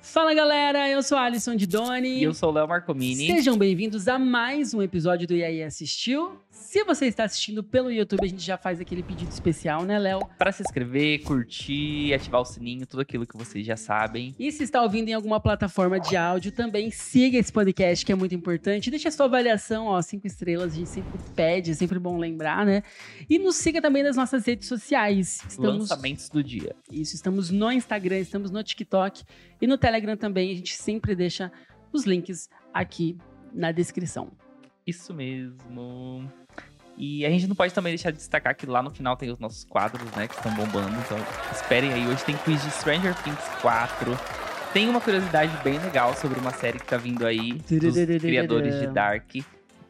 Fala galera, eu sou a Alisson de Doni. E eu sou o Léo Marcomini. Sejam bem-vindos a mais um episódio do E aí Assistiu. Se você está assistindo pelo YouTube, a gente já faz aquele pedido especial, né, Léo? Pra se inscrever, curtir, ativar o sininho, tudo aquilo que vocês já sabem. E se está ouvindo em alguma plataforma de áudio, também siga esse podcast que é muito importante. Deixa a sua avaliação, ó, cinco estrelas, a gente sempre pede, é sempre bom lembrar, né? E nos siga também nas nossas redes sociais. Estamos, Lançamentos do dia. isso, estamos no Instagram, estamos no TikTok e no Telegram também. A gente sempre deixa os links aqui na descrição. Isso mesmo. E a gente não pode também deixar de destacar que lá no final tem os nossos quadros, né? Que estão bombando. Então, esperem aí. Hoje tem quiz de Stranger Things 4. Tem uma curiosidade bem legal sobre uma série que tá vindo aí dos criadores de Dark.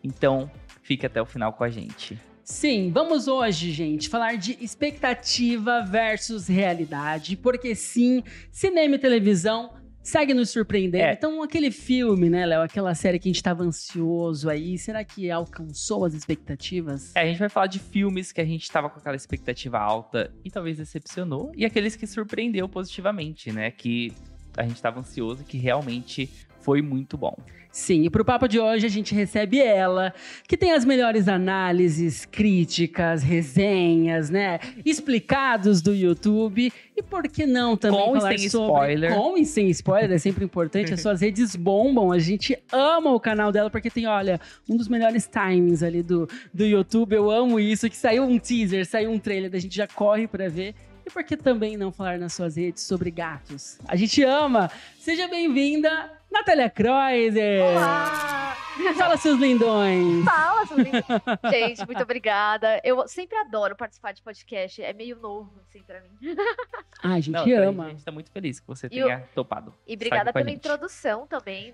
Então, fique até o final com a gente. Sim, vamos hoje, gente, falar de expectativa versus realidade, porque sim, cinema e televisão segue nos surpreendendo. É. Então, aquele filme, né, Léo, aquela série que a gente estava ansioso aí, será que alcançou as expectativas? É, a gente vai falar de filmes que a gente tava com aquela expectativa alta e talvez decepcionou, e aqueles que surpreendeu positivamente, né? Que a gente tava ansioso e que realmente foi muito bom. Sim, e pro papo de hoje a gente recebe ela, que tem as melhores análises, críticas, resenhas, né, explicados do YouTube. E por que não também Com e falar sem sobre... spoiler. Com e sem spoiler, é sempre importante. As suas redes bombam, a gente ama o canal dela, porque tem, olha, um dos melhores timings ali do, do YouTube. Eu amo isso, que saiu um teaser, saiu um trailer, a gente já corre pra ver. E por que também não falar nas suas redes sobre gatos? A gente ama! Seja bem-vinda, Natália Kreuzer! Olá! Fala, seus lindões! Fala, tudo bem? Gente, muito obrigada. Eu sempre adoro participar de podcast. É meio novo, assim, pra mim. Ai, Ah, a gente Não, também A ama. gente tá muito feliz que você E o- tenha topado. E Sai obrigada com a pela gente. introdução também.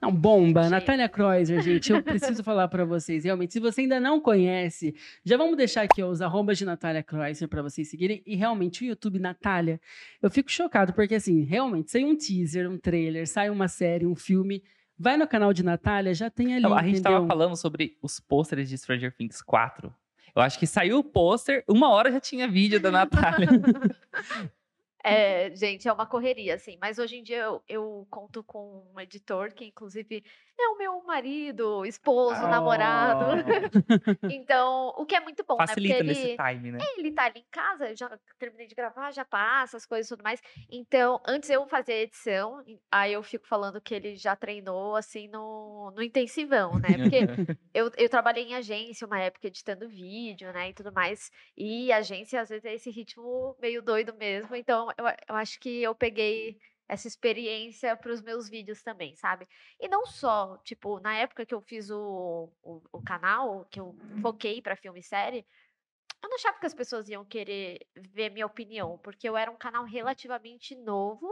Não, bomba, Gente. Natália Kreuzer, gente, eu preciso falar pra vocês, realmente, se você ainda não conhece, já vamos deixar aqui ó, os arrobas de Natália Kreuzer pra vocês seguirem, e realmente, o YouTube Natália, eu fico chocado, porque assim, realmente, sai um teaser, um trailer, sai uma série, um filme, vai no canal de Natália, já tem ali, Então, a gente entendeu? tava falando sobre os pôsteres de Stranger Things 4. Eu acho que saiu o pôster, uma hora já tinha vídeo da Natália. É, gente, é uma correria, assim. Mas hoje em dia eu, eu conto com um editor que, inclusive, é o meu marido, esposo, Ah. namorado. Oh, Então, o que é muito bom, Facilita né? Porque nesse ele, time, né? ele tá ali em casa, eu já terminei de gravar, já passa as coisas e tudo mais. Então, antes eu fazer a edição, e- aí eu fico falando que ele já treinou, assim, no, no intensivão, né? Porque eu, eu trabalhei em agência uma época editando vídeo, né, e tudo mais. E agência, às vezes, é esse ritmo meio doido mesmo. Então, eu, a- eu acho que eu peguei essa experiência para os meus vídeos também, sabe? E não só, tipo, na época que eu fiz o, o, o canal, que eu foquei para filme e série, eu não achava que as pessoas iam querer ver minha opinião, porque eu era um canal relativamente novo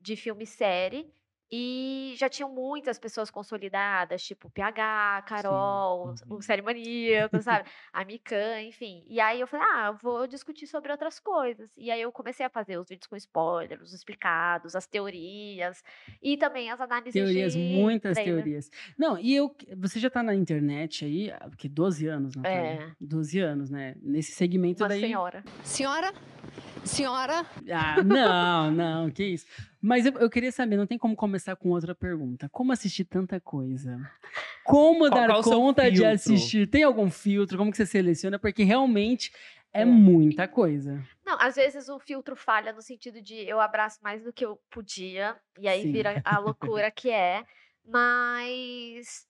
de filme e série. E já tinham muitas pessoas consolidadas, tipo PH, Carol, uhum. o Série Maníaco, sabe? A Mikan, enfim. E aí eu falei, ah, eu vou discutir sobre outras coisas. E aí eu comecei a fazer os vídeos com spoilers, os explicados, as teorias e também as análises Teorias, de muitas trailer. teorias. Não, e eu. Você já tá na internet aí, há, o quê? 12 anos, Natália? É. 12 anos, né? Nesse segmento Uma daí. senhora. Senhora? Senhora? Ah, não, não, que isso. Mas eu, eu queria saber, não tem como começar com outra pergunta. Como assistir tanta coisa? Como Qual- dar qual o seu conta de filtro? assistir? Tem algum filtro? Como que você seleciona? Porque realmente é É. muita coisa. Não, às vezes o filtro falha no sentido de eu abraço mais do que eu podia, e aí Sim. vira a loucura que é. Mas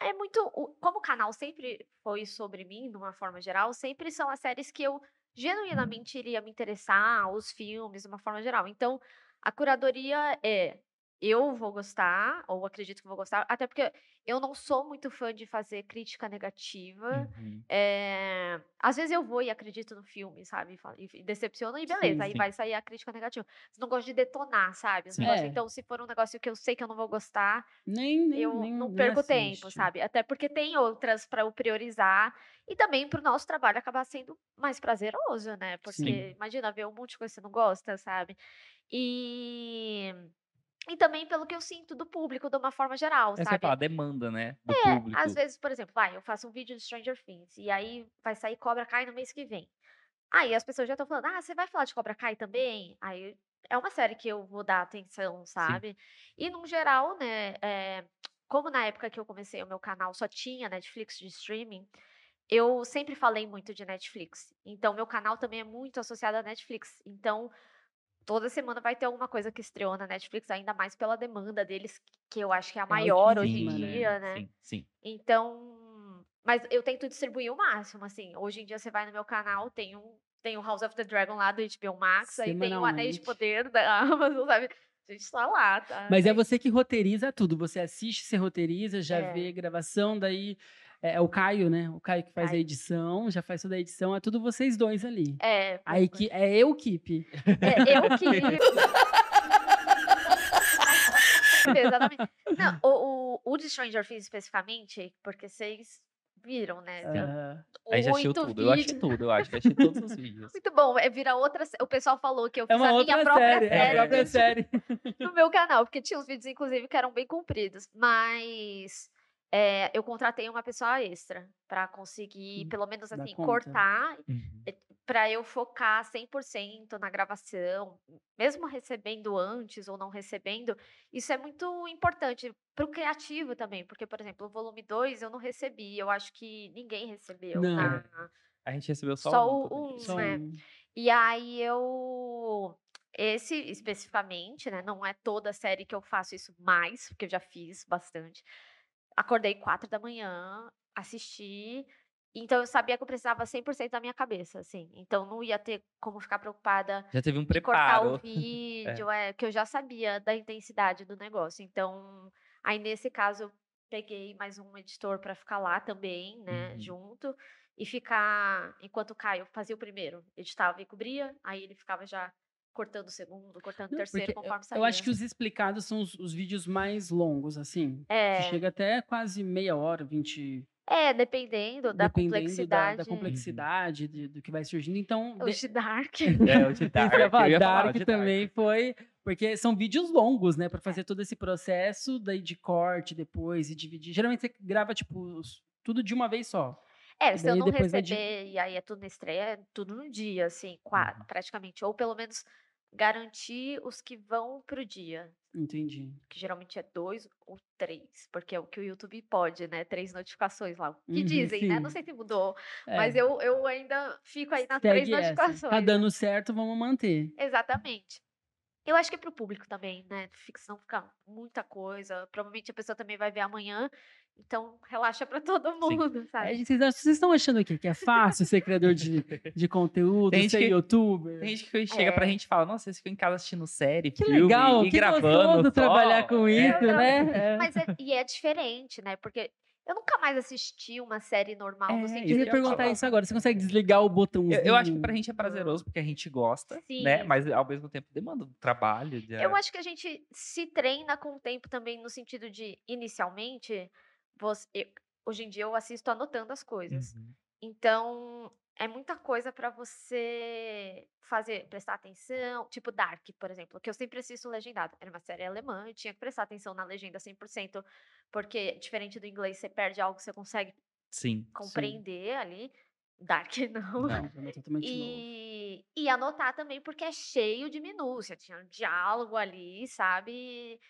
é muito. o- Como o canal sempre foi sobre mim, de uma forma geral, sempre são as séries que eu genuinamente iria me interessar, os filmes, de uma forma geral. Então, a curadoria é. Eu vou gostar, ou acredito que vou gostar, até porque eu não sou muito fã de fazer crítica negativa. Uhum. É, Às vezes eu vou e acredito no filme, sabe? E falo- E decepciona e beleza, aí sim. vai sair a crítica negativa. Não gosto de detonar, sabe? Os Sim. negócios, É. Então, se for um negócio que eu sei que eu não vou gostar, Nem, nem, eu nem- não nem perco tempo, assiste. sabe? Até porque tem outras pra eu priorizar e também pro nosso trabalho acabar sendo mais prazeroso, né? Porque Sim. imagina ver um monte de coisa que você não gosta, sabe? E. E também pelo que eu sinto do público, de uma forma geral, Essa é sabe? a demanda, né? Do É, público. às vezes, por exemplo, vai, eu faço um vídeo de Stranger Things e aí vai sair Cobra Kai no mês que vem. Aí as pessoas já estão falando, ah, você vai falar de Cobra Kai também? Aí é uma série que eu vou dar atenção, sabe? E no geral, né, é, como na época que eu comecei o meu canal só tinha Netflix de streaming, eu sempre falei muito de Netflix. Então, meu canal também é muito associado à Netflix. Então, toda semana vai ter alguma coisa que estreou na Netflix, ainda mais pela demanda deles, que eu acho que é a maior hoje em altíssima, né? dia, né? Sim, sim. Então, mas eu tento distribuir o máximo, assim. Hoje em dia você vai no meu canal, tem um, tem o House of the Dragon lá do HBO Max, aí tem o Anéis Semanalmente. de Poder da Amazon, sabe? A gente tá lá, tá? Mas é Aí- você que roteiriza tudo. Você assiste, você roteiriza, já É. vê gravação, daí. É é o Caio, né? O Caio que faz a Caio. edição, já faz toda a edição, é tudo vocês dois ali. É, A equi é eu, equipe. é, eu que. Exatamente. Não, o, o, o de Stranger Things especificamente, porque vocês viram, né? É. Aham. Aí já achei Muito tudo. Eu achei vídeo. tudo, eu acho que achei todos os vídeos. Muito bom, é, vira outra. sé- O pessoal falou que eu É fiz uma a outra minha própria série. É a série, própria gente. série. no meu canal, porque tinha uns vídeos, inclusive, que eram bem compridos. Mas é, eu contratei uma pessoa extra pra conseguir, Hum, pelo menos dar assim, conta. cortar Uhum. pra eu focar 100% na gravação, mesmo recebendo antes ou não recebendo. Isso é muito importante pro criativo também, porque, por exemplo, o volume 2 eu não recebi, eu acho que ninguém recebeu. Não. na- A gente recebeu só, Só um. o- também. um, Só né? um. E aí eu. Esse especificamente, né? Não é toda série que eu faço isso mais, porque eu já fiz bastante. Acordei quatro da manhã, assisti. Então eu sabia que eu precisava 100% da minha cabeça, assim. Então não ia ter como ficar preocupada Já teve um em cortar preparo. o vídeo, é. que eu já sabia da intensidade do negócio. Então, aí nesse caso eu peguei mais um editor para ficar lá também, né, Uhum. junto e ficar enquanto o Caio fazia o primeiro, editava e cobria, aí ele ficava já cortando o segundo, cortando o Não, terceiro, porque eu- conforme saía. Eu acho que os explicados são os, os vídeos mais longos, assim. é, Que chega até quase meia hora, 20. é, dependendo dependendo da, da complexidade. Uhum. da complexidade, de- do que vai surgindo. Então, O deixa de Dark. É, o de Dark. Isso que eu ia falar, eu ia falar, o Dark de Dark. também foi. Porque são vídeos longos, É. né? Pra fazer todo esse processo daí de corte depois e dividir. Geralmente você grava, tipo, os- tudo de uma vez só. É, E se eu daí não depois vai de- receber, e aí é tudo na estreia, é tudo no dia, assim, qua- Uhum. praticamente. Ou pelo menos garantir os que vão pro dia, Entendi. que geralmente é dois ou três, porque é o que o YouTube pode, né? Três notificações lá. o Que Uhum, dizem, né? Não sim. sei se mudou, É, mas eu, eu ainda fico aí nas três segue essa. notificações. Tá dando certo, vamos manter. Exatamente. Eu acho que é pro público também, né? Ficção fica muita coisa. Provavelmente a pessoa também vai ver amanhã. Então, relaxa pra todo mundo, sabe? É, gente, vocês, acham- vocês estão achando o quê? Que é fácil ser criador de, de conteúdo, Tem gente ser que- youtuber? Tem gente que chega pra É. gente e fala, nossa, vocês ficam em casa assistindo série, Que filme legal, e que gravando gostoso só. trabalhar com É, isso, né? É. Mas é- e é diferente, né? Porque eu nunca mais assisti uma série normal É, no eu sentido ia de perguntar falar, isso agora. Você consegue desligar o botãozinho? Eu, eu acho que pra gente é prazeroso, porque a gente gosta, né? Sim. Mas ao mesmo tempo demanda um trabalho. de- Eu acho que a gente se treina com o tempo também, no sentido de, inicialmente, você- eu- hoje em dia eu assisto anotando as Hum. coisas. Uhum. Então, é muita coisa pra você fazer, prestar atenção. Tipo Dark, por exemplo, que eu sempre assisto legendado. Era uma série alemã, eu tinha que prestar atenção na legenda 100%, porque, diferente do inglês, você perde algo, você consegue Sim. compreender ali. Dark não. Não, é totalmente novo. E, e anotar também, porque é cheio de minúcia. Tinha um diálogo ali, sabe?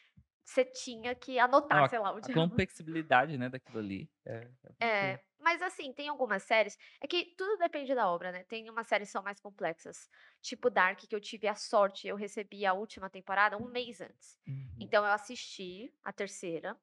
Você tinha que é anotar, Não, sei lá, o A diálogo. complexibilidade, né, daquilo ali. É, É, mas assim, tem algumas séries. É que tudo depende da obra, né? Tem umas séries que são mais complexas. Tipo Dark, que eu tive a sorte, eu recebi a última temporada um mês antes. Hum. Uhum. Então eu assisti a terceira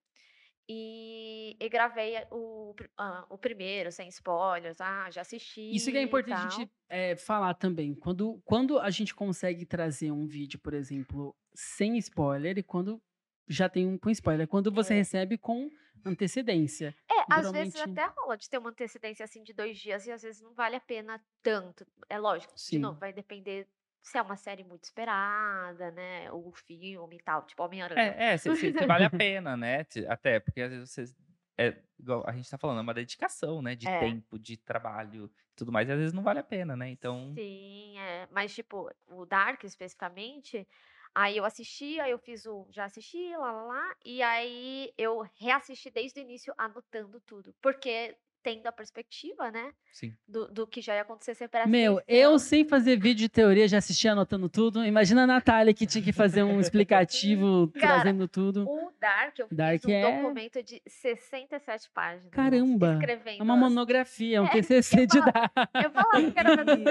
e, e gravei a- o, pr- ah, o primeiro, sem spoilers. Ah, já assisti. Isso que é e importante a tal. gente é, falar também. Quando, quando a gente consegue trazer um vídeo, por exemplo, sem spoiler, e quando já tem um com spoiler, quando você É. recebe com antecedência. É, às vezes Geralmente- até rola de ter uma antecedência assim de dois dias e às vezes não vale a pena tanto. É lógico, Sim. de novo, vai depender se é uma série muito esperada, né? Ou filme e tal, tipo Homem-Aranha. É, é se, se- se vale a pena, né? Te- Até, porque às vezes vocês. É, igual a gente tá falando, é uma dedicação, né? De É. tempo, de trabalho e tudo mais. E às vezes não vale a pena, né? Então. Sim, é. Mas, tipo, o Dark especificamente, aí eu assisti, aí eu fiz o. Já assisti, lá, lá, lá. E aí eu reassisti desde o início anotando tudo. Porque tendo a perspectiva, né? Sim. Do, do que já ia acontecer sempre era Meu, eu sem fazer vídeo de teoria, já assistia anotando tudo. Imagina a Natália que tinha que fazer um explicativo Cara, trazendo tudo. O Dark, eu Uhum. Dark fiz um é- documento de 67 páginas. Caramba, Escrevendo. É uma monografia, é um É, TCC de falo. dar. Eu falava que era pra mim.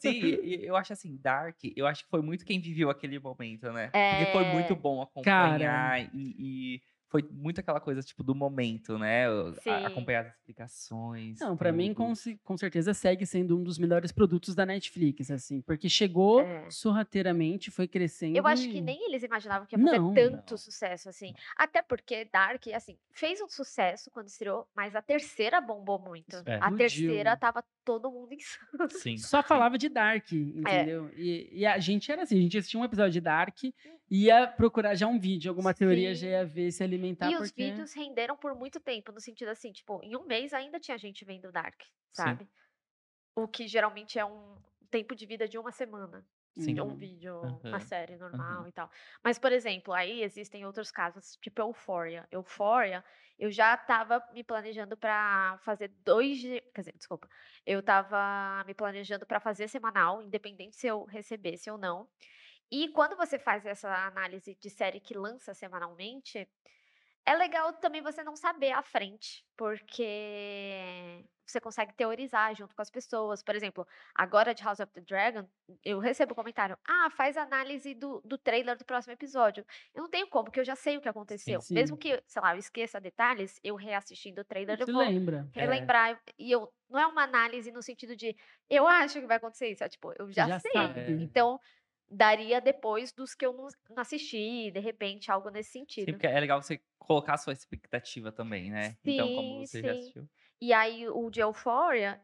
Sim, e- e eu acho assim, Dark, eu acho que foi muito quem viveu aquele momento, né? Porque foi muito É. bom Cara. acompanhar e, e foi muito aquela coisa, tipo, do momento, né? O- a- Sim. acompanhar as explicações. Não, pra mim, tudo. com, ce- com certeza, segue sendo um dos melhores produtos da Netflix, assim. Porque chegou É. sorrateiramente, foi crescendo. Eu acho que e- nem eles imaginavam que ia fazer Não. tanto Não. sucesso assim. Até porque Dark, assim, fez um sucesso quando estreou, mas a terceira bombou muito. A É, Explodiu. terceira tava todo mundo insano. Sim. Só falava de Dark, É. entendeu? E, e a gente era assim, a gente assistia um episódio de Dark, ia procurar já um vídeo, alguma teoria Hum. Sim. já ia ver, se alimentar, e Tá porque... os vídeos renderam por muito tempo, no sentido assim, tipo, em um mês ainda tinha gente vendo Dark, sabe? O que geralmente é um tempo de vida de uma semana. Sim. de um Hum. vídeo, Aham, Uhum. uma série normal e tal. Mas, por exemplo, aí existem outros casos, tipo Euphoria. Euphoria, eu já tava me planejando pra fazer dois. de- Quer dizer, desculpa. Eu tava me planejando pra fazer semanal, independente se eu recebesse ou não. E quando você faz essa análise de série que lança semanalmente, é legal também você não saber à frente, porque você consegue teorizar junto com as pessoas. Por exemplo, agora de House of the Dragon, eu recebo comentário: ah, faz análise do, do trailer do próximo episódio. Eu não tenho como, porque eu já sei o que aconteceu. sim. Mesmo que, sei lá, eu esqueça detalhes, eu reassistindo o trailer, eu Se vou lembra. É. relembrar. E eu não é uma análise no sentido de eu acho que vai acontecer isso. É tipo, eu já, sei. sabe. É. Então, daria depois dos que eu não, não assisti, de repente, algo nesse Sim, sentido. porque é legal você colocar a sua expectativa também, né? então, como Sim, você já sim. assistiu. E aí, o de Euphoria,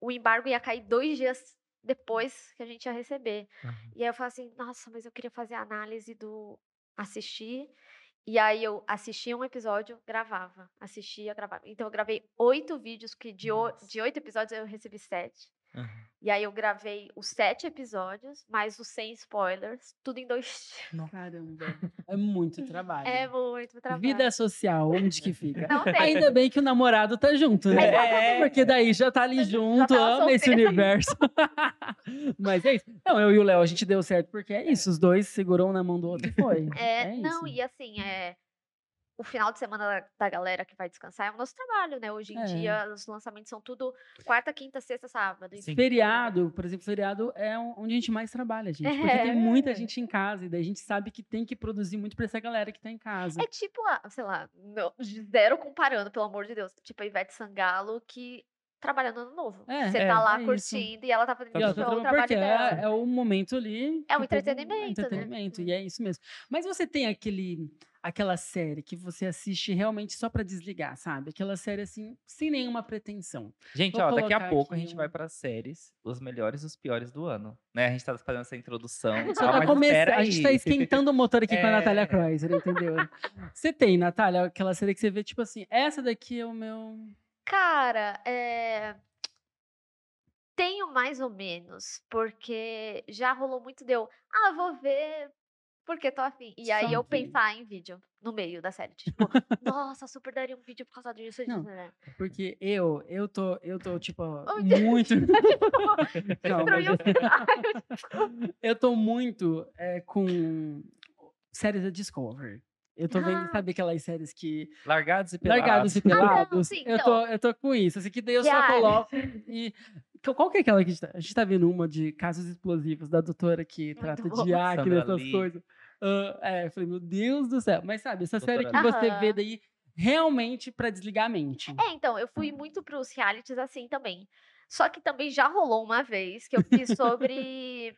o embargo ia cair dois dias depois que a gente ia receber. Hum. Aham. E aí eu falei assim, nossa, mas eu queria fazer a análise do assistir. E aí eu assistia um episódio, gravava. Assistia, gravava. Então eu gravei oito vídeos, que de, o- Nossa. de oito episódios eu recebi sete. Aham. E aí eu gravei os sete episódios, mais os sem spoilers, tudo em dois dias. Caramba. É muito trabalho. É muito trabalho. Vida social, onde que fica? Não tem. Ainda bem que o namorado tá junto, né? É. Porque daí já tá ali Já junto, tava ama esse solteiro. universo. Mas é isso. Não, eu e o Léo, a gente deu certo porque é isso. Os dois segurou um na mão do outro e foi. É, isso. não, e assim, é, o final de semana da- da galera que vai descansar é o nosso trabalho, né? Hoje em É. dia, os lançamentos são tudo quarta, quinta, sexta, sábado. então Sim. Feriado, por exemplo, feriado é o- onde a gente mais trabalha, gente. Porque tem muita É. gente em casa e daí a gente sabe que tem que produzir muito pra essa galera que tá em casa. É tipo, a- sei lá, não- zero comparando, pelo amor de Deus. Tipo a Ivete Sangalo que trabalha no ano novo. É, Você é, tá é lá isso. curtindo e ela tá fazendo E ela show, tá o trabalhando trabalho porque dela. é, é o momento ali. É o que povo- entretenimento, né? entretenimento, e é isso mesmo. Mas você tem aquele, aquela série que você assiste realmente só pra desligar, sabe? Aquela série assim, sem nenhuma pretensão. Ah, Gente, Vou ó, daqui colocar a pouco a aqui gente um- vai para séries, os melhores e os piores do ano, né? A gente tá fazendo essa introdução. e Só pra tal, Ah, mas começar, espera a gente tá aí. esquentando o motor aqui com a Natália É. Kreuzer, entendeu? Você tem, Natália, aquela série que você vê, tipo assim, essa daqui é o meu. Cara, é... tenho mais ou menos, porque já rolou muito de eu, ah, vou ver porque tô afim. E aí Só eu ver. pensar em vídeo no meio da série. Tipo, nossa, super daria um vídeo por causa disso. Não. disso, né?" Porque eu, eu tô, eu tô, tipo, Oh, Deus. muito. Calma, Destruiu o assim cenário. Eu tô muito é, com séries da Discovery. Eu tô vendo, Ah. sabe aquelas séries que. Largados e pelados. Largados e pelados. sim, então. eu, tô, eu tô com isso. Assim, que daí eu só Diário. coloco. E. Qual- Qual que é aquela que a gente tá. A gente tá vendo uma de casos explosivos da doutora que trata bom. de acne, Sandra essas Lee. coisas. Ah, é, eu falei, meu Deus do céu. Mas sabe, essa série que Doutora você Lee. vê daí realmente pra desligar a mente. É, então, eu fui muito pros realities assim também. Só que também já rolou uma vez que eu fiz sobre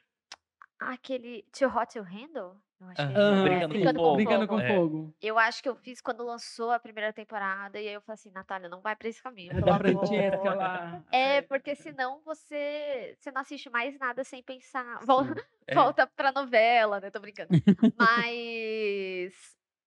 aquele Too Hot to Handle. Eu acho que é, Aham, é, Brincando com sim, Fogo. Brincando com É. fogo. Eu acho que eu fiz quando lançou a primeira temporada, e aí eu falei assim, Natália, não vai pra esse caminho. É pelo da amor." Francesca lá. É, porque senão você, você não assiste mais nada sem pensar. Vol- Sim. É. Volta pra novela, né? Tô brincando. Mas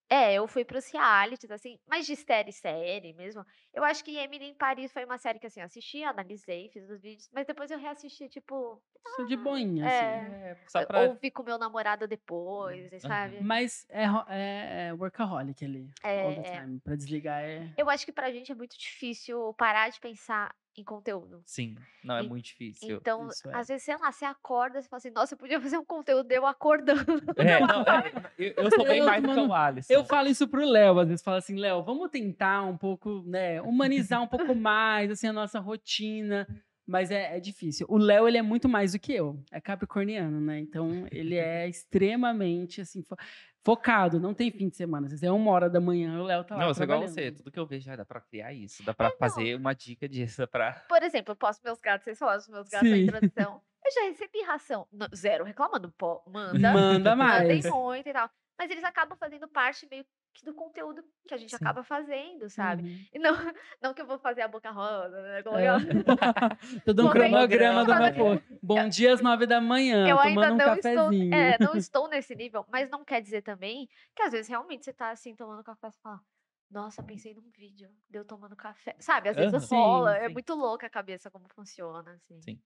É, eu fui pros realities, assim, mas de série, série mesmo. Eu acho que Emily em Paris foi uma série que, assim, eu assisti, analisei, fiz os vídeos, mas depois eu reassisti, tipo, Isso de boinha, É. assim. É, só pra. ouvi com meu namorado depois, sabe? Mas é, ro- é, é workaholic ali. all the É, é. time. Pra desligar é. Eu acho que pra gente é muito difícil parar de pensar em conteúdo. Sim, não é En- muito difícil. Então, isso é. às vezes, sei lá, você acorda, você fala assim, nossa, eu podia fazer um conteúdo de eu acordando. É, não, é, eu, eu sou bem Eu, mais do que mano, o Alisson. Eu falo isso pro Léo, às vezes falo assim, Léo, vamos tentar um pouco, né, humanizar um pouco mais, assim, a nossa rotina, mas é, é difícil. O Léo, ele é muito mais do que eu, é capricorniano, né, então ele é extremamente, assim, fo- focado, não tem fim de semana, às vezes é uma hora da manhã, o Léo tá lá Não, eu sou igual trabalhando. É, você. Tudo que eu vejo, ah, dá pra criar isso. Dá pra fazer uma dica disso. Dá pra. Por exemplo, eu posto meus gatos, vocês falaram dos meus gatos na Sim. introdução. Eu já recebi ração. Não, zero reclamando, pô, manda. Manda Mandem mais. muito e tal. Mas eles acabam fazendo parte meio que do conteúdo que a gente Sim. acaba fazendo, sabe? Uhum. E Não, não que eu vou fazer a boca rosa, né? colocar- É. Todo um Bom, cronograma do meu bem- povo. Bom dia às nove da manhã, Eu ainda tomando um não estou, cafezinho. é, não estou nesse nível, mas não quer dizer também que às vezes realmente você tá assim tomando café e fala, nossa, pensei num vídeo, deu tomando café. Sabe, às vezes Aham. Sim, rola, é sim. muito louca a cabeça como funciona, assim. Sim.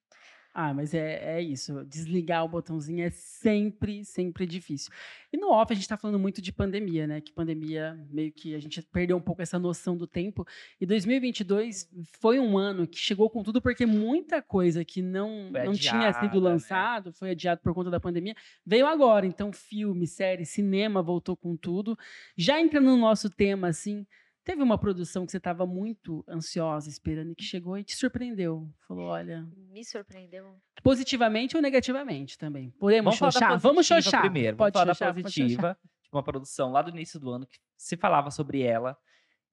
Ah, mas é, é isso. Desligar o botãozinho é sempre, sempre difícil. E no off a gente tá falando muito de pandemia, né? Que pandemia meio que a gente perdeu um pouco essa noção do tempo. E 2022 foi um ano que chegou com tudo porque muita coisa que não, Foi não tinha adiada, sido né? lançado, foi adiado por conta da pandemia, veio agora. Então filme, série, cinema voltou com tudo. Já entrando no nosso tema assim, teve uma produção que você tava muito ansiosa, esperando e que chegou e te surpreendeu. Falou, olha, Me surpreendeu. Positivamente ou negativamente também. Podemos Vamos falar da xoxar? Vamos positiva xoxar. primeiro. Pode vamos falar xoxar, da pode positiva. tipo, uma produção lá do início do ano que se falava sobre ela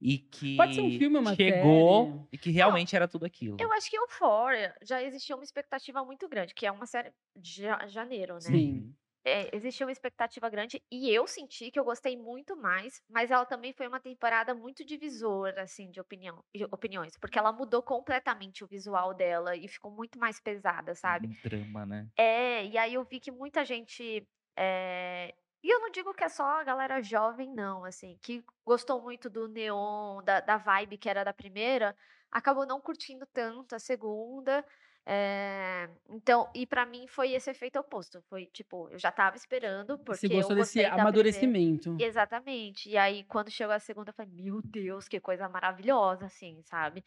e que Pode ser um filme, uma chegou série. e que realmente era tudo aquilo. Eu acho que Euphoria já existia uma expectativa muito grande, que é uma série de ja- janeiro, né? Sim. É, existia uma expectativa grande e eu senti que eu gostei muito mais, mas ela também foi uma temporada muito divisora, assim, de opinião, de opiniões, porque ela mudou completamente o visual dela e ficou muito mais pesada, sabe? Um drama, né? É, e aí eu vi que muita gente. é, E eu não digo que é só a galera jovem, não, assim, que gostou muito do neon, da, da vibe que era da primeira, acabou não curtindo tanto a segunda. é, então, e pra mim foi esse efeito oposto. Foi tipo, eu já tava esperando, Você porque gostou eu desse gostei da primeira. amadurecimento. Exatamente. E aí, quando chegou a segunda, eu falei, meu Deus, que coisa maravilhosa, assim, sabe?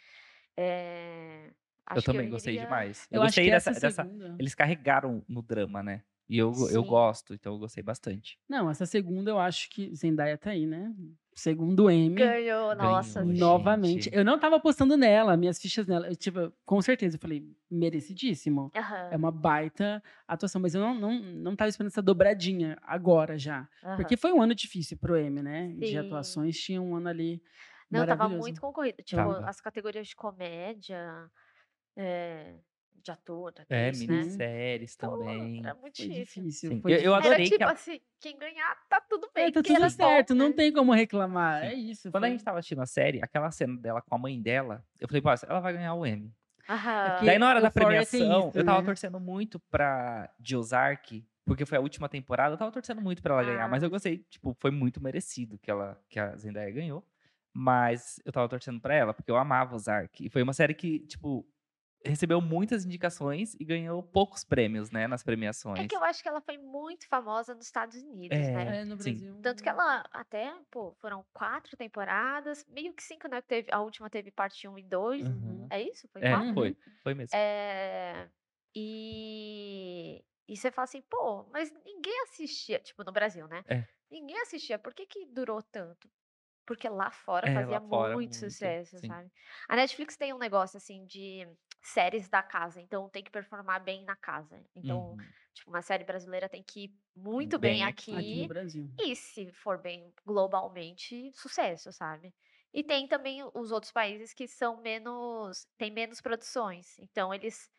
É, eu acho que também gostei iria- demais. Eu, acho gostei que dessa, essa dessa- segunda... Eles carregaram no drama, né? E eu, eu Sim. gosto, então eu gostei bastante. Não, essa segunda eu acho que Zendaya tá aí, né? Segundo M. Ganhou, nossa. Ganhou, sim. Novamente. gente. Eu não tava apostando nela, minhas fichas nela. Eu, tipo, com certeza, eu falei, merecidíssimo. Aham, É uma baita atuação, mas eu não, não, não tava esperando essa dobradinha agora já. aham. Porque foi um ano difícil pro M, né? De Sim. atuações, tinha um ano ali. Não, tava maravilhoso. né? muito concorrido. Tipo, Tava. as categorias de comédia, é, de ator, de É, atriz, né? minisséries Pô, também. Era Foi muito difícil. difícil. Sim. foi Eu- eu difícil. Era adorei que tipo ela- assim, quem ganhar, tá tudo bem. É, tá porque era tudo bom, certo, não né? tem como reclamar. Sim. É isso. Quando a foi- gente tava assistindo a série, aquela cena dela com a mãe dela, eu falei, pô, ela vai ganhar o Emmy. Aham. porque- Daí na hora da Euphoria tem premiação, isso, eu tava né? torcendo muito pra de Ozark, porque foi a última temporada, eu tava torcendo muito pra ela ganhar, Ah. mas eu gostei, tipo, foi muito merecido que ela que a Zendaya ganhou, mas eu tava torcendo pra ela, porque eu amava Ozark, e foi uma série que, tipo, recebeu muitas indicações e ganhou poucos prêmios, né, nas premiações. É que eu acho que ela foi muito famosa nos Estados Unidos, né? É, no Sim. Brasil. Tanto que ela até, pô, foram quatro temporadas, meio que cinco, né? que Teve, a última teve parte 1 e 2. Uhum. É isso? Foi É, quatro? Uhum. foi, foi mesmo. É, e, e você fala assim, pô, mas ninguém assistia, tipo, no Brasil, né? É. Ninguém assistia. Por que, que durou tanto? Porque lá fora É, lá fazia fora, muito muito, sucesso, sim. sabe? A Netflix tem um negócio assim de séries da casa, então tem que performar bem na casa. Então, Uhum. tipo, uma série brasileira tem que ir muito Bem bem, aqui. Aqui aqui no Brasil. e se for bem globalmente, sucesso, sabe? E tem também o- os outros países que são menos. têm menos produções. Então eles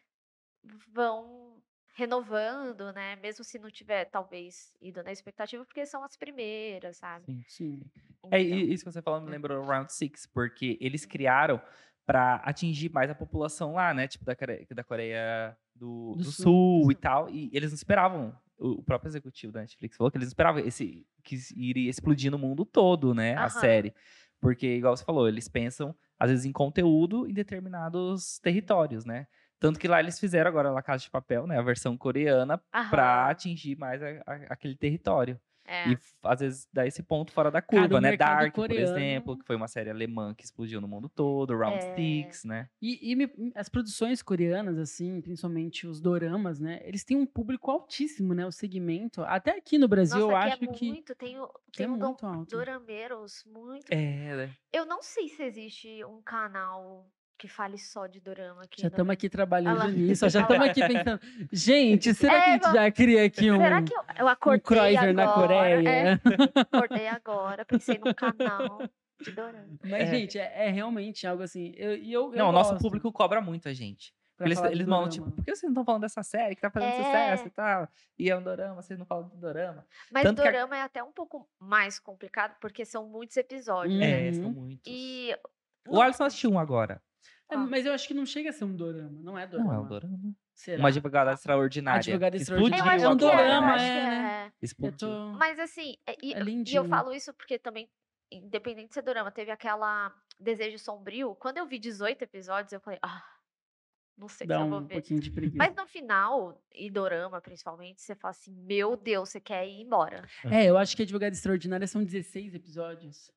vão renovando, né? Mesmo se não tiver, talvez, ido na expectativa, porque são as primeiras, sabe? Sim. Sim. É, Então, e isso que você falou me lembrou o Round Six, porque eles criaram pra atingir mais a população lá, né? Tipo, da Coreia, da Coreia do, Do do Sul. Sul e tal. E eles não esperavam o o próprio executivo da Netflix falou que eles esperavam esse, que isso iria explodir no mundo todo, né? A Aham. série. Porque, igual você falou, eles pensam, às vezes, em conteúdo em determinados territórios, né? Tanto que lá eles fizeram agora La Casa de Papel, né? A versão coreana, Aham, pra atingir mais a- a- aquele território. é. E f- às vezes dá esse ponto fora da Cara, o curva, né? mercado Dark, coreano- por exemplo, que foi uma série alemã que explodiu no mundo todo, Round É. Six, né? E, e me- as produções coreanas, assim, principalmente os doramas, né? Eles têm um público altíssimo, né? O segmento. Até aqui no Nossa, Brasil, eu aqui acho é que, muito, tem, o- que é tem um dom- muito alto. dorameiros muito. É, né? Eu não sei se existe um canal que fale só de dorama aqui. Já no estamos aqui trabalhando Ah lá. nisso, ó, já Ah lá. estamos aqui pensando. Gente, será que a É, gente vamos- já cria aqui um, Será que eu, eu um acordei Kreuzer agora? na Coreia? É, acordei agora, pensei num canal de dorama. Mas, É. gente, é, é realmente algo assim. Eu, e eu, eu Não, o nosso gosto público cobra muito a gente. pra Porque Eles, falar de eles mandam, dorama. tipo, por que vocês não estão falando dessa série que tá fazendo É. sucesso e tal? E é um dorama, vocês não falam do dorama. Mas Tanto que a- dorama é até um pouco mais complicado, porque são muitos episódios, Hum. né? É, são Uhum. muitos. E O Alisson assistiu um agora. É, mas eu acho que não chega a ser um dorama, não é dorama. Não é um dorama. Será? Uma advogada extraordinária. Advogada Explodiu eu extraordinária. acho É um que é, eu dorama, acho é, que né? Eu Explodiu. tô... Mas assim, é- e, É e eu lindinho. falo isso porque também, independente de ser dorama, teve aquela Desejo Sombrio. Quando eu vi 18 episódios, eu falei, ah, não sei se Dá eu vou um ver. pouquinho de preguiça. Mas no final, e dorama principalmente, você fala assim, meu Deus, você quer ir embora. É, eu acho que Advogada Extraordinária são 16 episódios.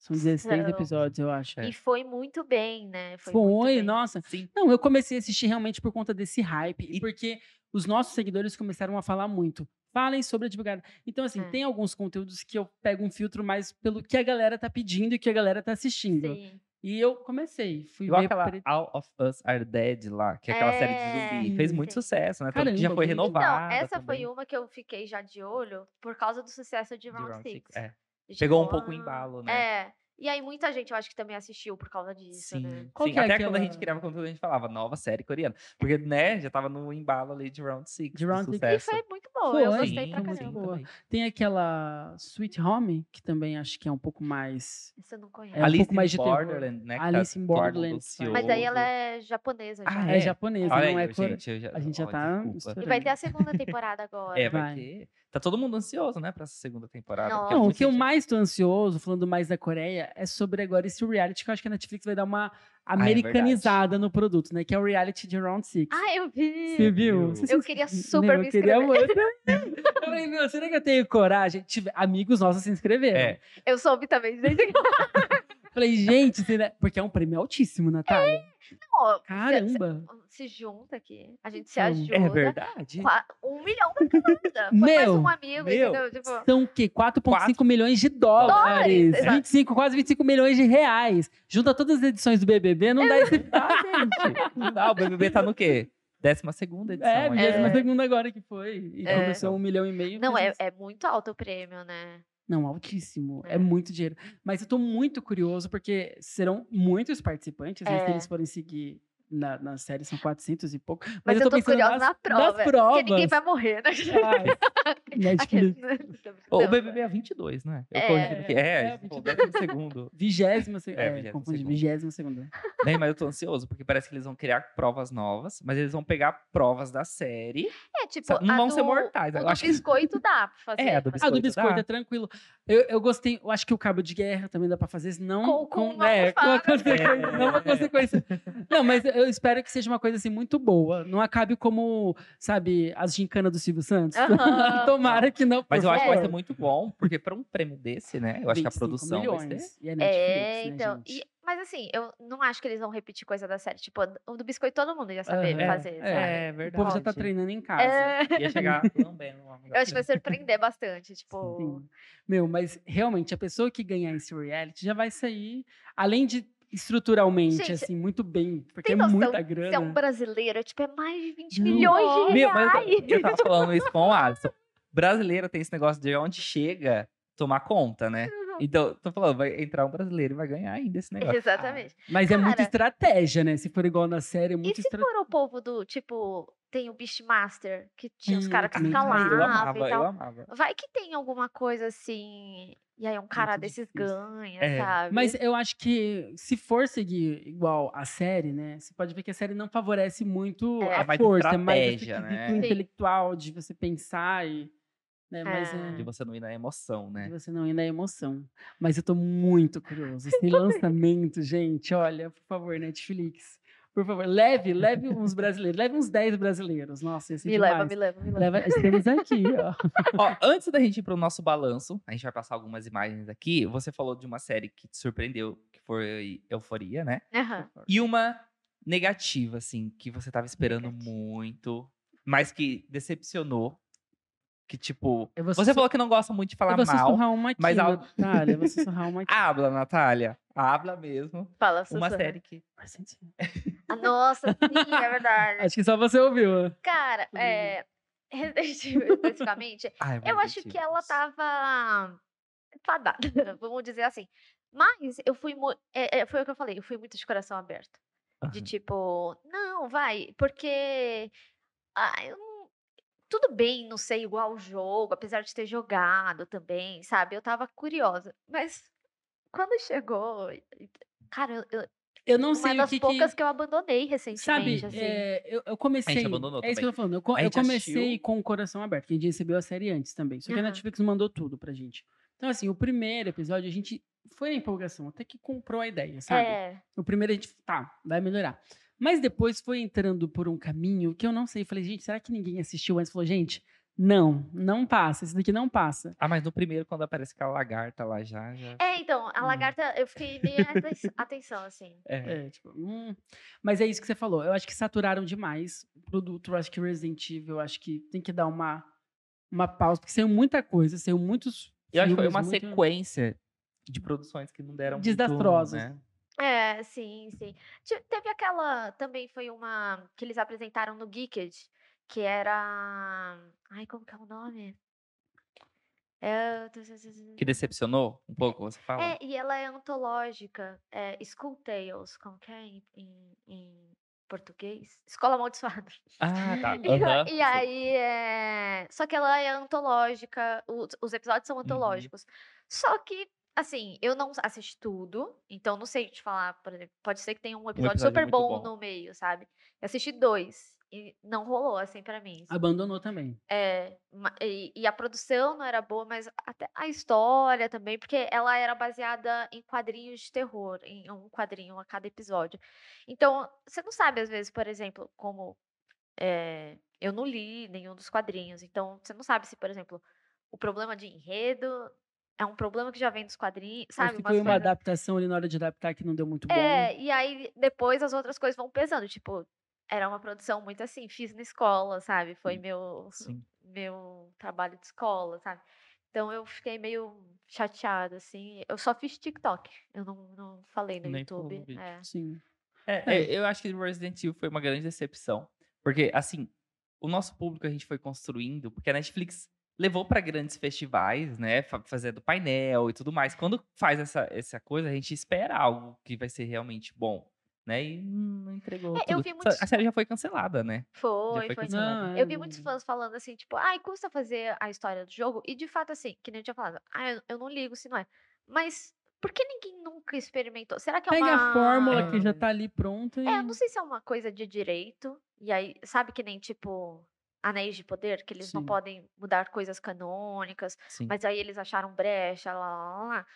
São 16 São. episódios, eu acho. É. É. E foi muito bem, né? Foi, muito bem. nossa. Sim. Não, eu comecei a assistir realmente por conta desse hype. E E- porque os nossos seguidores começaram a falar muito. Falem sobre advogada. Então, assim, É. tem alguns conteúdos que eu pego um filtro mais pelo que a galera tá pedindo e que a galera tá assistindo. Sim. E eu comecei. Fui Igual ver. aquela pre- All of Us Are Dead lá, que é aquela série de É. zumbi. Fez muito Sim. sucesso, né? Tanto que já Caramba, foi bonito. Então, Então, renovada. essa também. foi uma que eu fiquei já de olho por causa do sucesso de de Round Round Six, Six. é. De Pegou um falar, pouco o embalo, né? É. E aí muita gente eu acho que também assistiu por causa disso, Sim, né? Qual sim. que é até quando a gente aquela- criava conteúdo, a gente falava nova série coreana. Porque, né, já tava no embalo ali de Round Six. De do Round Six. E E sucesso. foi muito bom, eu Foi, gostei Sim, pra foi sim, muito caramba. boa. também. Tem aquela Sweet Home, que também acho que é um pouco mais. Você não conhece. É um Alice pouco mais in de terror. Borderland, né? que Alice tá in todo mundo Borderland, ansioso. Mas aí ela é japonesa já. Ah, É, é? japonesa, Olha não aí, é core- gente, eu já, a gente já ó, tá desculpa. E vai Caramba. ter a segunda temporada agora. É, vai, Vai. ter. Tá todo mundo ansioso, né, pra essa segunda temporada. porque é Não, o muita que eu gente- mais tô ansioso, falando mais da Coreia, é sobre agora esse reality que eu acho que a Netflix vai dar uma Ah, é verdade. americanizada no produto, né? Que é o reality de Round Six. Ah, eu vi! Você viu? Eu Você- Eu queria Meu, super eu me inscrever. queria muito. Eu falei, meu, será que eu tenho coragem? Tive- amigos nossos se inscreveram. É, Eu soube também. gente. Falei, gente, será... porque é um prêmio altíssimo, É, Natália. Ó, Caramba. Se junta aqui, a gente se Então, é ajuda. é verdade. Qua- Um milhão pra cada. Foi mais Meu, um amigo, meu. entendeu? Tipo, São o quê? 4,5 Quatro milhões de dólares. É Dólares, exato. 25, quase 25 milhões de reais. Junta todas as edições do BBB, não É. dá esse Ah, gente. Não dá, o BBB tá no quê? Décima segunda edição. É, ainda, né? 22 segunda agora que foi. E É. começou um milhão e meio. não, mas é, isso- é muito alto o prêmio, né? Não, altíssimo. É. É. muito dinheiro. Mas eu tô muito curioso, porque serão muitos participantes, né? Se É. eles forem seguir na, na série, são 400 e pouco. Mas, Mas, eu, tô, tô pensando curiosa nas, na prova. Nas Porque provas. ninguém vai morrer, né? Ai, Né, tipo, Netflix. Aquele- né, Ô, O Não, BBB é 22, né? Eu Então, É. corrigindo que é, É, pô, décimo segundo. Vigésima segunda. É, É, vigésima confundi. segunda. Vigésima segunda. Né, mas eu tô ansioso, porque parece que eles vão criar provas novas, mas eles vão pegar provas da série. É, tipo, Sabe, não a vão ser do- mortais, O eu do acho que- biscoito dá pra fazer. É, a do mas- Ah, do Biscoito, biscoito dá? é tranquilo. Eu, eu gostei. Eu acho que o cabo de guerra também dá pra fazer. Não Com- com uma é, com uma almofada. consequência. Não uma É. consequência. Não, mas eu espero que seja uma coisa assim muito boa. Não acabe como, sabe, as gincanas do Silvio Santos. Aham. Tomara que não. Mas por eu acho que vai favor. ser muito bom, porque pra um prêmio desse, né? Eu acho que a 25 produção vai ser. milhões. E é Netflix, né, É, então. gente? e- mas assim, eu não acho que eles vão repetir coisa da série. Tipo, o do biscoito todo mundo ia saber Aham. fazer. É, sabe? O povo já tá treinando em casa. É, Ia chegar lambendo um assim. lá. eu acho que vai surpreender bastante. Tipo, Sim. Meu, mas realmente, a pessoa que ganhar esse reality já vai sair, além de estruturalmente, Gente, assim, muito bem, porque tem é noção muita se é um grana. brasileiro, é, tipo, é mais de 20 Não. milhões de Meu, mas reais. eu, ta- eu tava falando isso com o Alisson. Brasileiro tem esse negócio de onde chega tomar conta, né? Uhum. Então, tô falando, vai entrar um brasileiro e vai ganhar ainda esse ah, negócio. Exatamente. Mas é muita Cara. estratégia, né? Se for igual na série, é e muita se estratégia. for o povo do, tipo, tem o Beastmaster, que tinha os Hum, caras que também. Ah, Ah, eu escalavam amava, e eu tal. amava. Vai que tem alguma coisa assim E aí um cara Muito desses difícil. ganha, É. sabe? Mas eu acho que se for seguir igual a série, né? Você pode ver que a série não favorece muito É. a É mais força, é mais esse estratégia, né? quesito Sim. intelectual de você pensar e. Né? Mas É. De é, você não ir na emoção, de né? você não ir na emoção. Mas eu tô muito curioso. Esse lançamento, gente, olha, por favor, Netflix. Por favor, leve, leve uns brasileiros, leve uns 10 brasileiros. Nossa, esse me leva, me leva, me leva. leva. Estamos aqui, ó. Ó, antes da gente ir pro nosso balanço, a gente vai passar algumas imagens aqui. Você falou de uma série que te surpreendeu, que foi Euforia, né? Aham. E uma negativa, assim, que você tava esperando Negativa. muito, mas que decepcionou. Que, tipo, Eu vou você falou que não gosta muito de falar eu vou mal. sussurrar uma aqui, mas algo- Natália, eu vou sussurrar uma aqui. Habla, Natália. Habla mesmo. Fala, Uma Susana. série que. Faz sentido. Ah, nossa, sim, é verdade. Acho que só você ouviu. Cara, Tudo é. Resident Evil, especificamente, Ai, eu meu acho que Deus. ela tá tava fadada, vamos dizer assim. Mas eu fui. mu- é, é, foi o que eu falei, eu fui muito de coração aberto. De Aham. tipo, não, vai, porque. ah, eu não- tudo bem, não sei, igual o jogo, apesar de ter jogado também, sabe? Eu tava curiosa. Mas quando chegou. e- e- Cara, eu, eu- Eu não uma sei das o que poucas que... que... eu abandonei recentemente. Sabe, assim. é, eu, eu comecei... abandonou É isso que eu tô falando. Eu, co- A eu gente comecei assistiu. com o coração aberto, que a gente recebeu a série antes também. Só que a Aham. Netflix mandou tudo pra gente. Então, assim, o primeiro episódio, a gente foi na empolgação, até que comprou a ideia, sabe? É, O primeiro a gente, tá, vai melhorar. Mas depois foi entrando por um caminho que eu não sei. Falei, gente, será que ninguém assistiu antes? Falou, gente, não, não passa. Isso daqui não passa. Ah, mas no primeiro, quando aparece aquela lagarta lá já. já... É, então, a Hum. lagarta, eu fiquei meio aten- atenção, assim. É. É, tipo, hum. Mas é isso que você falou. Eu acho que saturaram demais o produto. Eu acho que Resident Evil, eu acho que tem que dar uma, uma pausa, porque saiu muita coisa, saiu muitos. Eu acho que foi filmes, uma muito- sequência de produções que não deram muito, Desastrosas. né? É, sim, sim. Te- Teve aquela, também foi uma que eles apresentaram no Geeked, que era... Ai, como que é o nome? É, eu tô- Que decepcionou um pouco, você fala? É, e ela é antológica, é School Tales, como que é em, em- em português? Escola Amaldiçoada. Ah, tá. E a- aham, E sei. aí, é... só que ela é antológica, os, os episódios Uhum. são antológicos. Só que, assim, eu não assisti tudo, então não sei te falar, por exemplo, pode ser que tenha um episódio, episódio super muito bom, bom. no meio, sabe? Eu assisti dois e não rolou, assim, pra mim. Abandonou também. É, ma- e, e a produção não era boa, mas até a história também, porque ela era baseada em quadrinhos de terror, em um quadrinho a cada episódio. Então, você não sabe, às vezes, por exemplo, como. é, eu não li nenhum dos quadrinhos, então você não sabe se, por exemplo, o problema de enredo é um problema que já vem dos quadrinhos, Acho sabe? que umas foi uma coisas- adaptação ali na hora É, de né? adaptar que não deu muito bom. é, e aí depois as outras coisas vão pesando. Tipo, era uma produção muito assim, fiz na escola, sabe? Foi meu, Sim. meu trabalho de escola, sabe? Então eu fiquei meio chateada, assim. Eu só fiz TikTok. Eu não, não falei no Nem um falou no YouTube. vídeo. é. Sim. É, é, eu acho que Resident Evil foi uma grande decepção. Porque, assim, o nosso público a gente foi construindo, porque a Netflix levou para grandes festivais, né? fa- Fazendo painel e tudo mais. Quando faz essa, essa coisa, a gente espera algo que vai ser realmente bom. Né? E hum, não entregou. É, eu tudo. vi Essa- muitos- A série já foi cancelada, né? Foi, foi foi. cancelado. Não, é, Eu vi não- muitos fãs falando assim, tipo, ai, custa fazer a história do jogo. E de fato, assim, que nem eu tinha falado, ah, eu, eu não ligo se não é. Mas por que ninguém nunca experimentou? Será que é Pega uma. a fórmula que É. já tá ali pronta e. É, eu não sei se é uma coisa de direito. E aí, sabe que nem tipo Anéis de Poder, que eles não Sim. podem mudar coisas canônicas, Sim. mas aí eles acharam brecha, lá, lá, lá, lá.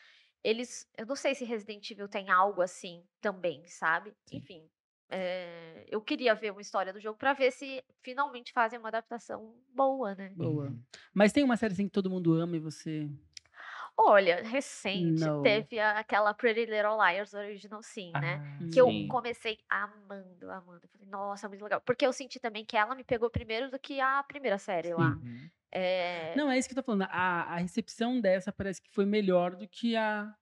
Eles, eu não sei se Resident Evil tem algo assim também, sabe? Sim. Enfim, é, eu queria ver uma história do jogo pra ver se finalmente fazem uma adaptação boa, né? Boa. Uhum. Mas tem uma série assim que todo mundo ama e você. Olha, recente Não. teve a- aquela Pretty Little Liars Original Sim, né? Ah, Que eu sim. comecei amando, amando. Falei, nossa, muito legal. Porque eu senti também que ela me pegou primeiro do que a primeira série lá. Uhum. É, Não, é isso que eu tô falando. A, a recepção dessa parece que foi melhor do que a,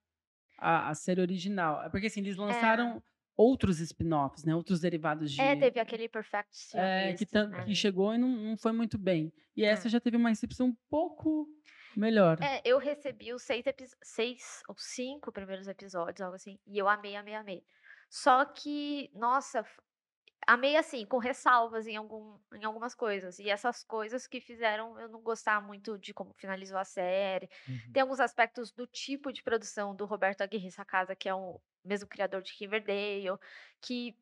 a, a série original. É Porque assim, eles lançaram outros spin-offs, né? Outros derivados de. é, teve aquele Perfect é, que, Zombies, tan- né? que chegou e não, não foi muito bem. E essa já teve uma recepção um pouco melhor. É, eu recebi os seis, epi- seis ou cinco primeiros episódios, algo assim, e eu amei, amei, amei. Só que, nossa, f- amei assim, com ressalvas em, algum, em algumas coisas. E essas coisas que fizeram eu não gostar muito de como finalizou a série. Uhum. Tem alguns aspectos do tipo de produção do Roberto Aguirre Sacasa, que é o mesmo criador de Riverdale, que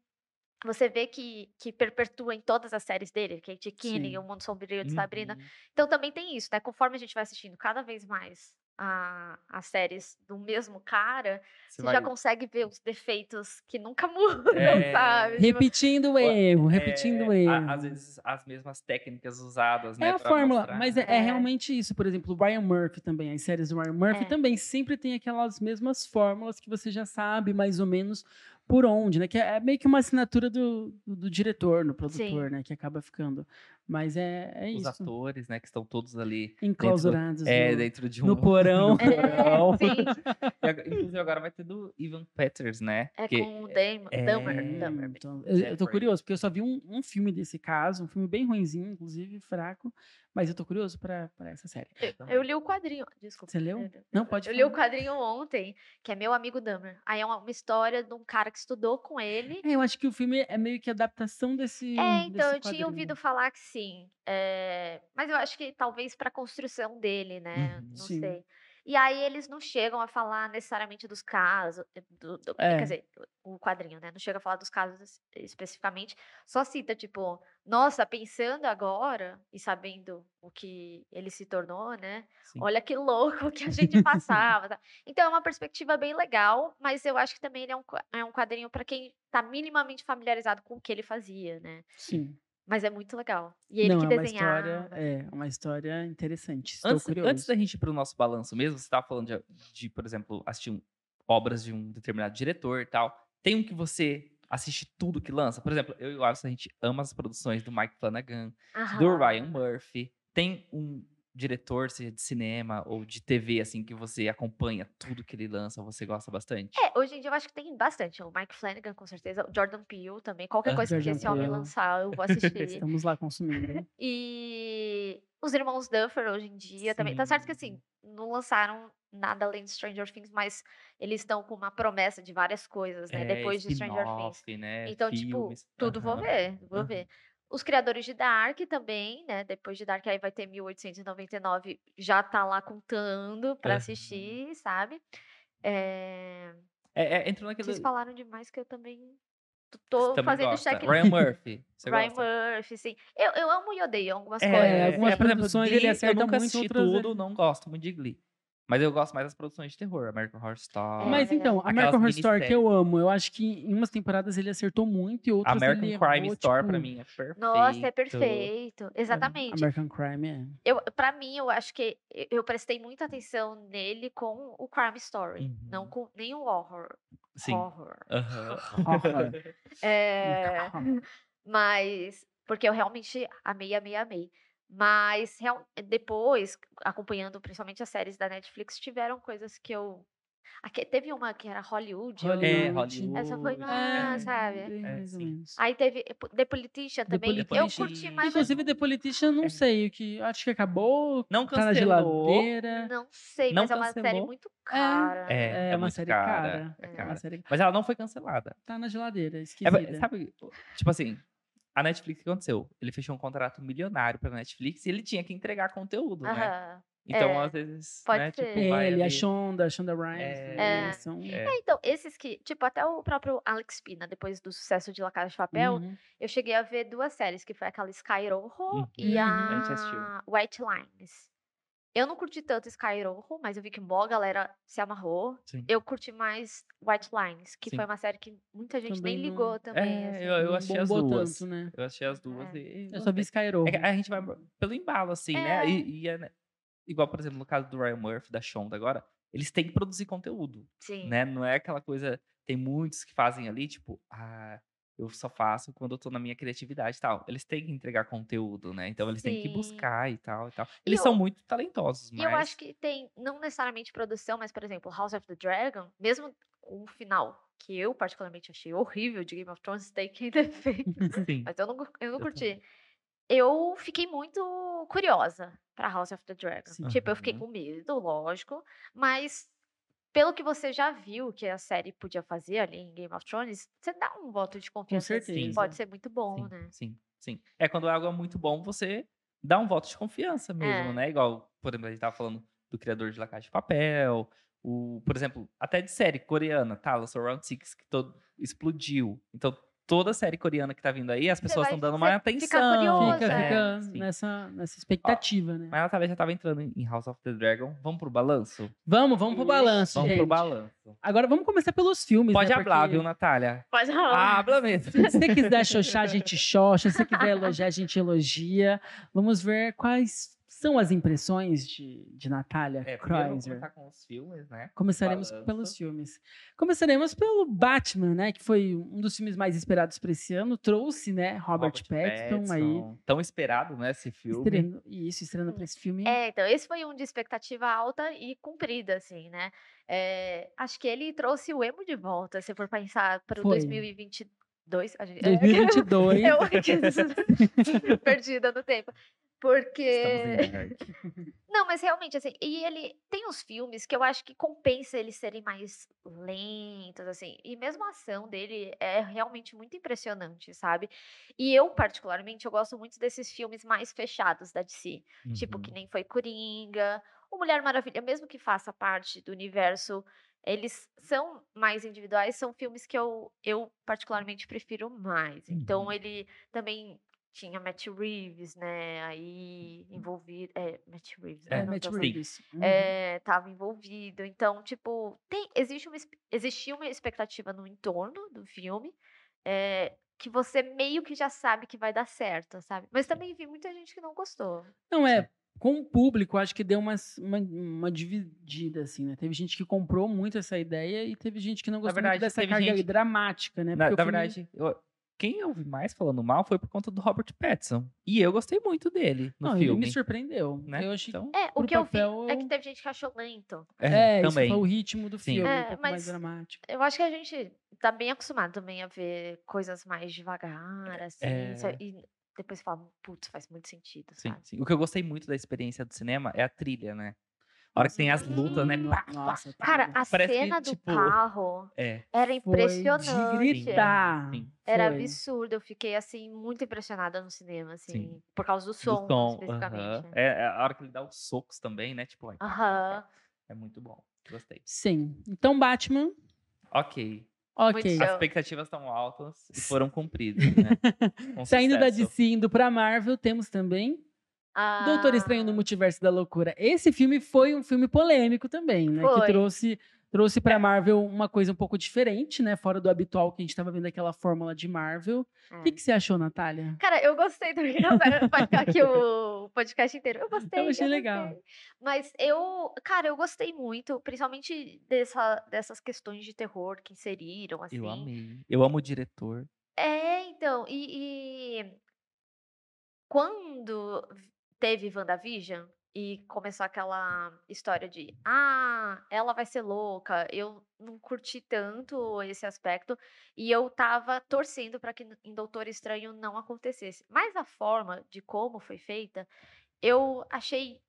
você vê que, que perpetua em todas as séries dele, Kate Kinney, Sim. O Mundo Sombrio de Sabrina. Uhum. Então também tem isso, né? Conforme a gente vai assistindo cada vez mais a, as séries do mesmo cara, Você você vai- já consegue ver os defeitos que nunca mudam, É. sabe? Tipo, Repetindo o erro, repetindo o É, erro. a- Às vezes as mesmas técnicas usadas, né? É a pra fórmula, mostrar. mas é, é É. realmente isso. Por exemplo, o Brian Murphy também, as séries do Brian Murphy É. também sempre tem aquelas mesmas fórmulas que você já sabe mais ou menos por onde, né? Que é é meio que uma assinatura do, do diretor, no produtor, né? Que acaba ficando. Mas é, é Os isso. atores, né? Que estão todos ali Enclausurados é, no, dentro de um. no porão. É. no porão. sim, E ag- Inclusive agora vai ter do Ivan Peters, né? é que com o Damon, é- Dumber, Hum, Dumber. então, eu, eu tô Jeffrey. curioso, porque eu só vi um, um filme desse caso, um filme bem ruinzinho, inclusive, fraco. Mas eu tô curioso pra, pra essa série. então. Eu li o quadrinho, desculpa. Você leu? eu- eu- Não, pode Eu li o falar. quadrinho ontem, que é meu amigo Dumber. Aí é uma, uma história de um cara que estudou com ele. É, eu acho que o filme é meio que adaptação desse. É, desse então, eu tinha quadrinho. ouvido falar que sim. é, Mas eu acho que talvez para construção dele, né? Uhum. Não Sim. sei. E aí eles não chegam a falar necessariamente dos casos. eh, Do, do- É. Quer dizer, o o quadrinho, né? Não chega a falar dos casos es- especificamente. Só cita, tipo, nossa, pensando agora e sabendo o que ele se tornou, né? Sim. Olha que louco que a gente passava. tá? Então é uma perspectiva bem legal, mas eu acho que também ele é um, qua- é um quadrinho para quem tá minimamente familiarizado com o que ele fazia, né? Sim. Mas é muito legal. E ele Não, que é uma desenhava. história. É, uma história interessante. Estou Antes, curioso. antes da gente ir pro nosso balanço mesmo, você tava falando de, de, por exemplo, assistir um- obras de um determinado diretor e tal. Tem um que você assiste tudo que lança? Por exemplo, eu e o Alisson, a gente ama as produções do Mike Flanagan, é do Aham. Ryan Murphy. Tem um diretor, seja de cinema ou de TV, assim, que você acompanha tudo que ele lança, você gosta bastante? É, hoje em dia eu acho que tem bastante. O Mike Flanagan, com certeza. O Jordan Peele também. Qualquer Ah, coisa que Jordan esse homem Peele. lançar, eu vou assistir. Estamos lá consumindo. né? hein? e os irmãos Duffer, hoje em dia, também. Tá certo que, assim, não lançaram nada além de Stranger Things, mas eles estão com uma promessa de várias coisas, né? É, Depois de Stranger spin-off, Things. Né, Então, tipo, filmes, tudo vou aham. ver, vou aham. ver. Os criadores de Dark também, né? Depois de Dark aí vai ter 1899, já tá lá contando pra Aham. assistir, sabe? É, É, é, entrou naquele. Vocês falaram demais que eu também t- Você tô também fazendo gosta. check Ryan Murphy. Você Ryan gosta? Murphy, sim. Eu, eu amo e odeio algumas É, coisas. assim. algumas é, por exemplo, produções Glee, ele acerta eu nunca muito, assisti outras tudo, ele- não gosto muito de Glee. Mas eu gosto mais das produções de terror, American Horror Story. Mas É. então, a Aquelas American Horror Story que minisséries. eu amo, eu acho que em umas temporadas ele acertou muito e outras American ele errou, Crime Story pra tipo, mim é perfeito. Nossa, é perfeito. Exatamente. American Crime é. Eu, para mim, eu acho que eu- eu prestei muita atenção nele com o Crime Story, não Uhum. com nem o horror. Sim. Então Horror. Aham. Horror. É, mas porque eu realmente amei, amei, amei. Mas real- depois, acompanhando principalmente as séries da Netflix, tiveram coisas que eu. Aque- teve uma que era Hollywood. eu- Hollywood. É, Hollywood. Essa foi é. Ah, sabe? Bem É, mais ou sim. menos. Aí teve eh, The Politician The também. Politician. Eu curti mais. mas Inclusive, The Politician, não É. sei o que. Acho que acabou. Não Tá na cancelou. geladeira. Não sei, Não mas é uma série cancelou. muito cara. É, É, uma muito série cara. cara, é É cara. Uma série que Mas ela não foi cancelada. tá na geladeira, É, esquisita. mas sabe, tipo assim, a Netflix, o que aconteceu? Ele fechou um contrato milionário pra Netflix e ele tinha que entregar conteúdo, né? Aham. Então, É, às vezes, pode né, ser. tipo, vai É, Ele, a ali- Shonda, a Shonda Rhimes. É. né, É. são- É. É, então, esses que, tipo, até o próprio Alex Pina, depois do sucesso de La Casa de É. Papel, Uhum. eu cheguei a ver duas séries, que foi aquela Skyroho e Uhum. A gente assistiu. a White Lines. Eu não curti tanto Skyroho, mas eu vi que mó galera se amarrou. Sim. Eu curti mais White Lines, que Sim. foi uma série que muita gente Também nem não- ligou também. É, assim. eu, eu Não achei as bombou duas. tanto, né? Eu achei as duas É. e. Eu só vi Skyro. É que a gente vai pelo embalo, assim, né? É. E, e é, né, igual, por exemplo, no caso do Ryan Murphy, da Shonda agora, eles têm que produzir conteúdo, Sim. né? Não é aquela coisa. Tem muitos que fazem ali, tipo, ah, eu só faço quando eu tô na minha criatividade e tal. Eles têm que entregar conteúdo, né? Então eles têm que Sim. buscar e tal e tal. E Eles são eu- muito talentosos, mas. E eu acho que tem, não necessariamente produção, mas, por exemplo, House of the Dragon, mesmo com o final, que eu particularmente achei horrível de Game of Thrones, tem quem defende. Sim. Mas eu não, gu- eu não Eu curti. Eu fiquei muito curiosa pra House of the Dragon. Sim. Tipo, eu fiquei Aham. com medo, lógico, mas pelo que você já viu que a série podia fazer ali em Game of Thrones, você dá um voto de confiança. assim, certeza. Pode ser muito bom, sim, né? sim, sim. É quando algo é muito bom, você dá um voto de confiança mesmo, É. né? Igual, por exemplo, a gente tava falando do criador de La Casa de Papel, o, por exemplo, até de série coreana, tá? Lançou Round Six, que todo, explodiu. Então, toda série coreana que tá vindo aí, as Você pessoas vai- estão dando você uma fica atenção. curioso, Fica, né? é, fica sim. nessa, nessa expectativa, né? Mas a Thalia já tava entrando em House of the Dragon. Vamos pro balanço? Vamos, vamos pro balanço, Vamos gente. pro balanço. Agora vamos começar pelos filmes, Pode né? hablar, Porque viu, Natália? Ah, Pode rolar. Habla mesmo. Se você quiser xoxar, a gente xoxa. Se você quiser elogiar, a gente elogia. Vamos ver quais são as impressões de, de Natália É, primeiro vamos Kreuzer. começar com os filmes, né? Começaremos Balanço. pelos filmes. Começaremos pelo Batman, né? Que foi um dos filmes mais esperados para esse ano. Trouxe, né, Robert, Pattinson, aí. Tão esperado, né, esse filme. Estreando, isso, estreando para esse filme. É, então, esse foi um de expectativa alta e cumprida, assim, né? É, acho que ele trouxe o emo de volta, se for pensar para o Foi. 2022. A gente, é, 2022. eu aqui, perdida no tempo. Porque. Estamos em Dark. Não, mas realmente, assim, e ele tem uns filmes que eu acho que compensa eles serem mais lentos, assim, e mesmo a ação dele é realmente muito impressionante, sabe? E eu, particularmente, eu gosto muito desses filmes mais fechados da DC, tipo, que Uhum. nem foi Coringa, o Mulher Maravilha, mesmo que faça parte do universo, eles são mais individuais, são filmes que eu, eu particularmente prefiro mais. Então, Uhum. ele também tinha Matt Reeves, né, aí envolvido, é, Matt Reeves, né, Uhum. É, o nome Matt do ator Reeves. Uhum. é, tava envolvido. Então, tipo, tem, existe uma, ex- existia uma expectativa no entorno do filme é, que você meio que já sabe que vai dar certo, sabe? Mas também vi muita gente que não gostou. Não é. Com o público, acho que deu uma, uma, uma dividida, assim, né? Teve gente que comprou muito essa ideia e teve gente que não gostou verdade, muito dessa teve carga gente- dramática, né? Na, Porque o na filme- verdade, eu- quem eu vi mais falando mal foi por conta do Robert Pattinson. E eu gostei muito dele no não, ele filme. me surpreendeu. né? Eu achei Então, É, o Pro que eu vi papel, é que eu- teve gente que achou lento. É, isso também. foi o ritmo do Sim. filme, É, um pouco mais mas- dramático. Eu acho que a gente tá bem acostumado também a ver coisas mais devagar, assim, é. sa- e depois fala, putz, faz muito sentido, Sim, sabe? sim. O que eu gostei muito da experiência do cinema é a trilha, né? A hora que tem as lutas, né? No- Pá, pá. Nossa, Cara, a Parece que, cena do tipo, carro É. Foi era de impressionante. gritar. Sim. Era Foi. absurdo, eu fiquei assim muito impressionada no cinema, assim, Sim. por causa do Do som, som, especificamente. aham. É, é a hora que ele dá os socos também, né? Tipo, ai, pá, pá, Aham. pá. é muito bom. Gostei. Sim. Então, Batman, Ok. ok. Muito As Eu- expectativas estão altas e foram cumpridas, né? Com Saindo da sucesso. DC, indo pra Marvel, temos também Doutor Estranho no Ah, Multiverso da Loucura. Esse filme foi um filme polêmico também, né? Que Foi. trouxe trouxe É. para Marvel uma coisa um pouco diferente, né? Fora do habitual que a gente tava vendo aquela fórmula de Marvel. O é. que, que você achou, Natália? Cara, eu gostei do Vai- vai ficar aqui o podcast inteiro. Eu gostei. achei legal. gostei. Mas eu, cara, eu gostei muito, principalmente dessa, dessas questões de terror que inseriram, assim. Eu amei. Eu amo o diretor. É, então, e, e quando v- teve WandaVision e começou aquela história de ah, ela vai ser louca, eu não curti tanto esse aspecto e eu tava torcendo para que n- em Doutor Estranho não acontecesse. Mas a forma de como foi feita, eu achei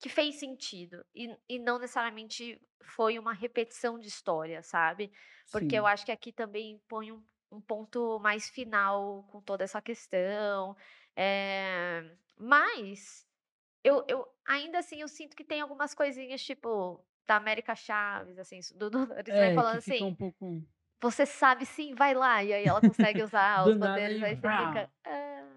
que fez sentido e, e não necessariamente foi uma repetição de história, sabe? Porque eu Sim. acho que aqui também põe um, um ponto mais final com toda essa questão. eh, Mas eu, eu ainda assim eu sinto que tem algumas coisinhas, tipo, da América Chaves, assim, s- do Doutor Estranho É, falando que fica assim, um pouco... você sabe sim, vai lá. E aí ela consegue usar "Ah, Do os nada poderes, e aí você vrau. fica. "Ah".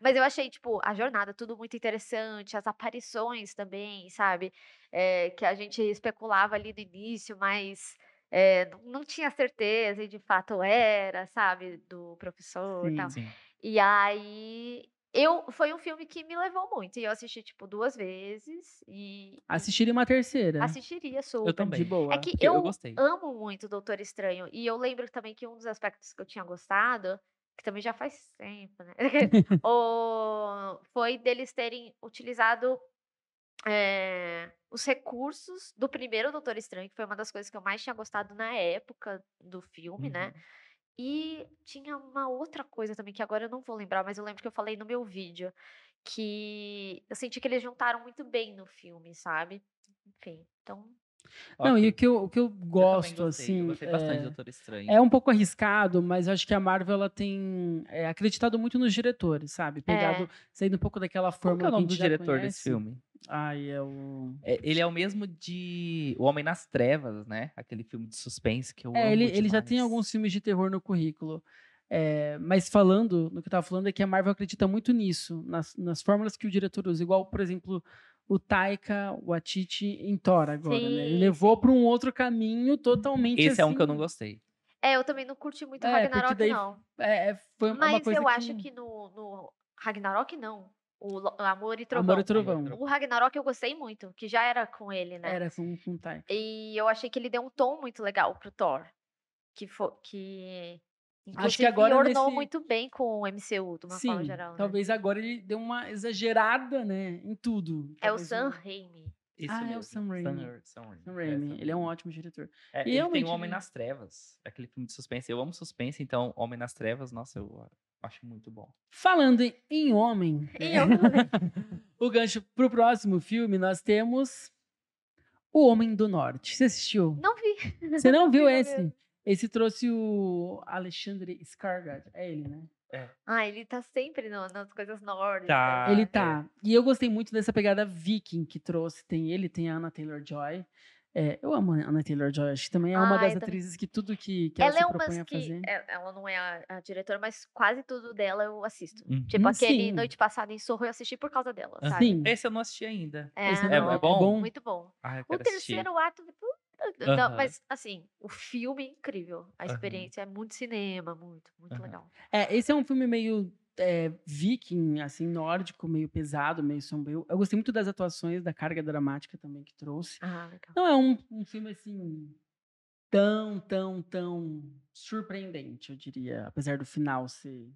Mas eu achei, tipo, a jornada tudo muito interessante, as aparições também, sabe? Eh, que a gente especulava ali no início, mas eh, n- não tinha certeza, e de fato era, sabe? Do professor e tal. Sim. E aí. Eu, foi um filme que me levou muito. E eu assisti, tipo, duas vezes. E Assistirem uma terceira. assistiria super. né? Eu também. De boa. É que Porque eu eu, gostei. amo muito o Doutor Estranho. E eu lembro também que um dos aspectos que eu tinha gostado, que também já faz tempo, né? o... Foi deles terem utilizado eh, os recursos do primeiro Doutor Estranho, que foi uma das coisas que eu mais tinha gostado na época do filme, né? Uhum. E tinha uma outra coisa também que agora eu não vou lembrar, mas eu lembro que eu falei no meu vídeo que eu senti que eles juntaram muito bem no filme, sabe? Enfim, então Não, Uhum. Ok. e o que eu, o que eu Eu também gosto, gostei, assim. Eu gostei bastante é- de Doutor Estranho. É um pouco arriscado, mas eu acho que a Marvel ela tem é, acreditado muito nos diretores, sabe? Pegado, saindo um pouco daquela Qual forma É. que é o nome do diretor desse filme? Ai, é o. É, ele é o mesmo de O Homem nas Trevas, né? Aquele filme de suspense que eu amo É, ele, ele já tem demais. alguns filmes de terror no currículo. É, mas falando, no que eu tava falando é que a Marvel acredita muito nisso, nas, nas fórmulas que o diretor usa. Igual, por exemplo, o Taika Waititi em Thor agora, né? Ele Sim, levou para um outro caminho totalmente Esse é um que eu assim, não gostei. É, eu também não curti muito É, porque Ragnarok, daí não. é, é, foi uma Mas coisa eu acho que no, no Ragnarok, não. O Lo- Amor e Trovão. Amor e Trovão. O Ragnarok eu gostei muito, que já era com ele, né? Era com, com o Taika. E eu achei que ele deu um tom muito legal pro Thor. Que foi. Que, Acho que inclusive, agora ornou nesse- muito bem com o MCU, de uma forma geral. né? Talvez agora ele deu uma exagerada, né? Em tudo. É o Talvez Sam Raimi. Isso Ah, é o mesmo, Sam Raimi. Ra- Sam Raimi. Sam Raimi, Sam ele é um Raimi. ótimo diretor. E É, ele tem realmente, o Homem né? nas Trevas, aquele filme de suspense. Eu amo suspense, então Homem nas Trevas, nossa, eu acho muito bom. Falando em- em homem, E né, É, eu o gancho pro próximo filme nós temos O Homem do Norte. Você assistiu? não vi. Você não viu vi, não esse? Esse trouxe o Alexandre Skarsgård, é ele, né? Ah, ele tá sempre no- nas coisas nórdicas. Tá. Ah, ele é. tá. E eu gostei muito dessa pegada viking que trouxe. Tem ele, tem a Anna Taylor-Joy. É, eu amo a Anna Taylor-Joy. Acho que também é uma Ah, das eu também. atrizes que tudo que, que ela, Ela é se uma propõe a que. fazer... é- Ela não é a, a diretora, mas quase tudo dela eu assisto. Uhum. Tipo, aquele Hum, sim. Noite Passada em Sorro eu assisti por causa dela, Ah, sabe? Sim. Esse eu não assisti ainda. É, Esse é- é não, bom? Muito bom. Ah, eu O quero assistir. terceiro ato. Não, Aham. mas assim, o filme é incrível. A Aham. experiência é muito cinema, muito, muito Aham. legal. É, esse é um filme meio é, viking, assim, nórdico, meio pesado, meio sombrio. Eu gostei muito das atuações, da carga dramática também que trouxe. Ah, legal. Não é um, um filme, assim, tão, tão, tão surpreendente, eu diria. Apesar do final ser...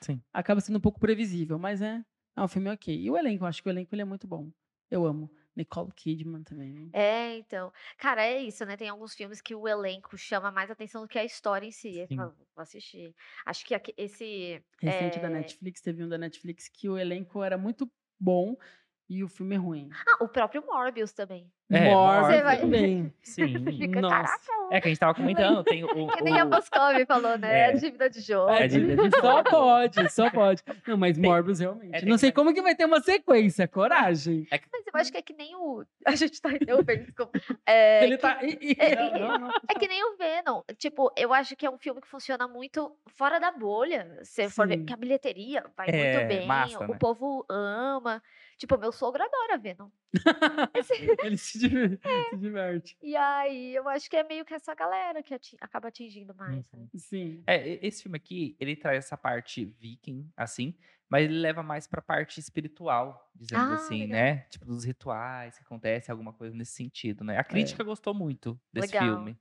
Sim. Acaba sendo um pouco previsível, mas é, é um filme ok. E o elenco, eu acho que o elenco ele é muito bom. Eu amo. Nicole Kidman também. né? É, então. Cara, é isso, né? Tem alguns filmes que o elenco chama mais atenção do que a história em si. Aí Sim. fala, Vou assistir. Acho que aque- esse. Recente da É. Netflix, teve um da Netflix que o elenco era muito bom e o filme é ruim. Ah, o próprio Morbius também. É, Morbius Você vai- também. Sim. Fica, nossa. caraca, É que a gente tava comentando, tem o. né? que nem a o... Boscov falou, né? É. É dívida de jogo. É de- é de- Só pode, só pode. Não, mas Morbius realmente. é, tem não que sei ver. como que vai ter uma sequência, coragem. Mas eu acho que é que nem o. A gente tá em Uber, desculpa. É, Ele tá. é- Não, não, não. É que nem o Venom. Tipo, eu acho que é um filme que funciona muito fora da bolha. Se for ver, Sim. porque a bilheteria vai É, muito bem, massa, o né? povo ama. Tipo, meu sogro adora Venom. Ele se diver- se diverte. E aí, eu acho que é meio que essa galera que ati- acaba atingindo mais. né? Sim. É, e- esse filme aqui, ele traz essa parte viking, assim, mas ele leva mais pra parte espiritual, dizemos Ah, assim, legal. né? Tipo, dos rituais que acontecem, alguma coisa nesse sentido, né? A crítica gostou muito desse É. Legal. filme.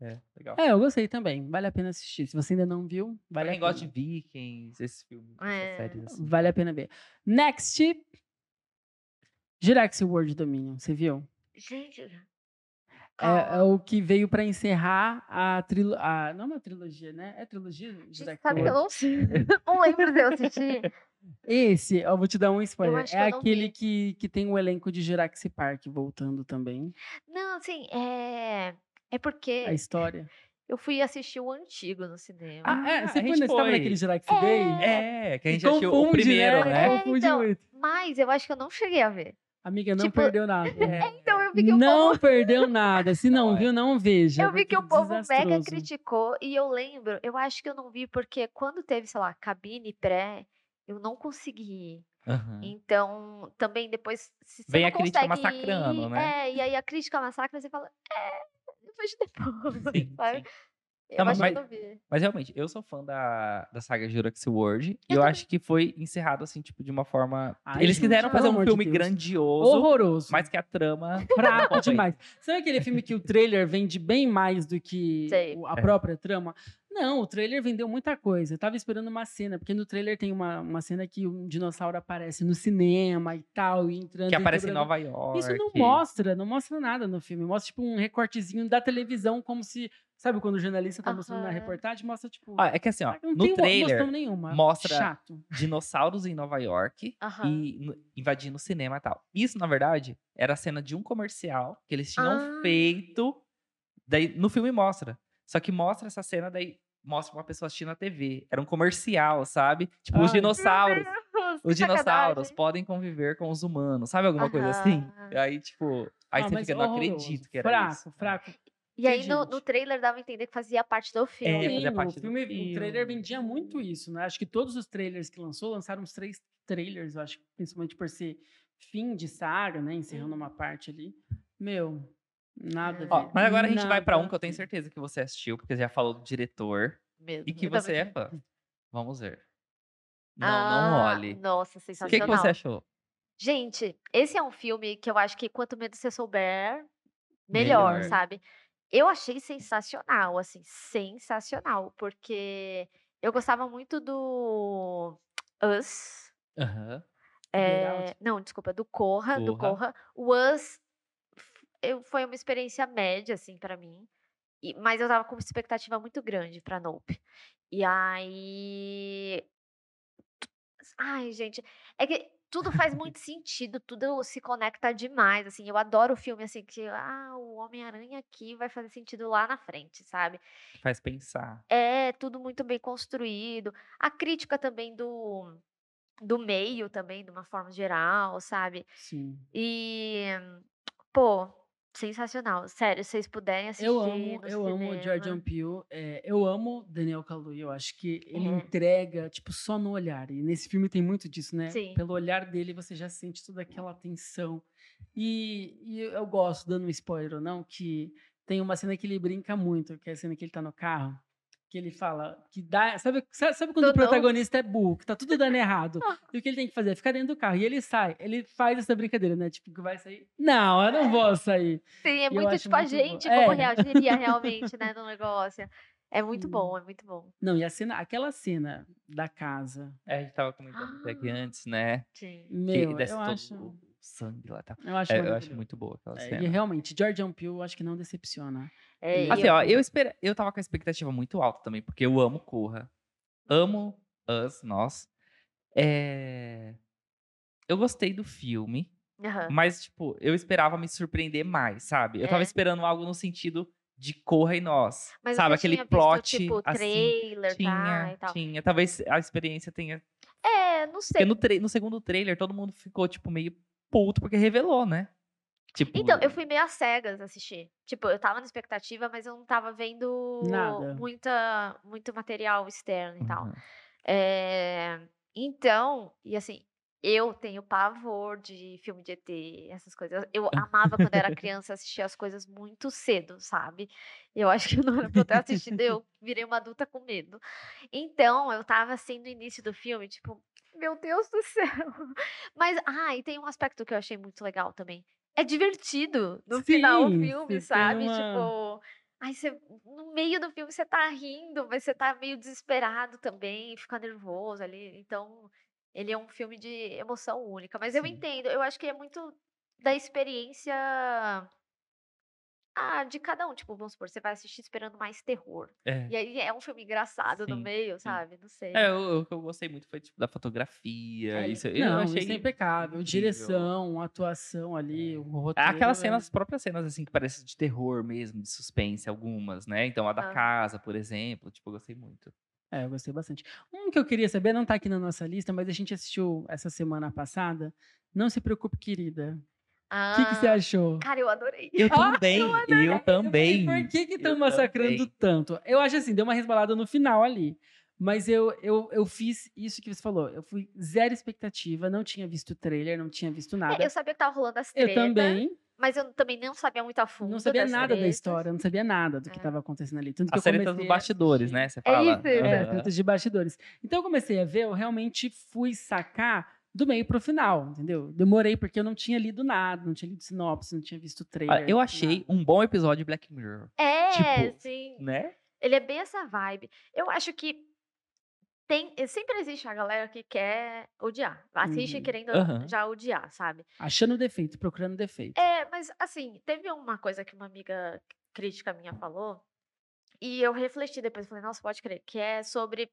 É, legal. É, eu gostei também. Vale a pena assistir. Se você ainda não viu, Pra vale quem a gosta de pena. vikings, esse filme, É. essas séries assim. Vale a pena ver. Next. Jurassic World Dominion, você viu? Gente, É, é ah, o que veio pra encerrar a trilogia. Não é uma trilogia, né? É trilogia? gente, Jurassic sabe que eu World? não, não lembro de eu assistir. Esse, eu vou te dar um spoiler. acho que É eu não aquele vi. que, que tem o elenco de Jurassic Park voltando também. Não, assim, é. É A porque história. eu fui assistir o antigo no cinema. Ah, é, você a foi, gente né? Você tava foi. naquele Jurassic Day? É, que a E gente achou o confunde, primeiro, né? É, Confunde então. muito. Mas eu acho que eu não cheguei a ver. Amiga, não Tipo, perdeu nada. É. Então eu vi que o povo Não perdeu nada. Se não Não, é. viu, não veja. Eu vi porque que é o povo mega desastroso. criticou e eu lembro, eu acho que eu não vi porque quando teve, sei lá, cabine pré, eu não consegui. ir. Aham. Então, também depois se você Ah. Vem não a crítica consegue massacrando, ir, né? É, e aí a crítica massacra, você fala, é, depois de depois, Sim, sabe? sim. Eu Não, acho mas- que eu não vi. Mas realmente, eu sou fã da, da saga Jurassic World. e Eu eu também. acho que foi encerrado, assim, tipo, de uma forma. Ai, Eles gente, quiseram pelo fazer um amor de filme Deus. grandioso, Horroroso. é mas que a trama. fraco demais. Sabe aquele filme que o trailer vende bem mais do que Sei. o- a É. própria trama? Não, o trailer vendeu muita coisa. Eu tava esperando uma cena, porque no trailer tem uma, uma cena que um dinossauro aparece no cinema e tal, e entrando. Que e aparece em quebrando- Nova York. Isso não mostra, não mostra nada no filme. Mostra, tipo, um recortezinho da televisão, como se. Sabe quando o jornalista tá mostrando na Aham. reportagem? Mostra, tipo. Ah, é que assim, ó, não no tem noção trailer, nenhuma. mostra- Chato. dinossauros em Nova York Aham. e no- invadindo o cinema e tal. Isso, na verdade, era a cena de um comercial que eles tinham Ah. feito. Daí no filme mostra. Só que mostra essa cena, daí mostra uma pessoa assistindo a TV. Era um comercial, sabe? Tipo, os Ai. dinossauros. Que Os dinossauros sacanagem. podem conviver com os humanos, sabe? Alguma coisa assim. Aí, tipo, aí Ah, você mas fica, não horroroso. acredito que era Fraco, isso. fraco. E aí no, Gente. no trailer dava a entender que fazia parte do filme. É, Sim, fazia parte o do filme, o trailer filme. vendia muito isso, né? Acho que todos os trailers que lançou, lançaram uns três trailers, eu acho, principalmente por ser fim de saga, né? Encerrando uma parte ali. Meu, nada. a Uhum. Ó, ver, mas agora a gente vai pra nada um que eu tenho a ver. certeza que você assistiu, porque já falou do diretor mesmo. e que Então, Eu tava- você é fã. Vamos ver. Não, não Ah, olhe. Nossa, O que, que sensacional. você achou? Gente, esse é um filme que eu acho que quanto menos você souber, melhor, Melhor. sabe? Eu achei sensacional, assim, sensacional, porque eu gostava muito do Us. Aham. Geralt? é, não, desculpa, do Corra, do Corra. Corra. O Us f- eu- foi uma experiência média, assim, pra mim. E- mas eu tava com uma expectativa muito grande pra Nope. E aí. tu- Ai, gente. É que tudo faz muito sentido, tudo se conecta demais. Assim, eu adoro filme assim que. Ah, o Homem-Aranha aqui vai fazer sentido lá na frente, sabe? Faz pensar. É tudo muito bem construído. A crítica também do. Do meio também, de uma forma geral, sabe? Sim. E, pô, sensacional. Sério, se vocês puderem assistir. Eu amo, no eu amo o Jordan cinema. Peele, é, eu amo Daniel Kaluuya, eu acho que ele É. entrega, tipo, só no olhar, e nesse filme tem muito disso, né? Sim. Pelo olhar dele você já sente toda aquela tensão, e, e eu- eu gosto, dando um spoiler ou não, que tem uma cena que ele brinca muito, que é a cena que ele tá no carro, que ele fala, que dá, sabe, sa- sabe quando o Tudo. protagonista é burro, que tá tudo dando errado, Ah. e o que ele tem que fazer é ficar dentro do carro, e ele sai, ele faz essa brincadeira, né? Tipo, que vai sair, não, eu não vou sair. Sim, é eu muito acho tipo a muito bom. gente como É. reagiria realmente, né, no negócio. É muito bom, é muito bom. Não, e a cena, aquela cena da casa, É, a gente tava comentando até Ah. aqui antes, né? Sim. Que meu, desce eu todo acho, o sangue lá e tal. eu acho, É, eu maravilhoso. acho muito boa aquela É, cena. e realmente, Jordan Peele, eu acho que não decepciona. É, e Assim, eu- ó, eu, espera- eu tava com a expectativa muito alta também, porque eu amo Corra. Amo Us, nós. É, Eu gostei do filme, Aham. mas, tipo, eu esperava me surpreender mais, sabe? Eu tava Ah. É. esperando algo no sentido de Corra e Nós. Mas sabe, você aquele tinha visto, plot tipo, assim. trailer, tá, Tinha, e tal. tinha. Talvez a experiência tenha. É, não sei. Porque no, tra- no segundo trailer todo mundo ficou, tipo, meio puto porque revelou, né? Tipo. Então, eu fui meio às cegas assistir. Tipo, eu tava na expectativa, mas eu não tava vendo Nada. muita, muito material externo assim e tal. Uhum. É, então, e assim, eu tenho pavor de filme de ET, essas coisas. Eu amava quando era criança assistir as coisas muito cedo, sabe? Eu acho que eu não era pra eu ter assistido, eu virei uma adulta com medo. Então, eu tava assim no início do filme, tipo, meu Deus do céu. Mas, ah, e tem um aspecto que eu achei muito legal também. É divertido no final o Sim, filme, você tem sabe? uma- Tipo. Aí você, no meio do filme você tá rindo, mas você tá meio desesperado também, fica nervoso ali. Então, ele é um filme de emoção única. Mas eu Sim. entendo, eu acho que é muito da experiência ah, de cada um. Tipo, vamos supor, você vai assistir esperando mais terror. É. E aí é um filme engraçado no Sim, meio, sabe? Não sei. É, o, o que eu gostei muito foi tipo, da fotografia. É, isso, eu não, achei. isso é impecável. incrível. Ah, Direção, atuação ali, o roteiro. Aquelas é- cenas, as próprias cenas, assim, que parecem de terror mesmo, de suspense, algumas, né? Então, a da Ah. casa, por exemplo, tipo, eu gostei muito. É, eu gostei bastante. Um que eu queria saber, não tá aqui na nossa lista, mas a gente assistiu essa semana passada. Não se preocupe, querida. O que, que você Ah, achou? Cara, eu adorei. Ah, Eu também, É, eu, E também. Por que que estão Eu massacrando também. tanto? Eu acho assim, deu uma resbalada no final ali. Mas eu, eu, eu fiz isso que você falou. Eu fui zero expectativa, não tinha visto trailer, não tinha visto É, nada. eu sabia que tava rolando as eu tretas, também mas eu também não sabia muito a fundo. não sabia das nada da tretas. história, não sabia nada do que É. estava acontecendo ali. Tanto que A eu série tá comecei dos a assistir. bastidores, né? Você É fala. isso, é. É, Aham. tretas de bastidores. Então eu comecei a ver, eu realmente fui sacar do meio pro final, entendeu? Demorei porque eu não tinha lido nada, não tinha lido sinopse, não tinha visto trailer. Olha, Ah, eu nada. achei um bom episódio de Black Mirror, É, Tipo, sim. né? Ele é bem essa vibe. Eu acho que tem, sempre existe a galera que quer odiar. Assiste Uhum. querendo Aham. já odiar, sabe? Achando defeito, procurando defeito. É, mas assim, teve uma coisa que uma amiga crítica minha falou, e eu refleti depois, falei, nossa, pode crer, que é sobre.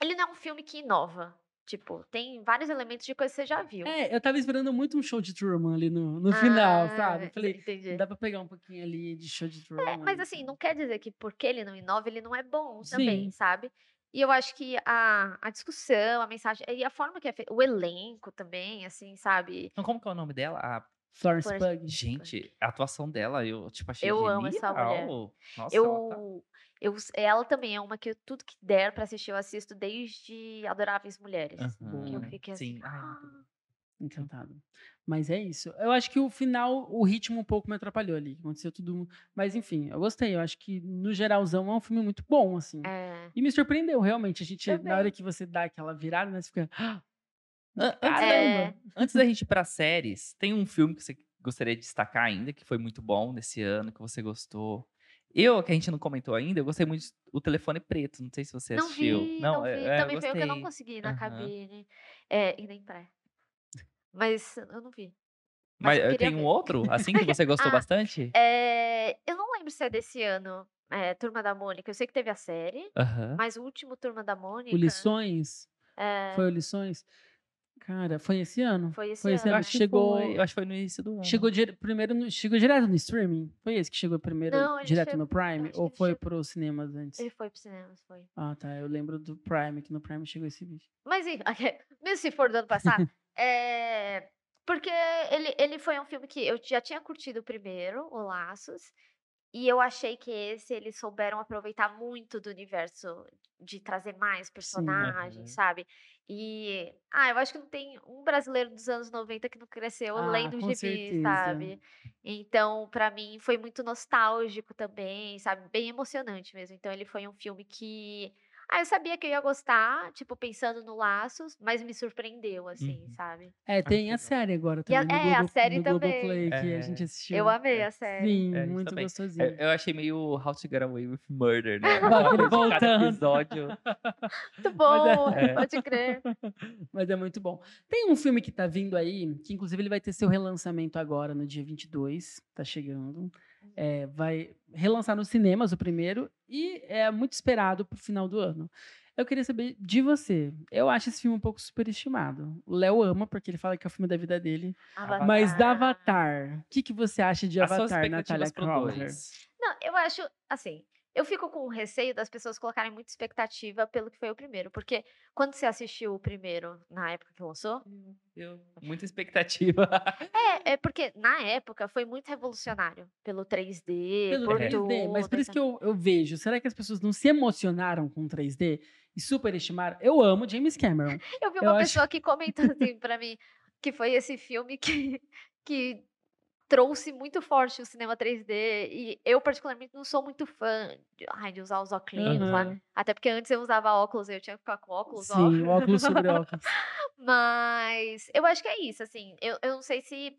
Ele não é um filme que inova. Tipo, tem vários elementos de coisa que você já viu. É, eu tava esperando muito um show de Truman ali no, no final, Ah, sabe? Eu Falei, entendi. dá pra pegar um pouquinho ali de show de Truman. É, mas assim, não quer dizer que porque ele não inova, ele não é bom Sim. também, sabe? E eu acho que a, a discussão, a mensagem, e a forma que é feita, o elenco também, assim, sabe? Então, como que é o nome dela? A Florence Florence- Pug. Gente, a atuação dela, eu, tipo, achei Eu genial. amo essa mulher. Nossa, ela tá... eu, eu, ela também é uma que eu- tudo que der pra assistir, eu assisto desde Adoráveis Mulheres. que eu Aham, fiquei Sim. assim, Ai, meu "Ah". Deus. Encantado. Mas é isso. Eu acho que o final, o ritmo um pouco me atrapalhou ali. Aconteceu tudo. Mas enfim, eu gostei. Eu acho que, no geralzão, é um filme muito bom, assim. É, E me surpreendeu, realmente. A gente, Também. na hora que você dá aquela virada, né, você fica. "Ah, An- antes, Caramba! da, É. antes da gente ir pra séries, tem um filme que você gostaria de destacar ainda, que foi muito bom nesse ano, que você gostou. Eu, que a gente não comentou ainda, eu gostei muito de O Telefone Preto. Não sei se você não assistiu. vi, não, não vi. é- é, eu também foi o que eu não gostei. consegui na Aham. cabine. É, e nem pré. Mas eu não vi. Mas eu eh, queria tem um ver. outro, assim, que você gostou Ah. bastante? É, eu não lembro se é desse ano, é, Turma da Mônica. Eu sei que teve a série. Aham. Mas o último Turma da Mônica O Lições? é, Foi o Lições? Cara, foi esse ano? foi esse foi esse Eu ano. ano. acho que Chegou- foi- eu acho que foi no início do ano. Uhum. Chegou, dire- primeiro no- chegou direto no streaming? Foi esse que chegou primeiro Não, ele direto chegou- no Prime? acho que Ou ele foi chegou- pros cinemas antes? Ele foi pro cinema, foi. Ah, tá. Eu lembro do Prime, que no Prime chegou esse vídeo. Mas enfim, mesmo se for do ano passado, é, porque ele, ele foi um filme que eu já tinha curtido o primeiro, o Laços, e eu achei que esse eles souberam aproveitar muito do universo de trazer mais personagens, Aham. sabe? E ah, eu acho que não tem um brasileiro dos anos 90 que não cresceu Ah, além do com gibi, certeza. sabe? Então, pra mim foi muito nostálgico também, sabe? Bem emocionante mesmo. Então, ele foi um filme que ah, eu sabia que eu ia gostar, tipo, pensando no Laços, mas me surpreendeu, assim, Uhum. sabe? É, tem a legal. série agora E a- também. no é, a Globo- série no também. Globoplay, que a É. gente assistiu. Eu amei a série. Sim, É, isso muito também. gostosinho. É, Eu achei meio How to Get Away with Murder, né? Vai Cada voltando. episódio. Muito bom, é- pode crer. Mas é muito bom. Tem um filme que tá vindo aí, que inclusive ele vai ter seu relançamento agora, no dia 22, tá Uhum. chegando. É, vai relançar nos cinemas o primeiro e é muito esperado pro final do ano. Eu queria saber de você. Eu acho esse filme um pouco superestimado. O Léo ama, porque ele fala que é o filme da vida dele. Avatar. Mas da Avatar, o que, que você acha de As suas Avatar, Natália expectativas pro Crowther? dois. Não, eu acho, assim, eu fico com o receio das pessoas colocarem muita expectativa pelo que foi o primeiro, porque quando você assistiu o primeiro, na época que lançou, Eu- Muita expectativa. é, é porque na época foi muito revolucionário, pelo 3D, Pelo por 3D, mas por tudo, né. isso que eu, eu vejo. Será que as pessoas não se emocionaram com 3D e superestimaram? Eu amo James Cameron. Eu vi Eu uma acho- pessoa que comentou assim pra mim que foi esse filme que, que trouxe muito forte o cinema 3D. E eu, particularmente, não sou muito fã de, ai, de usar os óculos lá. Aham. Até porque antes eu usava óculos, eu tinha que ficar com óculos, Sim, óculos. óculos sobre óculos. Mas eu acho que é isso, assim. Eu, eu não sei se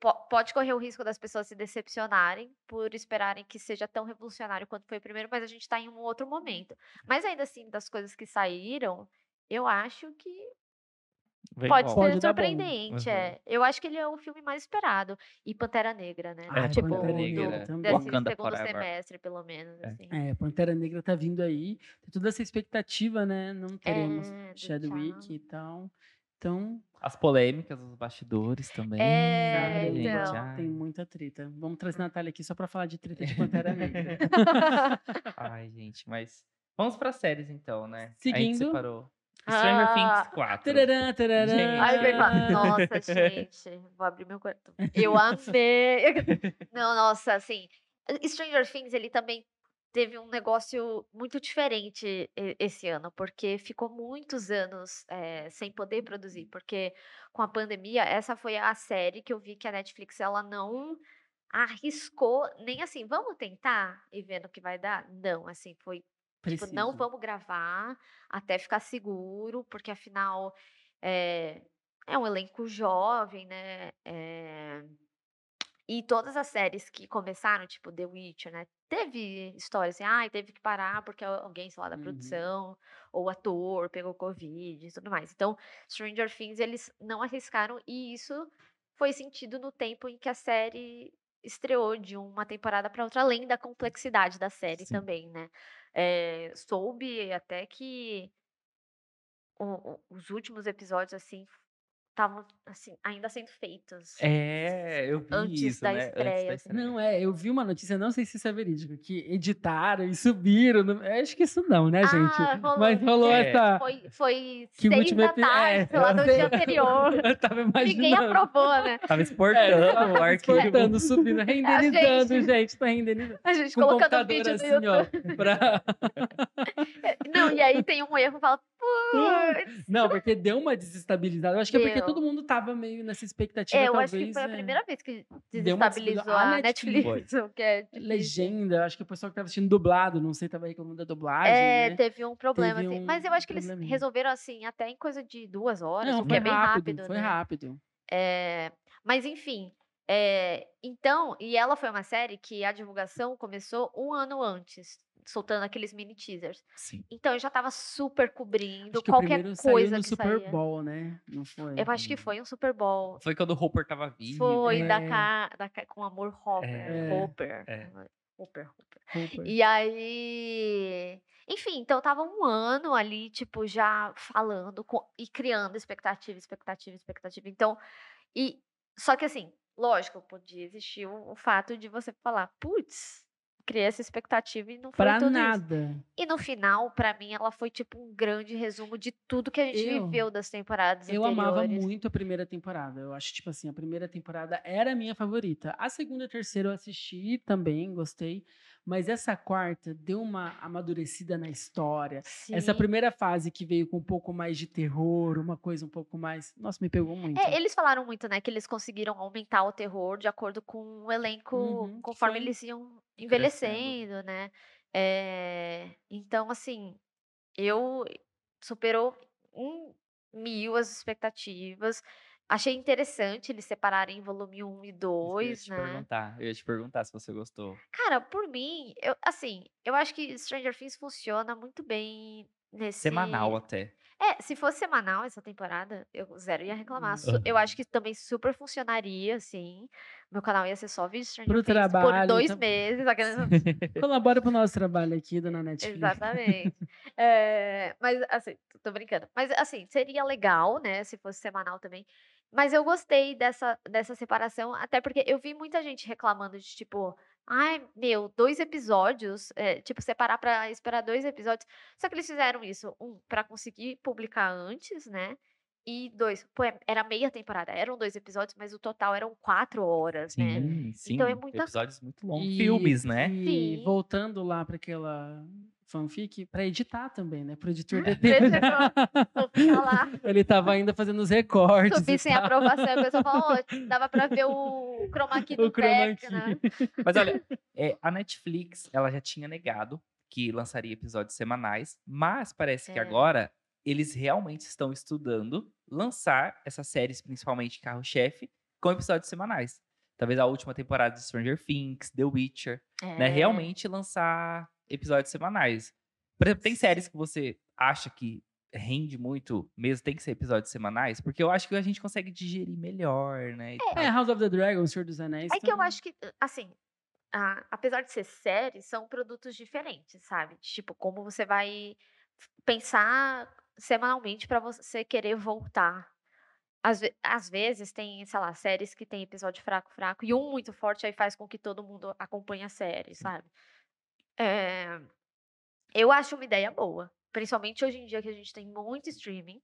po- pode correr o risco das pessoas se decepcionarem por esperarem que seja tão revolucionário quanto foi o primeiro, mas a gente tá em um outro momento. Mas ainda assim, das coisas que saíram, eu acho que Vem Pode bom. ser Pode dar bom. surpreendente, Uhum. é. Eu acho que ele é o filme mais esperado. E Pantera Negra, né? Ah, tipo, Pantera do- Negra. desse Wakanda segundo Forever. semestre, pelo menos. assim. É, Pantera Negra tá vindo aí. Tem toda essa expectativa, né? Não teremos É, do Chadwick T'Challa. e tal. Então, As polêmicas, os bastidores também. É, cara, gente, então. ai. tem muita treta. Vamos trazer a Natália aqui só pra falar de treta de Pantera Negra. Ai, gente, mas... Vamos pra séries, então, né? A gente Seguindo. separou. Stranger Ah. Things 4. Tararã, tararã. Gente. Ai, Tipo, verdade. Nossa, gente. Vou abrir meu quarto. Eu amei. Não, nossa, assim. Stranger Things, ele também teve um negócio muito diferente e- esse ano, porque ficou muitos anos eh, sem poder produzir, porque com a pandemia, essa foi a série que eu vi que a Netflix, ela não arriscou, nem assim, vamos tentar e ver no que vai dar? Não, assim, foi Tipo, não Preciso. vamos gravar até ficar seguro, porque afinal é, é um elenco jovem, eh, né? É, e todas as séries que começaram, tipo The Witcher, né? teve história assim, ai, teve que parar porque alguém, sei lá, da Uhum. produção, ou o ator pegou Covid e tudo mais. Então, Stranger Things, eles não arriscaram, e isso foi sentido no tempo em que a série estreou de uma temporada para outra, além da complexidade da série Sim. também, né? Eh, soube até que o- o- os últimos episódios, assim, estavam assim, ainda sendo feitos. É, eu vi Antes isso, da né? estreia, assim. Não, é, eu vi uma notícia, não sei se isso é verídico, que editaram e subiram. não- eu acho que isso não, né, gente? Ah, tipo, rolou, Mas rolou É. essa. Foi, foi Que o seis último da epi- tarde, é, sei lá, do eu dia sei. anterior. Eu tava Ninguém imaginando. É, aprovou, né? Tava exportando o arquivo. Exportando, subindo, renderizando, gente. tá renderizando. A gente Com o colocando o computador vídeo no assim, YouTube. ó. pra- Não, e aí tem um erro, fala, putz. Não, porque deu uma desestabilizada. Eu acho que é porque Deu. todo mundo tava meio nessa expectativa, É, eu talvez. acho que foi a é. primeira vez que Deu uma desestabilizada. desestabilizou a A Netflix. Netflix. o que é difícil. Legenda, eu acho que o pessoal que tava assistindo dublado, não sei, tava reclamando da dublagem, É, né? teve um problema, Teve assim. Mas eu acho que eles probleminha. resolveram, assim, até em coisa de duas horas, Não, o que foi é bem rápido, foi né? rápido. É, mas enfim, é, então, e ela foi uma série que a divulgação começou um ano antes, soltando aqueles mini teasers. Sim. Então eu já tava super cobrindo Acho que o qualquer primeiro saiu coisa no que Super saía. Bowl, né? Não foi? Eu acho que foi um Super Bowl. Foi quando o Hopper tava vivo. Foi né? da, Ca- da Ca- com amor Hopper, É, Hopper, é. Hopper, Hopper. Hopper. E aí, enfim, então tava um ano ali, tipo, já falando com- e criando expectativa, expectativa, expectativa. Então, e só que assim, lógico, podia existir o, o fato de você falar, putz, criei essa expectativa e não foi Pra tudo isso." nada. E no final, pra mim, ela foi tipo um grande resumo de tudo que a gente Eu- viveu das temporadas Eu anteriores. amava muito a primeira temporada. Eu acho, tipo assim, a primeira temporada era a minha favorita. A segunda e a terceira eu assisti também, gostei. Mas essa quarta deu uma amadurecida na história. Essa Sim. primeira fase que veio com um pouco mais de terror, uma coisa um pouco mais. Nossa, me pegou muito. É, eles falaram muito, né, que eles conseguiram aumentar o terror de acordo com o elenco, Uhum, que conforme foi eles iam crescendo. envelhecendo, né? É, então, assim, eu superou em mil as expectativas. Achei interessante eles separarem volume 1 e Isso que Eu ia 2, te né? perguntar. Eu ia te perguntar se você gostou. Cara, por mim, eu, assim, eu acho que Stranger Things funciona muito bem nesse Semanal até. é, se fosse semanal essa temporada, eu zero ia reclamar. Su- Eu acho que também super funcionaria, assim. Meu canal ia ser só vídeo Stranger Pro Things por trabalho, dois tam- meses. aquelas- Colabora pro nosso trabalho aqui, dona Netflix. Exatamente. É, mas, assim, tô- tô brincando. Mas, assim, seria legal, né, se fosse semanal também. Mas eu gostei dessa, dessa separação, até porque eu vi muita gente reclamando de, tipo, ai, meu, dois episódios, é, tipo, separar pra esperar dois episódios. Só que eles fizeram isso, um, pra conseguir publicar antes, né? E dois, pô, é- era meia temporada, eram dois episódios, mas o total eram quatro horas, né? Sim, sim. Então é muita- Episódios muito longos. E- Filmes, né? E Sim. voltando lá para aquela fanfic, para editar também, né? Pro editor de Vou falar. Ele tava ainda fazendo os recortes. e subir sem tal. aprovação. A pessoa fala, ó, dava pra ver o chroma key O do chroma Peck, key. né? Mas olha, é, a Netflix, ela já tinha negado que lançaria episódios semanais, mas parece que É. agora eles realmente estão estudando lançar essas séries, principalmente Carro-Chefe, com episódios semanais. Talvez a última temporada de Stranger Things, The Witcher, É. né? Realmente lançar episódios semanais. Por exemplo, tem séries que você acha que rende muito, mesmo tem que ser episódios semanais, porque eu acho que a gente consegue digerir melhor, né? e tal. É, House of the Dragon, Senhor dos Anéis. É que eu né, também. acho que, assim, a- apesar de ser série, são produtos diferentes, sabe? Tipo, como você vai pensar semanalmente pra você querer voltar. Às, ve- às vezes tem, sei lá, séries que tem episódio fraco, fraco, e um muito forte aí faz com que todo mundo acompanhe a série, sabe? É, eu acho uma ideia boa. Principalmente hoje em dia que a gente tem muito streaming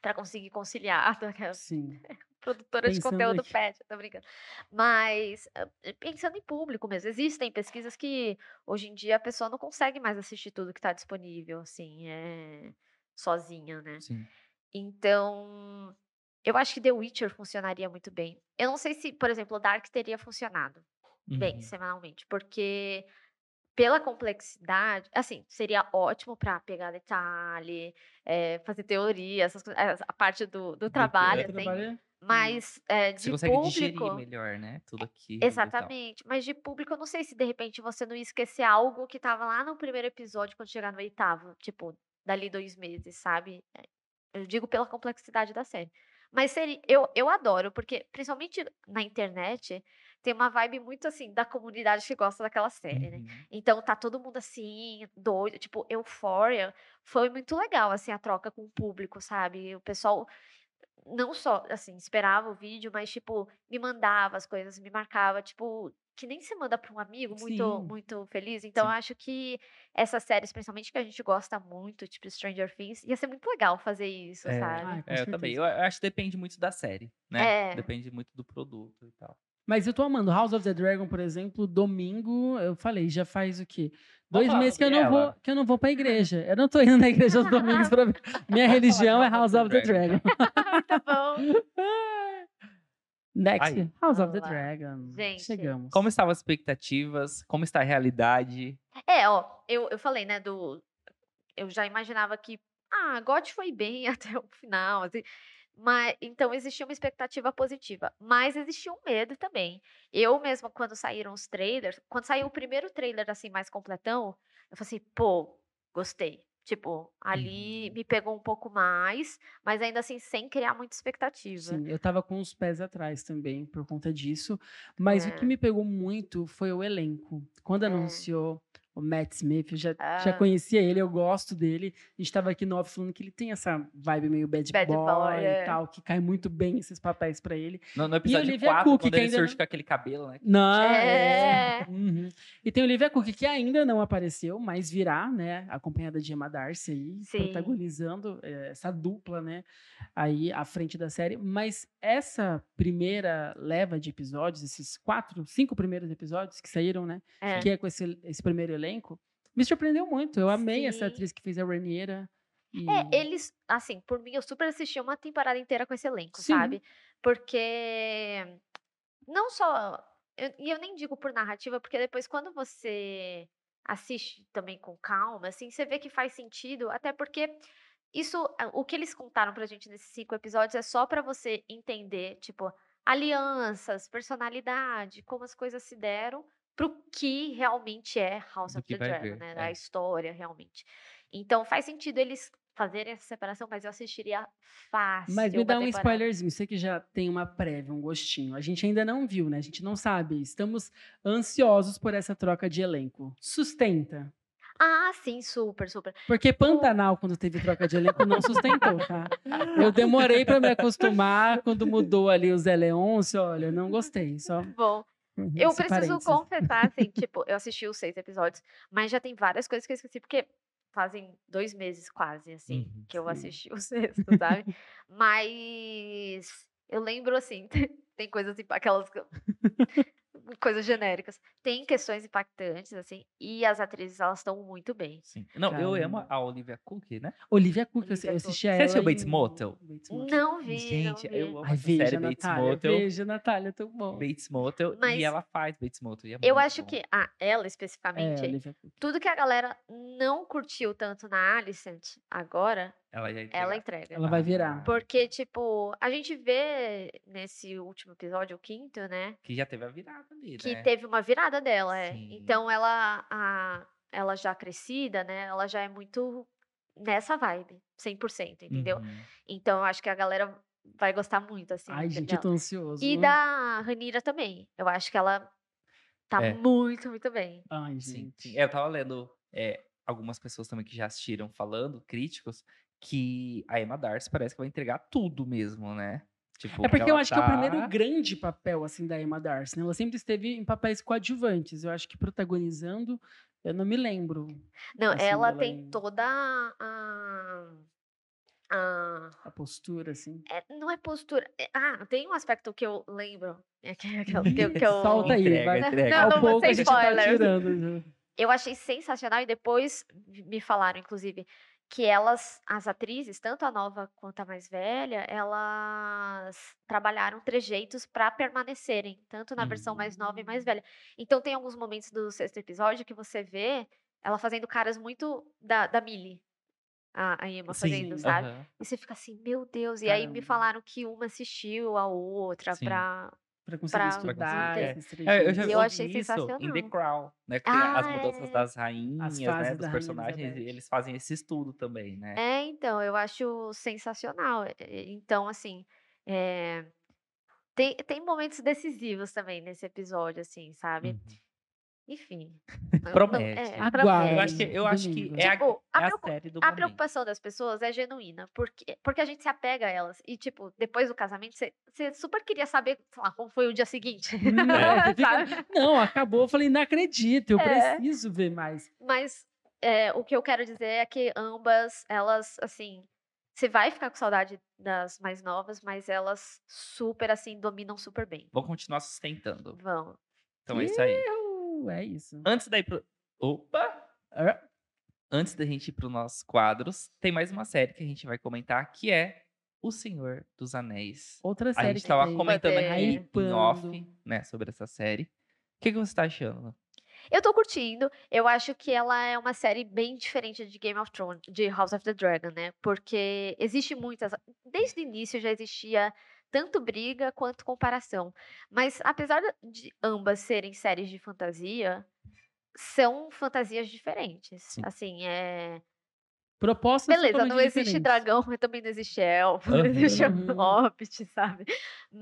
pra conseguir conciliar aquelas Sim. produtora de Pensando conteúdo aqui. pet, tô brincando. Mas eh, pensando em público mesmo, existem pesquisas que hoje em dia a pessoa não consegue mais assistir tudo que tá disponível, assim, é, sozinha, né? Sim. Então, eu acho que The Witcher funcionaria muito bem. Eu não sei se, por exemplo, Dark teria funcionado bem Uhum. semanalmente, porque pela complexidade, assim, seria ótimo para pegar detalhe, eh, fazer teoria, essas coisas, a parte eh, do, do trabalho, assim, Trabalho- Mas é, de Uhum. Você consegue digerir público. melhor, né? Tudo aqui. Exatamente. Mas de público, eu não sei se de repente você não ia esquecer algo que tava lá no primeiro episódio quando chegar no oitavo. Tipo, dali dois meses, sabe? É, Eu digo pela complexidade da série. Mas seria, eu, eu adoro, porque principalmente na internet tem uma vibe muito assim da comunidade que gosta daquela série, né? Uhum. Então tá todo mundo assim, doido, tipo, Euphoria. Foi muito legal, assim, a troca com o público, sabe? O pessoal não só, assim, esperava o vídeo, mas, tipo, me mandava as coisas, me marcava, tipo, que nem se manda pra um amigo muito, Sim. muito feliz. Então, Sim. eu acho que essas séries, principalmente que a gente gosta muito, tipo Stranger Things, ia ser muito legal fazer isso, É. sabe? Ai, Ah, com É, eu certeza. também. Eu acho que depende muito da série, né? É. Depende muito do produto e tal. Mas eu tô amando. House of the Dragon, por exemplo, domingo, eu falei, já faz o quê? Dois Vamos falar meses que eu, sobre não vou, ela. que eu não vou pra igreja. Eu não tô indo na igreja aos domingos pra ver. Minha Vamos religião falar é de House of the Dragon. tá bom. Next, Aí. House of the Olá. Dragon. Gente. Chegamos. Como estavam as expectativas? Como está a realidade? É, ó, eu, eu falei, né, do... Eu já imaginava que, ah, God foi bem até o final, assim. Mas, então, existia uma expectativa positiva. Mas existia um medo também. Eu mesma, quando saíram os trailers, quando saiu o primeiro trailer, assim, mais completão, eu falei assim, pô, gostei. Tipo, ali Uhum. me pegou um pouco mais, mas ainda assim, sem criar muita expectativa. Sim, eu tava com os pés atrás também por conta disso. Mas o que É. me pegou muito foi o elenco. Quando É. anunciou o Matt Smith, eu já, já Ah. conhecia ele, eu gosto dele. A gente tava aqui no office falando que ele tem essa vibe meio bad, Bad boy, boy, e é. tal, que cai muito bem esses papéis pra ele. No, no episódio Olivia 4, Cooke, quando que ele ainda surge não- com aquele cabelo, né? Não, É. Uhum. E tem Olivia Cook, que ainda não apareceu, mas virá, né? Acompanhada de Emma Darcy aí, Sim. protagonizando eh, essa dupla, né? Aí à frente da série. Mas essa primeira leva de episódios, esses quatro, cinco primeiros episódios que saíram, né? É. Que é com esse, esse primeiro elenco, me surpreendeu muito. Eu amei essa Sim. atriz que fez a Rhaenyra. E... É, eles, assim, por mim, eu super assisti uma temporada inteira com esse elenco, Sim. sabe? Porque não só. eu- E eu, nem digo por narrativa, porque depois quando você assiste também com calma, assim, você vê que faz sentido, até porque isso, a- o que eles contaram pra gente nesses cinco episódios é só pra você entender, tipo, alianças, personalidade, como as coisas se deram pro que realmente é House Do of que the vai Dragon, ver, né? é. Da história, realmente. Então faz sentido eles fazerem essa separação, mas eu assistiria fácil. Mas me dá uma um temporada. spoilerzinho, você que já tem uma prévia, um gostinho. A gente ainda não viu, né? A gente não sabe. Estamos ansiosos por essa troca de elenco. Sustenta. Ah, sim, super, super. Porque Pantanal, quando teve troca de elenco, não sustentou, tá? Eu demorei pra me acostumar quando mudou ali o Zé Leôncio. Olha, eu não gostei. Só Bom, Eu esse preciso parênteses. confessar, assim, tipo, eu assisti os seis episódios, mas já tem várias coisas que eu esqueci, porque fazem dois meses quase, assim, Uhum, que eu sim. assisti o sexto, sabe? Mas eu lembro, assim, tem coisas, assim, aquelas que eu- coisas genéricas. Tem questões impactantes, assim, e as atrizes, elas estão muito bem. Sim. assim. Não, eu amo Caramba. a Olivia Cooke, né? Olivia Cook, eu Olivia eu Cook. assisti a Você ela. assistiu em- Bates Motel? Bates Motel. Não vi, Gente, não vi. eu amo Ai, essa série veja, Bates Natália. Motel. Veja, Natália, tão bom. Bates Motel. Mas E ela faz Bates Motel. e é Eu muito acho bom. que ah, ela É, especificamente, Olivia Cook. tudo que a galera não curtiu tanto na Alicent agora, É, Ela, já ela entrega- é entrega. Ela vai virar. Porque, tipo, a gente vê nesse último episódio, o quinto, né? Que já teve a virada ali, Que né? teve uma virada dela, é. Sim. Então ela, a- ela já crescida, né? Ela já é muito nessa vibe, 100%, entendeu? Uhum. Então eu acho que a galera vai gostar muito, assim. Ai, gente, eu dela. tô ansioso. E né? da Ranira também. Eu acho que ela tá É. muito, muito bem. Ai, Sim, gente. sim. É, eu tava lendo é, algumas pessoas também que já assistiram falando, críticos, que a Emma Darcy parece que vai entregar tudo mesmo, né? Tipo, É porque eu ela acho que é o tá- primeiro grande papel assim da Emma Darcy, né? Ela sempre esteve em papéis coadjuvantes. Eu acho que protagonizando, eu não me lembro. Não, Assim, ela ela tem é- toda a. a A postura, assim. É, não é postura. é- ah, tem um aspecto que eu lembro. É que, que eu, que eu- que eu- Solta aí, vai. entrega. Não, Ao não vou pouco ser a gente tá spoiler. tirando. né? Eu achei sensacional e depois me falaram, inclusive, que elas, as atrizes, tanto a nova quanto a mais velha, elas trabalharam trejeitos para permanecerem, tanto na versão mais nova e Hum. mais velha. Então tem alguns momentos do sexto episódio que você vê ela fazendo caras muito da, da Millie. a, a Emma Sim. fazendo, sabe? Aham. E você fica assim, meu Deus. E aí me Caramba. falaram que uma assistiu a outra Sim. pra. Pra conseguir Pra- estudar. É. esses É, eu já E trejeitos. eu ouvi achei isso em The sensacional. Crown, né? Que tem Ah, as mudanças é. das rainhas, fases né? da Dos Rainha personagens, Elizabeth. e eles fazem esse estudo também, né? É, então, eu acho sensacional. É, é, Então, assim, é, tem, tem momentos decisivos também nesse episódio, assim, sabe? Uhum. Enfim. Promete. É, Aguarde. promete. Eu acho que, eu acho que Domingo. é, a, Tipo, a é a preocu- série do a momento. preocupação das pessoas é genuína, porque, porque a gente se apega a elas. E, tipo, depois do casamento, você- você super queria saber, sei lá, como foi o dia seguinte. Hum, é, você fica- sabe? Não, acabou. Eu falei, não acredito, eu É. preciso ver mais. Mas é, o que eu quero dizer é que ambas, elas, assim, você vai ficar com saudade das mais novas, mas elas super, assim, dominam super bem. Vou continuar sustentando. Vão. Então é isso aí. Eu- É isso. Antes daí pro... Opa! É. Antes da gente ir para nossos quadros, tem mais uma série que a gente vai comentar, que é O Senhor dos Anéis. Outra A série gente que tava tem. comentando Poder. aqui em Hypando. off, né, sobre essa série. O que, que você tá achando? Eu tô curtindo. Eu acho que ela é uma série bem diferente de Game of Thrones, de House of the Dragon, né? Porque existe muitas. Desde o início já existia tanto briga quanto comparação. Mas apesar da- de ambas serem séries de fantasia, são fantasias diferentes. Sim. Assim, é. Propostas Beleza, não totalmente existe diferentes. dragão, mas também não existe elfo, não existe Aham. hobbit, sabe?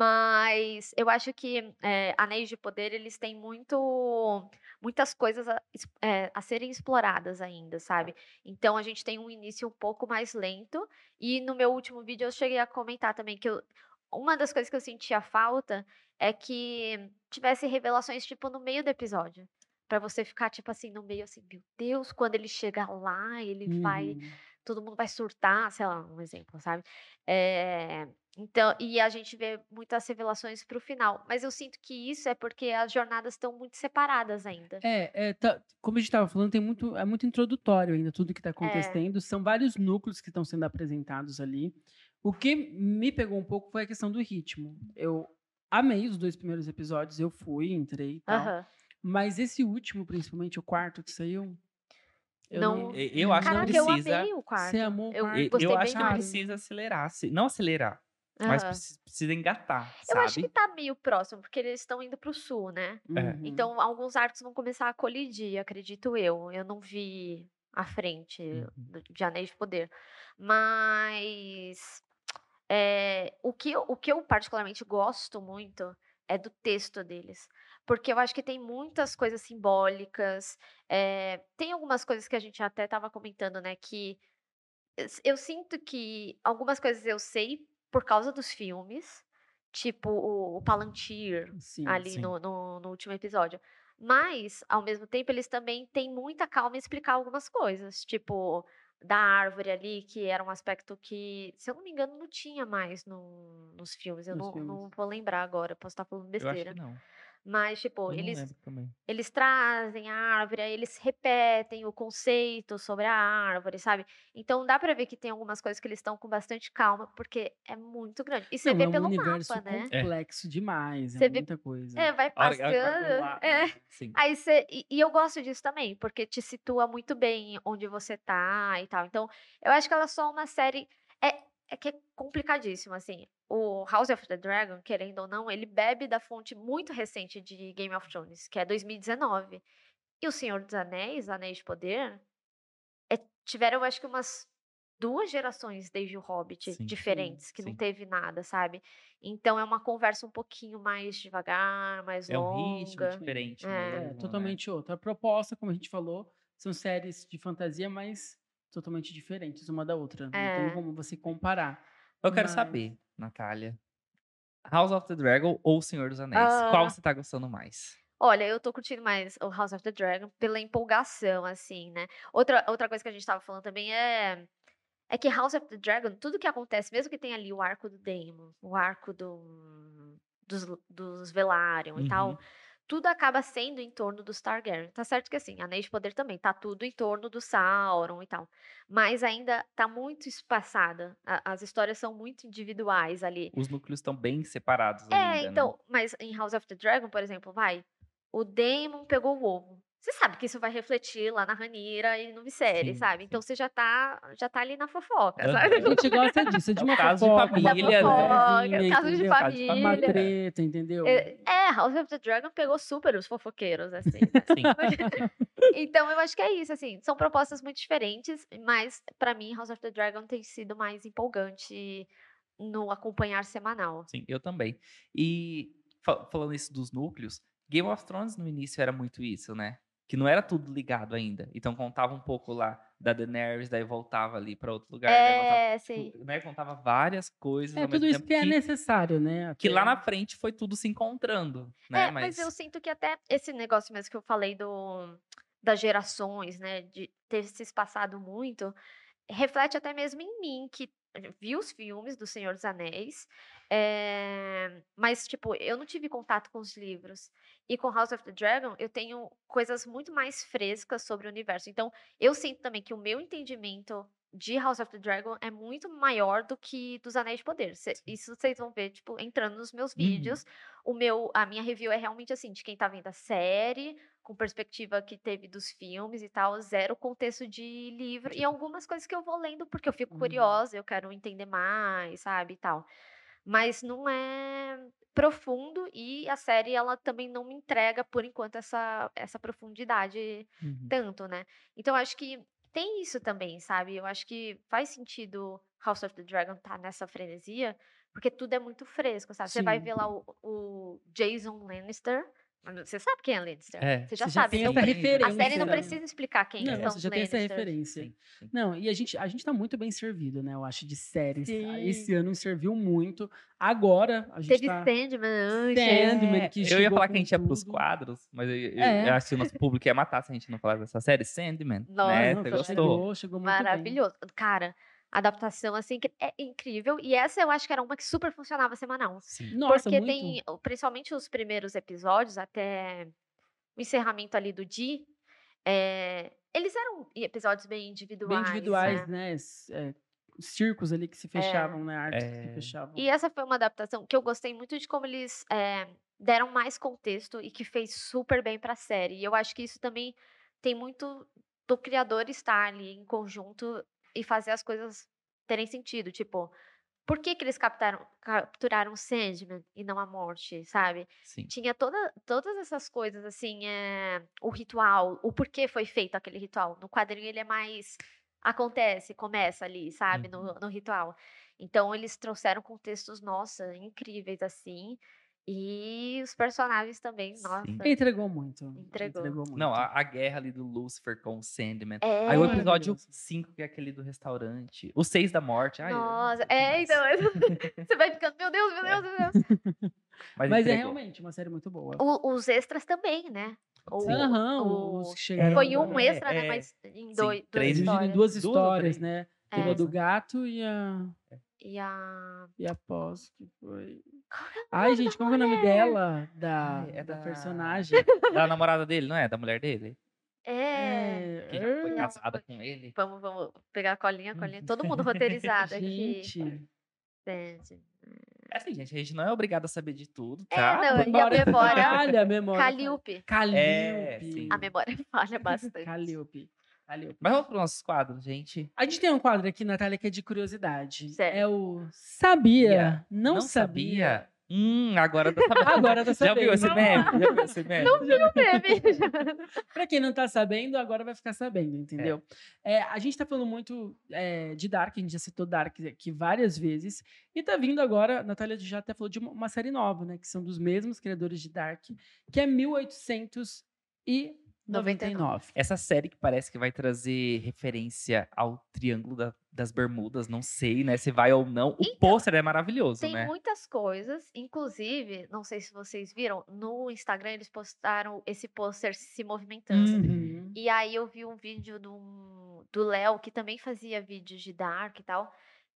Mas eu acho que é, Anéis de Poder, eles têm muito, muitas coisas a, es- é, a serem exploradas ainda, sabe? Então a gente tem um início um pouco mais lento. E no meu último vídeo eu cheguei a comentar também que eu- uma das coisas que eu sentia falta é que tivesse revelações, tipo, no meio do episódio. Pra você ficar, tipo assim, no meio, assim, meu Deus, quando ele chega lá, ele vai Uhum. todo mundo vai surtar, sei lá, um exemplo, sabe? É, então, e a gente vê muitas revelações pro final. Mas eu sinto que isso é porque as jornadas estão muito separadas ainda. É, é, tá- como a gente estava falando, tem muito, é muito introdutório ainda tudo que É. está acontecendo. São vários núcleos que estão sendo apresentados ali. O que me pegou um pouco foi a questão do ritmo. Eu amei os dois primeiros episódios, eu fui, entrei e tal. Aham. Mas esse último, principalmente, o quarto que saiu. Não- E- Eu acho Caraca, que eu precisa. amei o quarto. Você amou o Eu- quarto? E- Ah, Gostei eu bem acho que mais. precisa acelerar. se- Não acelerar, mas Aham. precisa, precisa engatar, Eu sabe? acho que tá meio próximo, porque eles estão indo pro sul, né? É. Uhum. Então, alguns arcos vão começar a colidir, acredito eu. Eu não vi à frente Uhum. do- de Anéis de Poder. Mas é, o, que, eu- o que eu particularmente gosto muito é do texto deles. Porque eu acho que tem muitas coisas simbólicas. é, tem algumas coisas que a gente até estava comentando, né? Que eu s- eu sinto que algumas coisas eu sei por causa dos filmes. Tipo o- o Palantir, Uhum, Sim, ali sim. no, no- no último episódio. Mas, ao mesmo tempo, eles também têm muita calma em explicar algumas coisas. Tipo, da árvore ali, que era um aspecto que, se eu não me engano, não tinha mais no- nos filmes. Eu Nos não, filmes. não vou lembrar agora, posso estar falando Eu acho besteira. que não. Mas, tipo, Eu não eles, lembro também. eles trazem a árvore, aí eles repetem o conceito sobre a árvore, sabe? Então dá pra ver que tem algumas coisas que eles estão com bastante calma, porque é muito grande. E você Não, vê é um pelo universo mapa, É. né? complexo demais. Você É vê- muita coisa. É, vai A hora que passando. ela vai pular, é. Sim. Aí você, e, e eu gosto disso também, porque te situa muito bem onde você tá e tal. Então, eu acho que ela é só uma série. É, é que é complicadíssimo, assim. O House of the Dragon, querendo ou não, ele bebe da fonte muito recente de Game of Thrones, que é 2019. E O Senhor dos Anéis, Anéis de Poder, é- tiveram, eu acho que umas duas gerações desde o Hobbit Sim. diferentes, que não sim. teve nada, sabe? Então é uma conversa um pouquinho mais devagar, mais É um ritmo longa. diferente. É. É, mesmo, né? totalmente outra. A proposta, como a gente falou, são séries de fantasia, mas totalmente diferentes uma da outra. Não É. tem como você comparar. Eu quero Mas- saber, Natália. House of the Dragon ou Senhor dos Anéis? Ah. Qual você tá gostando mais? Olha, eu tô curtindo mais o House of the Dragon pela empolgação, assim, né? Outra, outra coisa que a gente tava falando também é. É que House of the Dragon, tudo que acontece, mesmo que tenha ali o arco do Daemon, o arco do, dos, dos Velaryon e Uhum. tal, tudo acaba sendo em torno dos Targaryen. Tá certo que assim, Anéis de Poder também, tá tudo em torno do Sauron e tal. Mas ainda tá muito espaçada. a- as histórias são muito individuais ali. Os núcleos estão bem separados É, ainda, né? então, mas em House of the Dragon, por exemplo, vai. O Daemon pegou o ovo. Você sabe que isso vai refletir lá na Ranira e no Viserys, Sim, sabe? Então você já tá, já tá ali na fofoca, Aham. A sabe? gente gosta disso, é de É o uma caso de fofoca, uma família, né? fofoquinha, Caso de entendeu? É família. Uma treta, entendeu? É, é, House of the Dragon pegou super os fofoqueiros, assim. né? Sim. então, eu acho que é isso, assim. São propostas muito diferentes, mas pra mim, House of the Dragon tem sido mais empolgante no acompanhar semanal. Sim, eu também. E fa- falando isso dos núcleos, Game of Thrones no início era muito isso, né? Que não era tudo ligado ainda. Então contava um pouco lá da Daenerys, daí voltava ali pra outro lugar. daí voltava- É, sim. né? Contava várias coisas. É ao mesmo tudo isso tempo que é necessário, né? que Até- lá na frente foi tudo se encontrando, né? É, mas... eu sinto que até esse negócio mesmo que eu falei do das gerações, né, de ter se espaçado muito, reflete até mesmo em mim que vi os filmes do Senhor dos Anéis, eh, mas tipo eu não tive contato com os livros e com House of the Dragon eu tenho coisas muito mais frescas sobre o universo. Então eu sinto também que o meu entendimento de House of the Dragon é muito maior do que dos Anéis de Poder. Cê- isso vocês vão ver, tipo, entrando nos meus Uhum. vídeos o meu, a minha review é realmente assim, de quem tá vendo a série, com perspectiva que teve dos filmes e tal, zero contexto de livro e algumas coisas que eu vou lendo porque eu fico Uhum. curiosa, eu quero entender mais, sabe, e tal. Mas não é profundo e a série ela também não me entrega por enquanto essa essa profundidade Uhum. tanto, né? Então acho que tem isso também, sabe? Eu acho que faz sentido House of the Dragon estar nessa frenesia, porque tudo é muito fresco, sabe? Você vai Sim. ver lá o, o Jason Lannister. Você sabe quem é Lannister? É, Você já você já sabe. tem então essa tem- referência. a série não né? precisa explicar quem Não, são você os já tem essa Lannisters. referência. Sim, sim. Não, e a gente, a gente tá muito bem servido, né? Eu acho, de séries. tá? Sim. Esse ano serviu muito. Agora, a gente Teve tá... Sandman antes. Sandman, que é. eu ia chegou falar com que a gente ia pros tudo. quadros, mas eu, eu- É. eu acho que o nosso público ia matar se a gente não falasse dessa série. Sandman, Nossa, né? Não, Você foi gostou? Chegou, chegou muito bem. Maravilhoso. Cara, a adaptação assim que é incrível. E essa eu acho que era uma que super funcionava semanal. Sim. Nossa, porque muito. tem, o- principalmente os primeiros episódios, até o encerramento ali do Di, é, eles eram i- episódios bem individuais. Bem individuais, né? É. né? S- é, os circos ali que se fechavam, né? Artes que se É. fechavam. E essa foi uma adaptação que eu gostei muito de como eles é, deram mais contexto e que fez super bem pra série. E eu acho que isso também tem muito do criador estar ali em conjunto e fazer as coisas terem sentido. Tipo, por que, que eles captaram, capturaram Sandman e não a morte, sabe? Sim. tinha toda, todas essas coisas, assim, é, o ritual, o porquê foi feito aquele ritual. No quadrinho ele é mais. Acontece, começa ali, sabe, Uhum. no, no ritual. Então eles trouxeram contextos, nossa, incríveis, assim. E os personagens também, Sim. nossa. Entregou muito. Entregou. muito. Oh, Não, a, a guerra ali do Lucifer com o Sandman. É, Aí o episódio Maravilhoso. 5, que é aquele do restaurante. O 6 da morte. Ai, eu- nossa. que É, massa. então. você vai ficando, meu Deus, meu É. Deus, meu Deus. Mas, Mas é entregou. realmente uma série muito boa. O- os extras também, né? O- Sim. Aham, o- os que chegaram Foi um agora. é, extra, né? é. Mas em Sim, dois, duas três Dividido histórias. em duas Duas ou histórias, três? né? É. Teve a do gato e a... E a. E a pós que foi. Ai, gente, como é o nome dela? Da, Ai, é da da- personagem. Da namorada dele, não é? Da mulher dele? É. Que já foi Hum, Não, casada com ele. Vamos, vamos pegar a Hum. colinha, a colinha. Todo mundo roteirizado aqui. gente. Gente. Assim, gente, a gente não é obrigado a saber de tudo, É, tá? não, e a Memória memória. Falha, a memória. Calliope. Calilpe. É, sim. A memória falha bastante. Calilpe. Calilpe. Mas vamos para nossos quadros, gente. A gente tem um quadro aqui, Natália, que é de curiosidade. Certo. É o Sabia, não, sabia. Hum, agora tá sabendo. Agora tá Já sabendo. viu esse meme? Já é viu esse meme? Pra quem não tá sabendo, agora vai ficar sabendo, entendeu? É, a gente tá falando muito é, de Dark, a gente já citou Dark aqui várias vezes. E tá vindo agora, a Natália já até falou de uma, uma série nova, né? Que são dos mesmos criadores de Dark, que é 1899. Essa série que parece que vai trazer referência ao Triângulo da- das Bermudas, não sei, né? Se vai ou não. O pôster é maravilhoso, Então, Tem né? muitas coisas, inclusive, não sei se vocês viram, no Instagram eles postaram esse pôster se movimentando. Uhum. um, E aí eu vi um vídeo do do Léo, que também fazia vídeos de Dark e tal.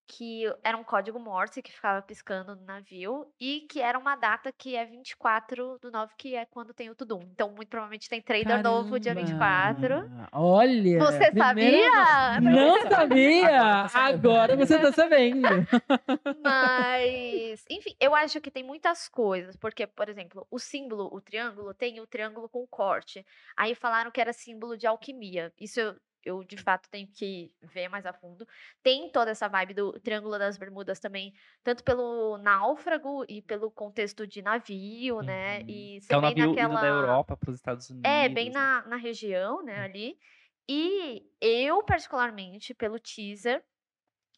que era um código Morse que ficava piscando no navio e que era uma data que é 24 do 9, que é quando tem o Tudum. Então, muito provavelmente tem trailer novo dia 24. Caramba! Olha! Você primeira- sabia? Não sabia! Agora tá sabendo. Agora você tá sabendo. Mas, enfim, eu acho que tem muitas coisas, porque, por exemplo, o símbolo, o triângulo, tem o triângulo com corte. Aí falaram que era símbolo de alquimia. Isso eu, eu, de fato, tenho que ver mais a fundo. Tem toda essa vibe do Triângulo das Bermudas também, tanto pelo náufrago e pelo contexto de navio, né? Uhum. E Que é o bem navio indo da naquela- Europa para os Estados Unidos. Uhum. é, bem né? na, na região, né, Hum. ali. E eu, particularmente, pelo teaser,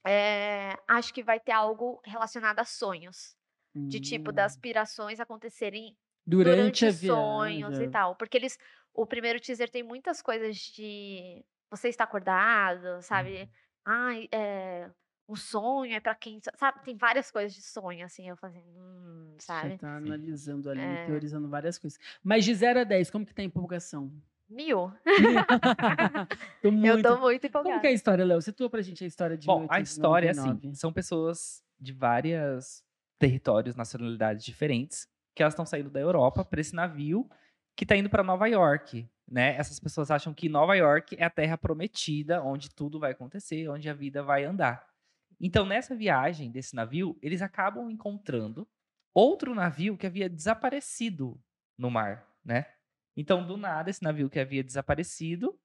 é, acho que vai ter algo relacionado a sonhos. De tipo, das Hum. pirações acontecerem durante, sonhos e viagem. tal. Porque eles. O primeiro teaser tem muitas coisas de. Você está acordado, Uhum. sabe? Ai, é. O sonho é pra quem. so- Sabe? Tem várias coisas de sonho, assim. Eu fazendo. Hum, Você sabe? tá analisando ali, É. teorizando várias coisas. Mas de 0 a 10, como que tá a empolgação? Mil. tô Eu muito... tô muito empolgada. Como que é a história, Léo? Situa pra gente a história de Bom, a 1899. história é assim: são pessoas de vários territórios, nacionalidades diferentes, que elas estão saindo da Europa para esse navio que tá indo para Nova York, né? Essas pessoas acham que Nova York é a terra prometida, onde tudo vai acontecer, onde a vida vai andar. Então, nessa viagem desse navio, eles acabam encontrando outro navio que havia desaparecido no mar, né? Então, do nada, esse navio que havia desaparecido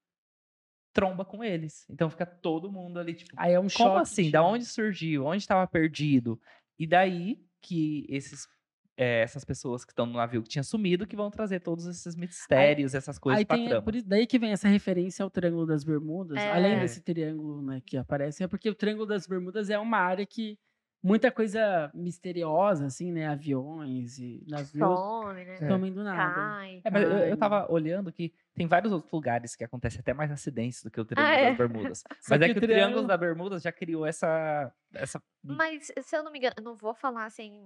tromba com eles. Então, fica todo mundo ali, tipo, Aí é um choque. como assim? de- Da onde surgiu? Onde estava perdido? E daí que esses, eh, essas pessoas que estão no navio que tinha sumido que vão trazer todos esses mistérios, essas coisas Aí pra tem, é trama. por isso, daí que vem essa referência ao Triângulo das Bermudas. É. Além É. desse triângulo né, que aparece, é porque o Triângulo das Bermudas é uma área que muita coisa misteriosa, assim, né? Aviões e navios Some, né? É. tomem do nada. Cai. É, mas eu, eu Ai. tava olhando que tem vários outros lugares que acontece até mais acidentes do que o Triângulo Ah, é. das Bermudas. Só Mas é que o Triângulo da Bermudas já criou essa. essa Hum. Mas, se eu não me engano, eu não vou falar assim,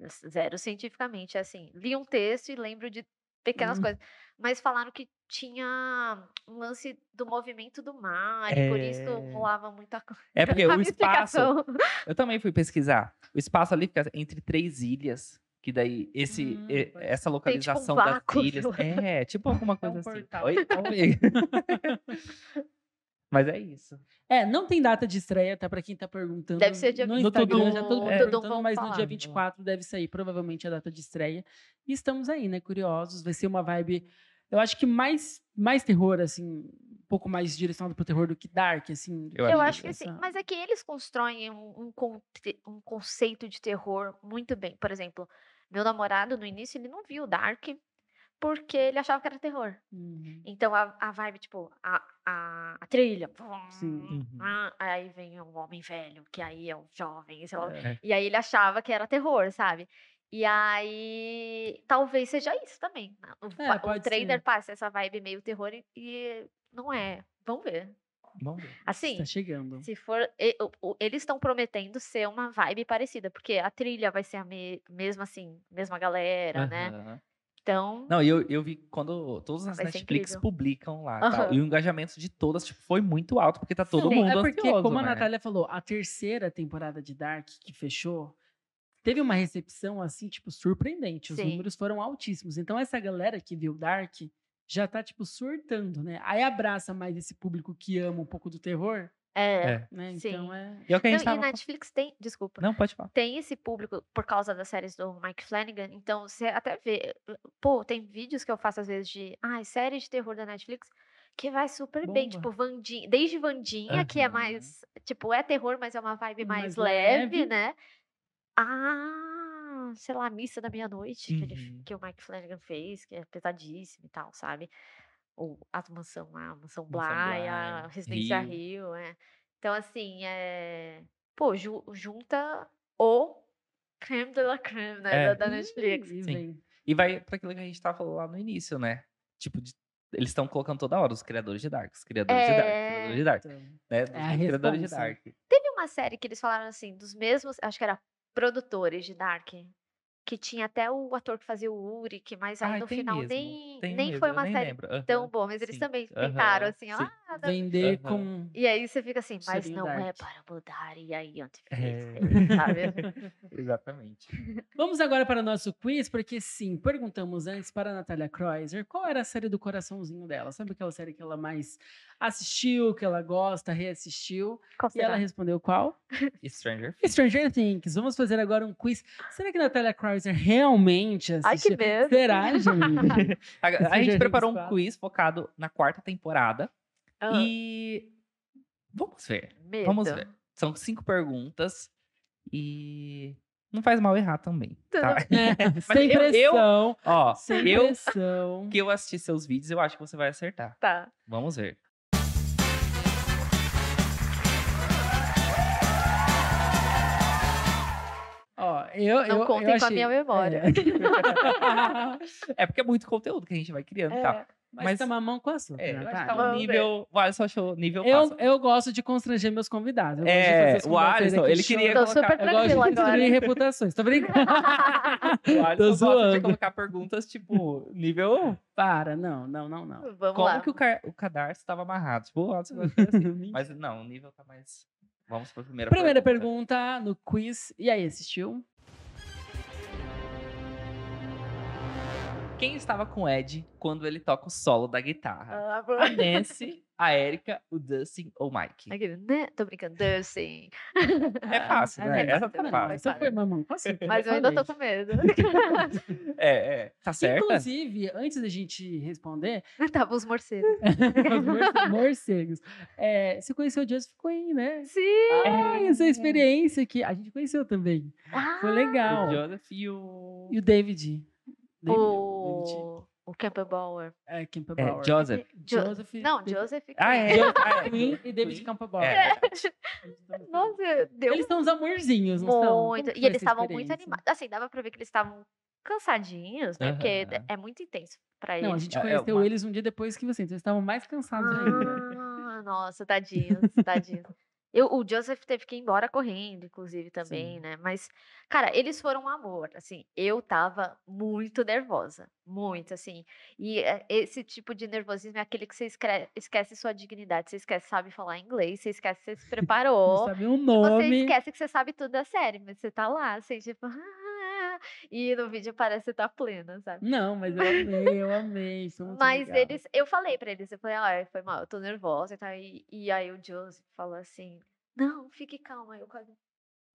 s- zero cientificamente, é assim, li um texto e lembro de pequenas Hum. coisas, mas falaram que tinha um lance do movimento do mar, e por isso É. rolava muita coisa. É porque A o minha espaço. explicação. Eu também fui pesquisar. O espaço ali fica entre três ilhas. Que daí, esse, Hum, e- pode- essa tipo um localização vácuo, das ilhas. sei É, tipo alguma É coisa um assim. portal. Oi? Oi. Mas é isso. É, não tem data de estreia, tá? Pra quem tá perguntando. Deve ser dia no 24. Instagram, Tudum, já todo mundo é. perguntando, Tudum, mas vamos no falar. dia 24 deve sair, provavelmente, a data de estreia. E estamos aí, né? Curiosos. Vai ser uma vibe, eu acho que mais, mais terror, assim. Um pouco mais direcionado pro terror do que Dark, assim. do Eu Eu acho acho que sim. essa- Mas é que eles constroem um, um conte- um conceito de terror muito bem. Por exemplo, meu namorado, no início, ele não viu Dark porque ele achava que era terror. Uhum. Então a, a vibe, tipo, a, a, a trilha. Sim. Uhum. Ah, aí vem um homem velho, que aí é um jovem, sei lá. É. E aí ele achava que era terror, sabe? E aí talvez seja isso também. né? O, É, va- o pode trailer ser. passa essa vibe meio terror e, e não é. Vamos ver. Vamos ver. Assim, Tá chegando. se for. e- o- o- Eles estão prometendo ser uma vibe parecida, porque a trilha vai ser a me- mesma, assim, mesma galera, né? Aham. Então. Não, e eu, eu vi quando todas as Vai ser Netflix incrível. publicam lá. tal, Aham. E o engajamento de todas tipo, foi muito alto, porque tá todo Sim, mundo É porque, ansioso, como a né? Natália falou, a terceira temporada de Dark, que fechou, teve uma recepção, assim, tipo, surpreendente. Os Sim. números foram altíssimos. Então, essa galera que viu Dark já tá, tipo, surtando, né? Aí abraça mais esse público que ama um pouco do terror, É. É. né? Sim. Então, é... E é o que a Não, gente e tipo tava- Netflix tem. Desculpa. Não, pode falar. tem esse público por causa das séries do Mike Flanagan, então você até vê. eh, Pô, tem vídeos que eu faço às vezes de. Ai, série de terror da Netflix. Que vai super bem, Bomba. tipo, Vandinha. Desde Vandinha, que é Aham. mais. Tipo, é terror, mas é uma vibe Mais mais, leve, leve. né? Ah, sei lá, Missa da Meia-Noite, que, ele f- Uhum. que o Mike Flanagan fez, que é pesadíssimo e tal, sabe? Ou a mansão lá, a mansão Bly, a Bly, Residência Rio. Rio, é. Então, assim, é. Pô, ju- junta o creme de la creme, né? É. da- Da Netflix. Ih, Sim. vem. E vai pra aquilo que a gente tava falando lá no início, né? Tipo, de- eles estão colocando toda hora os criadores de Dark, os criadores de Dark, os criadores de Dark, Então, né? É a Os criadores de responsa. Dark. Teve uma série que eles falaram assim, dos mesmos. Acho que era produtores de Dark. Que tinha até o ator que fazia o Uric, mas aí Ai, no Ah, tem final mesmo, nem, tem nem mesmo, foi eu uma nem série lembro. aham. tão boa, mas eles Sim, também aham, tentaram, assim, ó, sim. nada. Vender Aham. com. E aí você fica assim, mas não é Seriedade. para mudar, e aí anticristo, É. sabe? Exatamente. Vamos agora para o nosso quiz, porque sim, perguntamos antes para a Natália Kreuzer qual era a série do coraçãozinho dela. Sabe aquela série que ela mais assistiu, que ela gosta, reassistiu? Qual E ela será? respondeu qual? Stranger Stranger Things. Vamos fazer agora um quiz. Será que a Natália Kreuzer realmente Ai, que assistiu? medo. Será, gente? A, a Stranger gente preparou Things um quatro. quiz focado na quarta temporada. Ah, E vamos ver. medo. Vamos ver. São cinco perguntas. E não faz mal errar também. Tá? É, sem eu- eu- pressão. Ó, Sem eu pressão. que eu assisti seus vídeos, eu acho que você vai acertar. Tá. Vamos ver. Ó, eu, Não eu, contem eu com a achei- minha memória. É. É porque é muito conteúdo que a gente vai criando, tá? É. Mas, Mas- tá mamão com açúcar, É, eu acho que Natália. tava Vamos nível. O Alisson achou nível Eu, fácil. eu gosto de constranger meus convidados. Eu gosto de fazer Então É, os o convidados Alisson, saírem aqui ele chorando. queria Tô colocar. super Eu gosto tranquila de construir agora. reputações. Tô brincando. Tô O Alisson gosta de zoando. colocar perguntas, tipo, nível. Para, não, não, não, não. Vamos Como lá. que o, car- o cadarço tava amarrado? Tipo, o Alisson gosta de fazer assim. Mas não, o nível tá mais. Vamos pra primeira, Primeira pergunta no quiz. E aí, assistiu? Quem estava com o Ed quando ele toca o solo da guitarra? Ah, vou- A Nancy, a Erika, o Dustin ou o Mike? Aquele, né? Tô brincando, Dustin. É fácil, Ah, né? não, Essa não, tá não, fácil. Essa foi mamão assim? com açúcar. Mas eu ainda tô com medo. É, é. Tá certa? Inclusive, antes da gente responder, Tava os morcegos. os morce- morcegos. É, você conheceu o Joseph Quinn, né? Sim! Ai, é essa é experiência que a gente conheceu também. Foi Ah, legal. O Joseph e o. E o David. David, David o... o Campbell Bauer. é, Campbell É, Bauer. Joseph. Jo- Joseph. Não, Joseph. Ah, é. Ah, Quinn é. e David Campbell. É. Nossa, deu Eles são os amorzinhos, não são? muito. E eles estavam muito animados. Assim, dava pra ver que eles estavam cansadinhos, né? Porque Aham. é muito intenso pra eles. Não, a gente É, é conheceu uma- eles um dia depois que você, então eles estavam mais cansados ainda. Ah, nossa, tadinhos, tadinhos. Eu, o Joseph teve que ir embora correndo, inclusive, também, né? Mas, cara, eles foram um amor. Assim, eu tava muito nervosa. Muito, assim. E é, esse tipo de nervosismo é aquele que você escre- esquece sua dignidade, você esquece, sabe falar inglês, você esquece, que você se Não preparou. sabia o Você nome. esquece que você sabe tudo da série, mas você tá lá, assim, tipo. "Ah", E no vídeo parece que tá plena, sabe? Não, mas eu amei, eu amei. foi muito Mas legal. eles, eu falei pra eles, eu falei, ah, foi mal, eu tô nervosa e tal. E, e aí o Joseph falou assim, não, fique calma. Eu quase...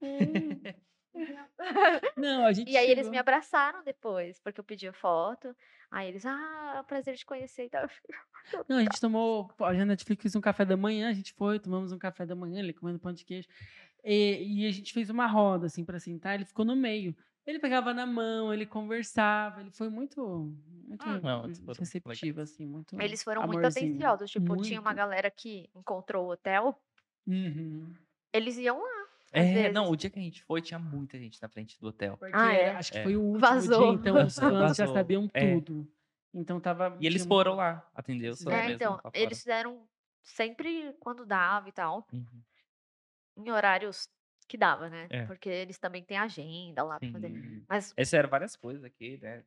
"Hum, não." Não, a gente e aí eles chegou- me abraçaram depois, porque eu pedi a foto. Aí eles, ah, é um prazer te conhecer e tal. Eu fiquei, Não, a gente tomou. pô, A Netflix fez um café da manhã, a gente foi, tomamos um café da manhã, ele comendo pão de queijo. E, e a gente fez uma roda, assim, pra sentar, ele ficou no meio. Ele pegava na mão, ele conversava, ele foi muito, muito Ah, não, eles foram receptivo, assim, muito. Eles foram muito amorzinho. atenciosos, tipo, tinha uma Muito. galera que encontrou o hotel, Uhum. eles iam lá. às É, vezes. não, o dia que a gente foi, tinha muita gente na frente do hotel. Porque Ah, é? acho que É. foi o último Vazou. dia, então os fãs já Vazou, sabiam é. tudo. Então tava. E eles tinha- foram lá, atendeu só É, mesmo então, pra fora. eles fizeram sempre quando dava e tal. Uhum. em horários que dava, né? É. Porque eles também têm agenda lá pra fazer. Sim. Mas Eles fizeram várias coisas aqui, né?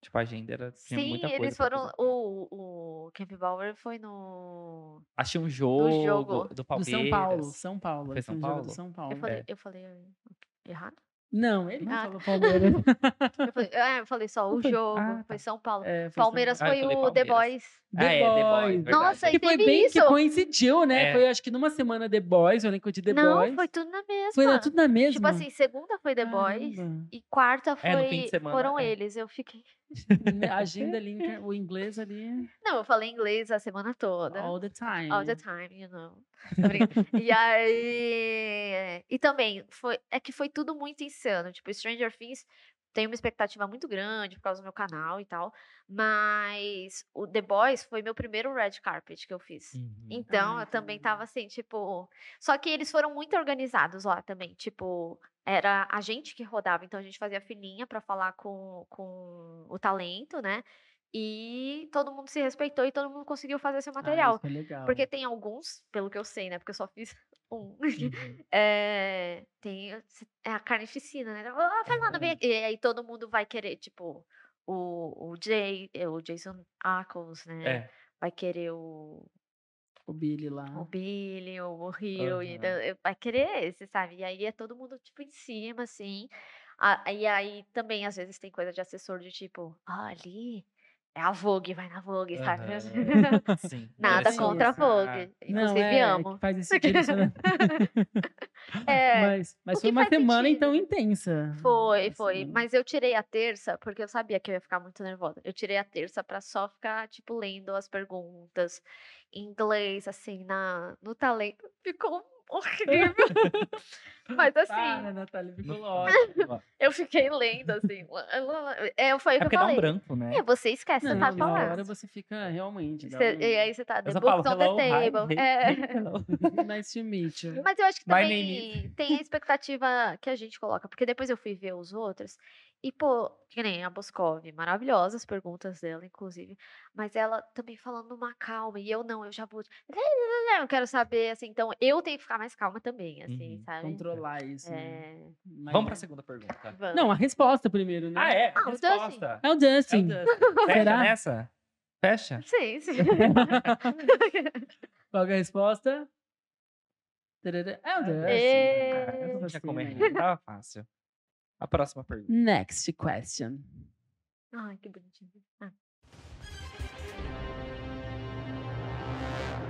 Tipo, a agenda era. Tinha sim, muita coisa eles pra foram. fazer. O, o Camp Bauer foi no. Achei um jogo, jogo. do No Palmeiras. São Paulo, São Paulo. Foi esse São é um jogo do Paulo? São Paulo. Eu falei, É. eu falei eh, errado? Não, ele não Ah, falou Palmeiras. Eu falei, é, eu falei só Não o foi- jogo, Ah, tá. foi São Paulo. É, foi São Palmeiras Ah, eu foi falei o The Palmeiras. Boys. The ah, é, The Boys. Boys. verdade. Nossa, e Que foi teve bem que isso. coincidiu, né? É. Foi, acho que numa semana The Boys, o elenco de The Não, Boys. foi tudo na mesma. Foi na- tudo na mesma. Tipo assim, segunda foi The Boys Caramba. e quarta foi É, no fim de semana, foram é. eles. Eu fiquei. Né, A agenda ali, inter- o inglês ali, Não, eu falei inglês a semana toda. all the time. All the time, you know. Tô brincando. e aí. E também, foi, é que foi tudo muito insano. Tipo, Stranger Things tem uma expectativa muito grande por causa do meu canal e tal. Mas o The Boys foi meu primeiro red carpet que eu fiz. Uhum. Então, Ah, eu também entendi. tava assim, tipo. Só que eles foram muito organizados lá também. Tipo, era a gente que rodava, então a gente fazia filinha pra falar com, com o talento, né? E todo mundo se respeitou e todo mundo conseguiu fazer seu Ah, material. isso foi legal. Porque tem alguns, pelo que eu sei, né? Porque eu só fiz um. Uhum. É, tem se- é a carnificina, né? Ah, Fernanda, É. vem aqui. E aí todo mundo vai querer, tipo, o, o, Jay, é, o Jason eh, Ackles, né? É. Vai querer o. O Billy lá. o Billy, ou o Rio, e Aham. da- vai querer esse, sabe? E aí é todo mundo, tipo, em cima, assim. A- E aí também, às vezes, tem coisa de assessor de tipo, ah, ali é a Vogue, vai na Vogue, sabe? Aham. ah. Sim. assim, Nada Sim, contra a essa- Vogue. Não, Inclusive, é, amo. que faz esse direcionamento. É, mas mas o foi que uma faz semana, sentido. então, intensa. Assim, foi, Uma foi. assim semana. Mas eu tirei a terça, porque eu sabia que eu ia ficar muito nervosa. Eu tirei a terça pra só ficar, tipo, lendo as perguntas em inglês, assim, na, no talento. Ficou horrível. mas assim. Para, né, Natália, ficou No- ótimo. Eu fiquei lendo, assim. lá, lá, lá. É, foi É o porque que dá um É eu falei. branco, né? É, você esquece, você Não, tá na hora falando. você fica realmente. dá Você- um- e aí você tá, the Eu só books falo, on the hello, hi, table. hey, é. hey, hello. Nice to meet you. Mas eu acho que My name também tem a expectativa que a gente coloca. Porque depois eu fui ver os outros. E, pô, que nem a Boscov, maravilhosas as perguntas dela, inclusive. Mas ela também falando numa calma. E eu não, eu já vou. Eu quero saber, assim. Então, eu tenho que ficar mais calma também, assim, Uhum. sabe? Controlar isso. né? É, Mas- Vamos pra segunda pergunta. vamos. Não, a resposta primeiro, né? Ah, é? Ah, o Resposta. É o É o Dustin. Dustin. Fecha Será? nessa? Fecha? Sim, sim. Qual que é a resposta? Tarará. É o Dustin. É. Cara, eu né, não tinha como Assim, errar. Tava fácil. A próxima pergunta. Next question. Ai, que bonitinho. Ah.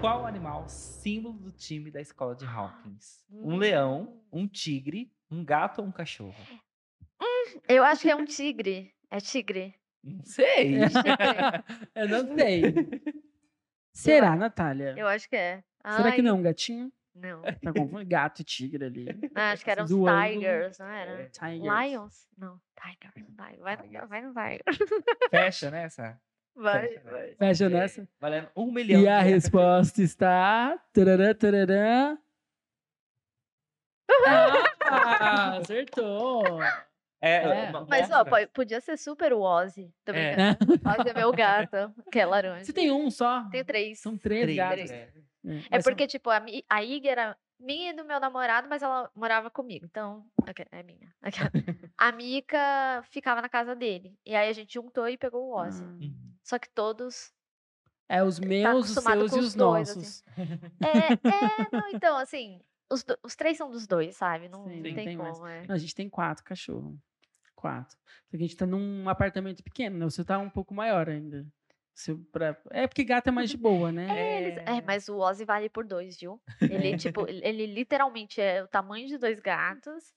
Qual animal símbolo do time da escola de Hawkins? Um Hum. leão, um tigre, um gato ou um cachorro? Eu acho que é um tigre. É tigre. Não sei. é. É. Eu não sei. Será, Natália? Eu acho que é. Será que Ai, não é um gatinho? Não. Tá confundindo gato e tigre ali. Ah, acho que eram os Do ângulo. Tigers, não era? Tigers. Lions? Não, Tigers. Uhum. Vai, vai, no, Tigers. vai no Tiger. Fecha nessa? Vai, Fecha, vai. Fecha nessa. Valendo um milhão. E a de reais. resposta está. Tarará, tarará. Ah, acertou! É, É. uma- Mas, ó, mostra. po- podia ser super o Ozzy. Tô É. brincando. Ozzy é meu gato, que é laranja. Você tem um só? Tenho três. São três, Três, gatos. é. É mas são- porque, tipo, a, mi- a Iggy era minha e do meu namorado, mas ela morava comigo. Então, ok, é minha. Aquela. A Mika ficava na casa dele. E aí a gente juntou e pegou o Ah. Ozzy. Uhum. Só que todos É os meus, os acostumado seus com e os os dois, nossos. É, é, não, então, assim, os, do- os três são dos dois, sabe? Não, Sim, não não tem, tem mais. como, é. Não, a gente tem quatro cachorros. Quatro. Só que a gente tá num apartamento pequeno, né? O seu tá um pouco maior ainda. O seu pra- É porque gato é mais de boa, né? É, eles- é, mas o Ozzy vale por dois, viu? Ele, tipo, ele- ele literalmente é o tamanho de dois gatos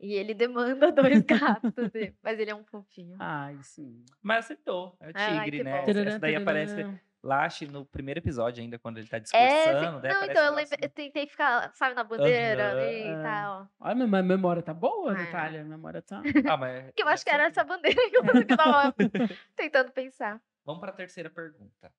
e ele demanda dois gatos. e- Mas ele é um fofinho. Ai, sim. Mas acertou. É o Ah, Ai, tigre, que né? bom. Essa daí aparece Tararã. lá, acho, no primeiro episódio ainda, quando ele tá né? É, discursando. sim, daí não, aparece assim. então, eu, o lembrei- eu lacinho. tentei ficar, sabe, na bandeira Aham, ali e é. tal. Olha, minha- minha memória tá boa, Ah. Natália. Minha memória tá. Ah, mas... Que eu acho que era acertou. essa bandeira que eu que eu tava tentando pensar. Vamos para a terceira pergunta.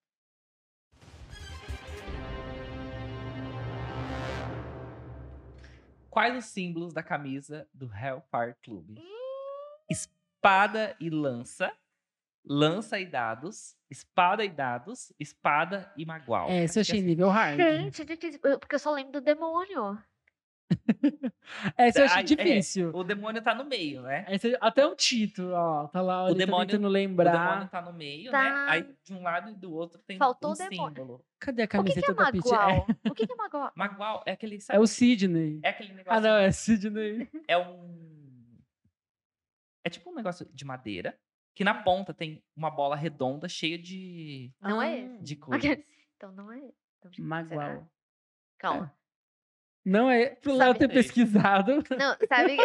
Quais os símbolos da camisa do Hellfire Club? Espada e lança, lança e dados, espada e dados, espada e assim, magual. É, esse eu Acho que achei nível hard. Gente, difícil, eu- porque eu só lembro do demônio. Essa eu achei Ai, é. difícil. O demônio tá no meio, né? Essa- até o Tito, ó, tá lá, O ele tá demônio- tentando O demônio lembrar. tá no meio, né? Tá. Aí de um lado e do outro tem Faltou um o demônio. símbolo. Cadê a O que, que camiseta é da Pitty? É, Magual? O que, que é Magual? Magual é aquele, é sabe? o Sidney. É aquele negócio Ah, não, é Sidney. é um. É tipo um negócio de madeira que na ponta tem uma bola redonda cheia de, Não é Ah, de cor. Aqueles- Então não é. então, será? Magual. Calma. Não é pro Léo Sabe- ter pesquisado. Não, sabe?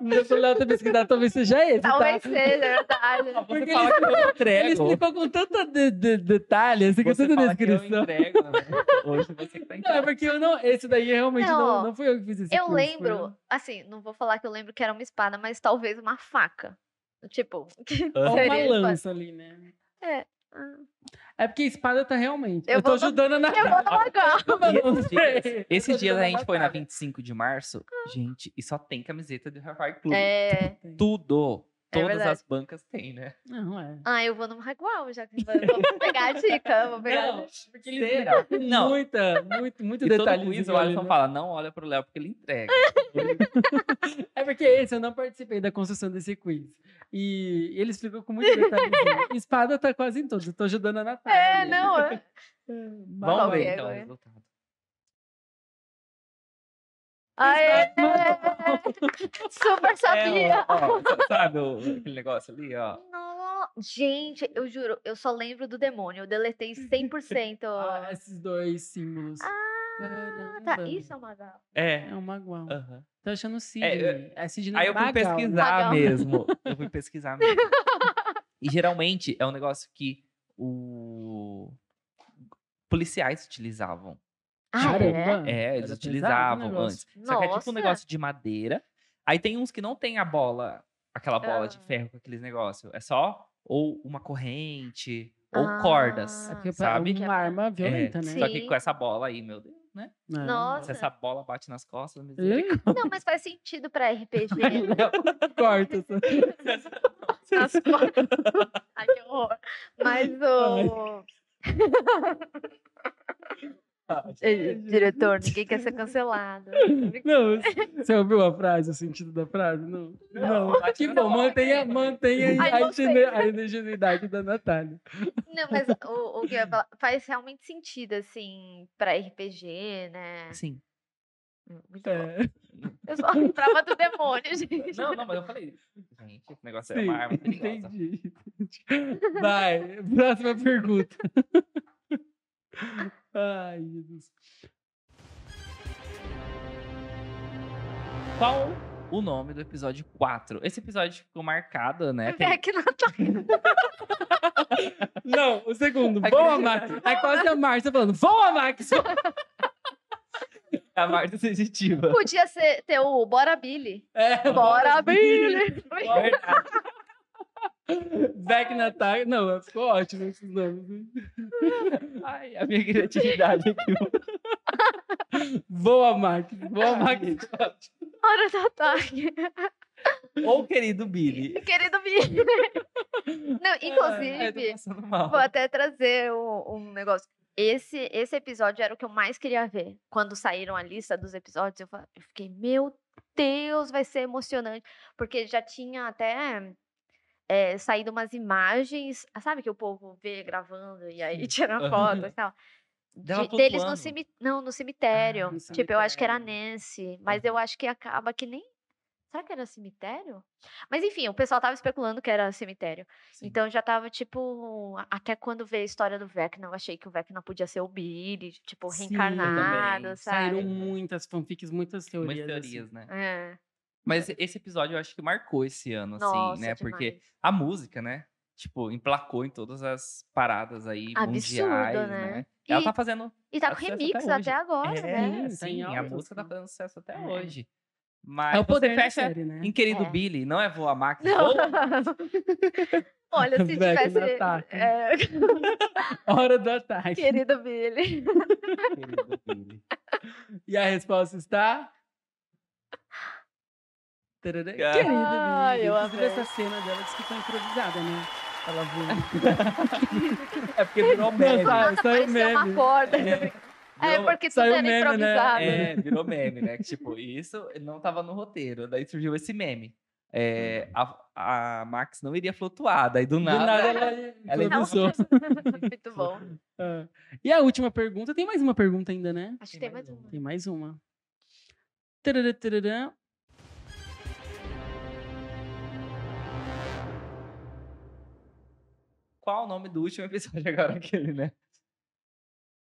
Não pro Léo ter pesquisado, tá talvez seja esse. Talvez tá? seja, é verdade. Ah, Você Porque fala que eu Ele entrego. explicou com tanto de, de, detalhe, assim, com Você tanta fala que é eu descrição. entrego. né? Hoje você que Não, tá é entregando. porque eu não. Esse daí realmente Não, não, ó, não fui eu que fiz esse Eu curso, foi lembro, assim, não vou falar que eu lembro que era uma espada, mas talvez uma faca. Tipo, que Ou Ou seria uma espada? lança ali, né? É. É porque espada tá realmente. Eu, Eu tô vou- ajudando na. Eu vou no Magual. E Esse dia, tá esse dia a gente foi na 25 de março, gente, e só tem camiseta do Hellfire Club. É. Tudo. É Todas verdade. as bancas tem, né? Não, é. Ah, eu vou no Magual, já que eu vou pegar a dica. Vou pegar a Não, dica. porque ele Será? explicou com Não. Muita, muito, muito E todo detalhezinho quiz o ali, Alisson né? fala, não olha pro Léo porque ele entrega. É porque esse eu não participei da construção desse quiz. E ele explicou com muito detalhezinho. Espada tá quase em todos. Eu tô ajudando a Natália. É, não. é. Mas- Vamos Qual que ver é então o né? agora? resultado. Aê! Mano. Super sabia! É, ó, ó, sa- sabe o- aquele negócio ali, ó? No- Gente, eu juro, eu só lembro do demônio. Eu deletei 100%. Ah, esses dois símbolos. Ah, Caramba. tá. Isso é uma gala. É. É um magual. aham. Tô achando o Sidney. é- É, Sidney Aí eu fui Magal, pesquisar Magal. mesmo. Eu fui pesquisar mesmo. E geralmente é um negócio que o policiais utilizavam. né? Ah, é? Caramba. É, Era eles pesado o utilizavam negócio. antes. Só que é tipo Nossa. um negócio de madeira. Aí tem uns que não tem a bola, aquela bola de Ah. ferro com aqueles negócios. É só ou uma corrente ou cordas. É Ah, porque sabe? é uma arma É, violenta, né? Só que Sim. com essa bola aí, meu Deus, né? É. Nossa. Se essa bola bate nas costas, me Não, mas faz sentido pra RPG. né? Corta. essa- Nas co- Ai, que horror. Mas o. Ei, eh, é Diretor, ninguém quer ser cancelado. Não, você ouviu a frase, o sentido da frase? Não. Não. que bom, é. mantenha, mantenha Ai, a, gostei. ingenuidade, a ingenuidade da Natália. Não, mas o, o que eu ia falar faz realmente sentido, assim, pra RPG, né? Sim. Muito bom. É. Eu só lembrava do demônio, gente. Não, não, mas eu falei. Gente, esse negócio é Sim, uma arma perigosa. entendi. Vai, próxima pergunta. Ai, Jesus. Qual o nome do episódio 4? Esse episódio ficou marcado, né? Vem Tem- aqui na tua Não, o segundo. Boa, Max. É quase a Márcia falando, voa, Max. voa." A Marta é Sensitiva. Podia ser, ter o Bora Billy. É, Bora Billy! É Verdade. Zack Natália. Não, é, ficou ótimo esses nomes. Ai, a minha criatividade aqui. Voa, Max. Voa, Max. Hora do ataque! Ou querido Billy. Querido Billy! Não, Ai, É, tô inclusive, passando mal. Vou até trazer um, um negócio. Esse, esse episódio era o que eu mais queria ver. Quando saíram a lista dos episódios, eu, fa- eu fiquei, meu Deus, vai ser emocionante. Porque já tinha até eh, saído umas imagens, ah, sabe que o povo vê gravando e aí tira Aham. foto e tal. Dela De- deles no, flutuando. cemi não, no cemitério. Ah, no Tipo, eu acho que era a cemitério. Nancy, mas eu acho que acaba que nem. Será que era cemitério? Mas enfim, o pessoal tava especulando que era cemitério. Sim. Então já tava tipo. a- Até quando veio a história do Vecna, eu achei que o Vecna podia ser o Billy, tipo, Sim, eu reencarnado, Saíram sabe? muitas fanfics, muitas teorias. Muitas assim. teorias, né? É. Mas esse episódio eu acho que marcou esse ano, assim, Nossa, né? Porque demais. a música, né? Tipo, emplacou em todas as paradas aí Absurdo, mundiais, né? né? Ela E- tá fazendo. E tá com acesso até remix hoje. até, agora, né? é, Sim, tá em sim, a alta, música tá sim. fazendo sucesso até É. hoje. Mas É o você poder da fecha série, né? Em querido É. Billy, não é voa Max. Não. voa- Olha, se Vecna tivesse. ataca. é, Hora do ataque. querido Billy. Querido Billy. E a resposta está. Tarará. Ah. Querida, Ai, Billy. eu Inclusive, amei. essa cena dela disse que foi improvisada, né? Ela voando. É porque virou meme. Não, Nossa, saiu parecia uma meme. corda. É, Virou- porque tudo saiu era meme, né? improvisado. É, virou meme, né? Que, tipo, isso não tava no roteiro. Daí surgiu esse meme. É, a, a Max não iria flutuar, daí do Do nada. nada né? ela Ela Não, improvisou. Muito bom. Ah. E a última pergunta. Tem mais uma pergunta ainda, né? Acho que Tem tem mais mais uma. um. Tem mais uma. Tarará, tarará. Qual o nome do último episódio agora aquele, né?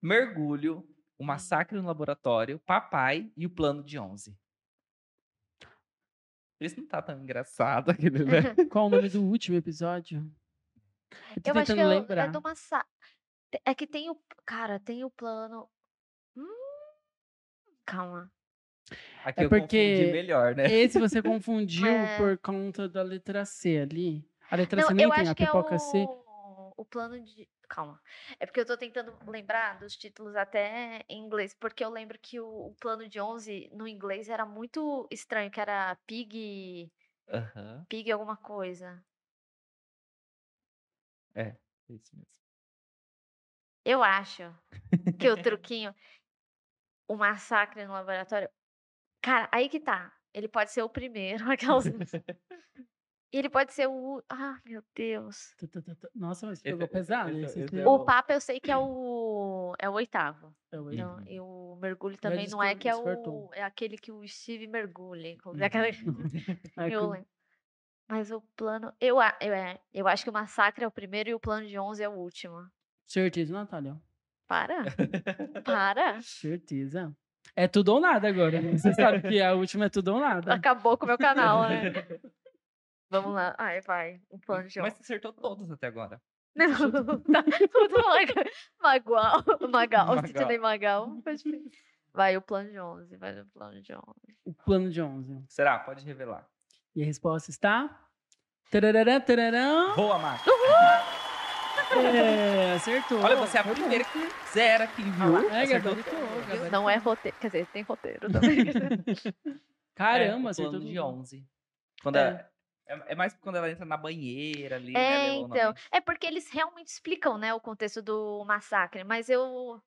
Mergulho, o massacre no laboratório, papai e o plano de 11. Esse não tá tão engraçado aquele, né? Qual o nome do último episódio? Eu tô Eu acho que tentando é, o- é lembrar. do massa... Te- É que tem o. Cara, tem o plano. Hum, Calma. Aqui É eu porque confundi melhor, né? Esse você confundiu É. por conta da letra C ali. A letra Não, C Então nem eu tem acho a que é pipoca o... C. o plano de. Calma. É porque eu tô tentando lembrar dos títulos até em inglês. Porque eu lembro que o, o plano de 11 no inglês era muito estranho, que era pig. Aham, Pig alguma coisa. é isso mesmo. Eu acho que o truquinho. O massacre no laboratório. Cara, aí que tá. Ele pode ser o primeiro, aquelas. E ele pode ser o. Ah, meu Deus. Tu, tu, tu, tu. Nossa, mas Esse- pegou pesado. esse- Esse, esse é O Papa eu sei que é o. É o oitavo. é o- Então, Uhum. e o mergulho também não é descul- que é despertou. o. É aquele que o Steve mergulha. como Uhum. é aquela- é que- Eu lembro. Mas o plano. Eu, a- eu, é, eu acho que o massacre é o primeiro e o plano de 11 é o último. Certeza, Natália. Para. Para. Certeza. É tudo ou nada agora. né? Você sabe que a última é tudo ou nada. Acabou com o meu canal, né? Vamos lá. Ai, vai. O plano de 11. Mas você acertou todos até agora. Não, tá tudo Maga- Magual. Magal. Magal. Se tirei Magal, foi difícil. Vai o plano de 11, vai o plano de 11. O plano de 11. Será? Pode revelar. E a resposta está... Tarará, tarará. Boa, Max. É, acertou. Olha, você é a primeira que zera aqui, viu? Ah, é, Acertou gabaritou, tudo. gabaritou. Não é roteiro, quer dizer, tem roteiro né? também. Caramba, é, o acertou plano de tudo. 11. Quando É. ela- é. é mais quando ela entra na banheira ali, né? é, Leona, então. né? É porque eles realmente explicam, né, o contexto do massacre, mas eu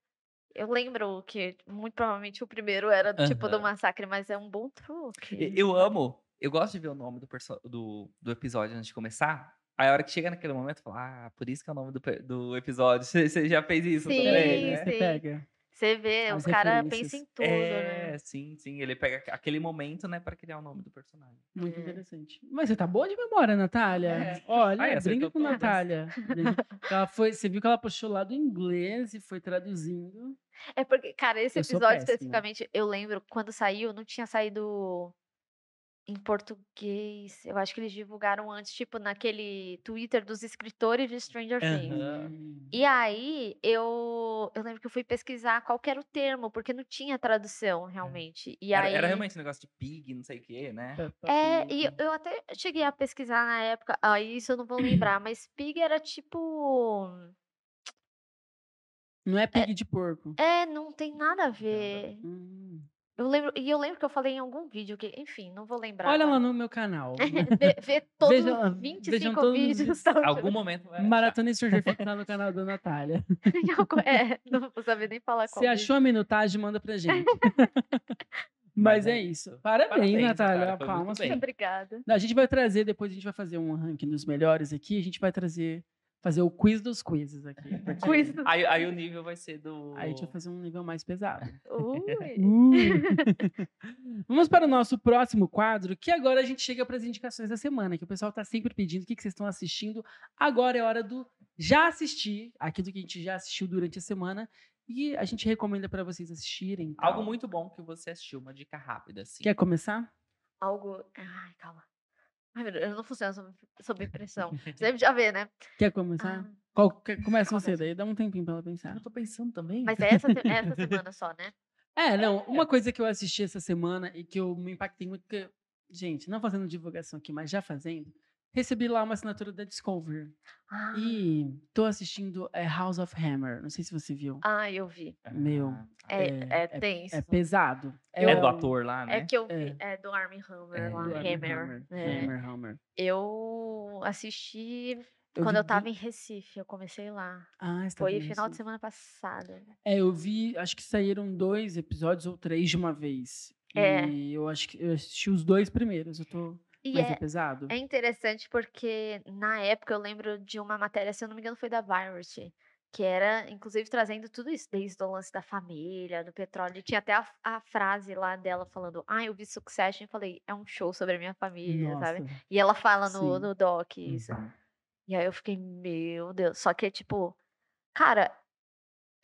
eu lembro que muito provavelmente o primeiro era do tipo do Aham. massacre, mas é um bom truque. E- Eu amo, eu gosto de ver o nome do, perso- do, do episódio antes de começar. Aí a hora que chega naquele momento, fala, ah, por isso que é o nome do, pe- do episódio. Você você já fez isso Sim, também, Aí né? É, você sim. pega. Você vê, As os caras referências. pensam em tudo, é, né? sim, sim. Ele pega aqu- aquele momento, né, pra criar o nome do personagem. Muito É. interessante. Mas você tá boa de memória, Natália. É. Olha, Ai, brinca acertou com a todas. Natália. Brinca. Ela foi, você viu que ela puxou lá do inglês e foi traduzindo. É porque, cara, esse Eu sou episódio péssimo. especificamente, eu lembro quando saiu, não tinha saído em português. Eu acho que eles divulgaram antes, tipo, naquele Twitter dos escritores de Stranger Things. Aham. É. E aí, eu, eu lembro que eu fui pesquisar qual que era o termo, porque não tinha tradução realmente. E Era, aí, era realmente um negócio de pig, não sei o quê, né? É, e eu até cheguei a pesquisar na época, aí isso eu não vou lembrar, mas pig era tipo. Não é pig de porco. É, não tem nada a ver. ver. Hum. Eu lembro, e eu lembro que eu falei em algum vídeo que, enfim, não vou lembrar. Olha lá agora. no meu canal. Vê, vê todos os Vejam- 25 vejam todos os vídeos. vídeos. tá ótimo. Algum momento vai achar. Maratona e Stranger Things lá no canal da Natália. Em algum- é, não vou saber nem falar qual. Se achou a minutagem, manda pra gente. Mas Mas é é isso. Parabéns, Parabéns, Natália. Natália, foi muito Palmas. bem. vídeo. Obrigada. Não, A gente vai trazer, depois a gente vai fazer um ranking dos melhores aqui. A gente vai trazer, fazer o quiz dos quizzes aqui. porque Com isso. Aí, aí o nível vai ser do. Aí a gente vai fazer um nível mais pesado. Ui. Uh. Vamos para o nosso próximo quadro, que agora a gente chega para as indicações da semana, que o pessoal está sempre pedindo o que, que vocês estão assistindo. Agora é hora do já assistir, aquilo que a gente já assistiu durante a semana, e a gente recomenda para vocês assistirem. e tal. Algo muito bom que você assistiu, uma dica rápida, assim. Quer começar? Algo. Ai, calma. Ai, meu Deus, eu não funciono sob, sob pressão. Você já vê, né? Quer começar? Ah, Qual- quer- começa você, Começa. daí dá um tempinho para ela pensar. Eu tô pensando também. mas é essa, se- é essa semana só, né? É, não, uma coisa que eu assisti essa semana e que eu me impactei muito, que, gente, não fazendo divulgação aqui, mas já fazendo, recebi lá uma assinatura da Discovery. Ah, E tô assistindo é, House of Hammer. Não sei se você viu. ah, eu vi. meu, Ah, É, É, é, é- tenso. É pesado. É, o- do ator lá, né? É que eu É. vi. É, do Army Hammer É, do lá. Armie Hammer. Hammer. é. Hammer, Hammer. Eu assisti vi quando eu du- tava em Recife. Eu comecei lá. Ah, você tá Foi vendo final de isso? semana passada. É, eu vi, acho que saíram dois episódios ou três de uma vez. É. E eu acho que eu assisti os dois primeiros. Eu tô. E Mas é, é pesado? É interessante porque na época eu lembro de uma matéria, se eu não me engano, foi da Variety, que era, inclusive, trazendo tudo isso, desde o lance da família, do petróleo. Tinha até a, a frase lá dela falando: Ah, eu vi Succession e falei, é um show sobre a minha família, sabe? Nossa. E ela fala no, sim. no doc isso. Uhum. E aí eu fiquei, meu Deus. Só que, tipo, cara,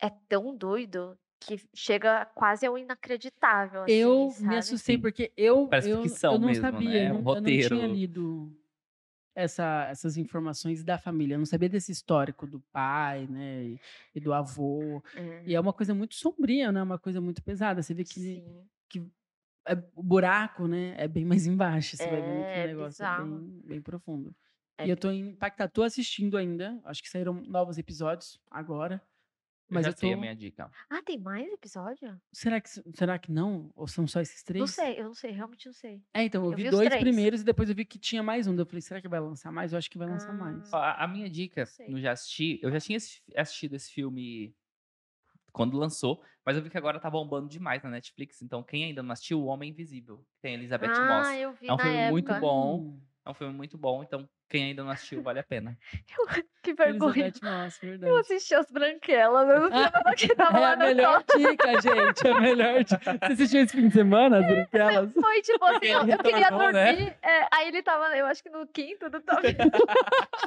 é tão doido que chega quase ao inacreditável. assim, Eu me sabe? assustei Sim. porque eu, Parece eu, ficção eu não mesmo, sabia, né? É eu, um não, eu não tinha roteiro. lido essa- essas informações da família, eu não sabia desse histórico do pai, né, e, e do avô. É, E é uma coisa muito sombria, né? Uma coisa muito pesada. Você vê que sim. é- o buraco, né, é bem mais embaixo. Você vai vendo que É, o negócio é bizarro. bem, bem profundo. É E eu tô impactada, tô assistindo ainda. Acho que saíram novos episódios agora. Mas eu eu, já sei a tô- minha dica. Ah, tem mais episódio? Será que será que não? Ou são só esses três? Não sei, eu não sei, realmente não sei. É, então, eu, Eu vi, vi os dois três. primeiros e depois eu vi que tinha mais um. Daí Eu falei, será que vai lançar mais? Eu acho que vai lançar Ah, mais. Hum, Ó, A, a minha dica, Sei. eu já assisti, eu já tinha assi- assistido esse filme quando lançou, mas eu vi que agora tá bombando demais na Netflix. Então, quem ainda não assistiu, O Homem Invisível, que tem a Elizabeth Moss. Ah, eu vi É um filme muito bom. É É um filme muito bom, então quem ainda não assistiu, vale a pena. Que vergonha. Elizabeth Moss, verdade. Eu assisti as branquelas, eu não sabia que tava É lá a no melhor dica, gente. É a melhor dica. Você assistiu esse fim de semana, as branquelas? Foi tipo assim, Porque eu, ele eu queria retornou, dormir. né? é, aí ele tava, eu acho que no quinto do top.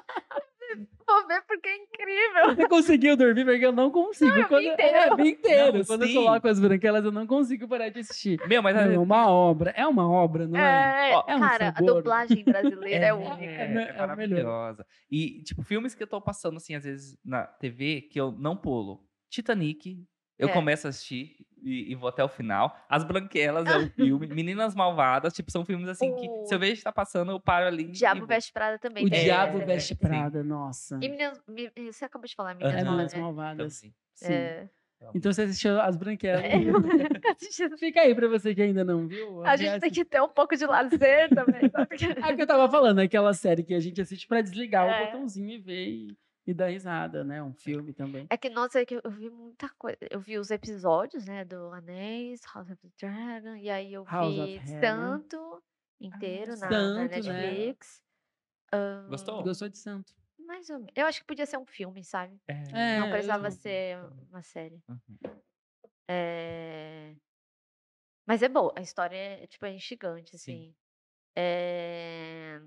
Vou ver porque é incrível. Você conseguiu dormir? Porque eu não consigo. Não, eu vi Quando- inteiro. É, eu vi inteiro. Não, Quando sim. eu coloco as branquelas, eu não consigo parar de assistir. Meu, mas Não, é uma obra. É uma obra, não é? É, Ó, é um cara, a sabor. dublagem brasileira é, única. É, né? é É a melhor. maravilhosa. E, tipo, filmes que eu tô passando, assim, às vezes na TV, que eu não pulo. Titanic, eu É. começo a assistir e, e vou até o final. As Branquelas é o filme. Meninas Malvadas, tipo, são filmes, assim, que se eu vejo que tá passando, eu paro ali. e Diabo vou. Veste Prada também. O tem Diabo essa. Veste sim. Prada, nossa. é, E meninas, me- você acabou de falar, É meninas Aham. Meninas Malvadas, né? Malvadas. Também. Sim. É. Então você assistiu as branquelas. É, eu nunca assisti esse Fica aí pra você que ainda não viu. né, A gente tem que ter um pouco de lazer também. sabe? Porque- assim. É o que eu tava falando, é aquela série que a gente assiste pra desligar o É. botãozinho e ver e, e dar risada, né? Um filme também. É que, nossa, é que eu vi muita coisa. Eu vi os episódios, né, do Anéis, House of the Dragon, e aí eu House of vi Hera. Santo inteiro na, na Santo, né? Netflix. Gostou? Gostou de Santo. Mais ou menos. Eu acho que podia ser um filme, sabe? É, Não eu precisava não- ser uma série. Uhum. É, Mas é boa. A história é, tipo, é instigante, Sim. assim. É...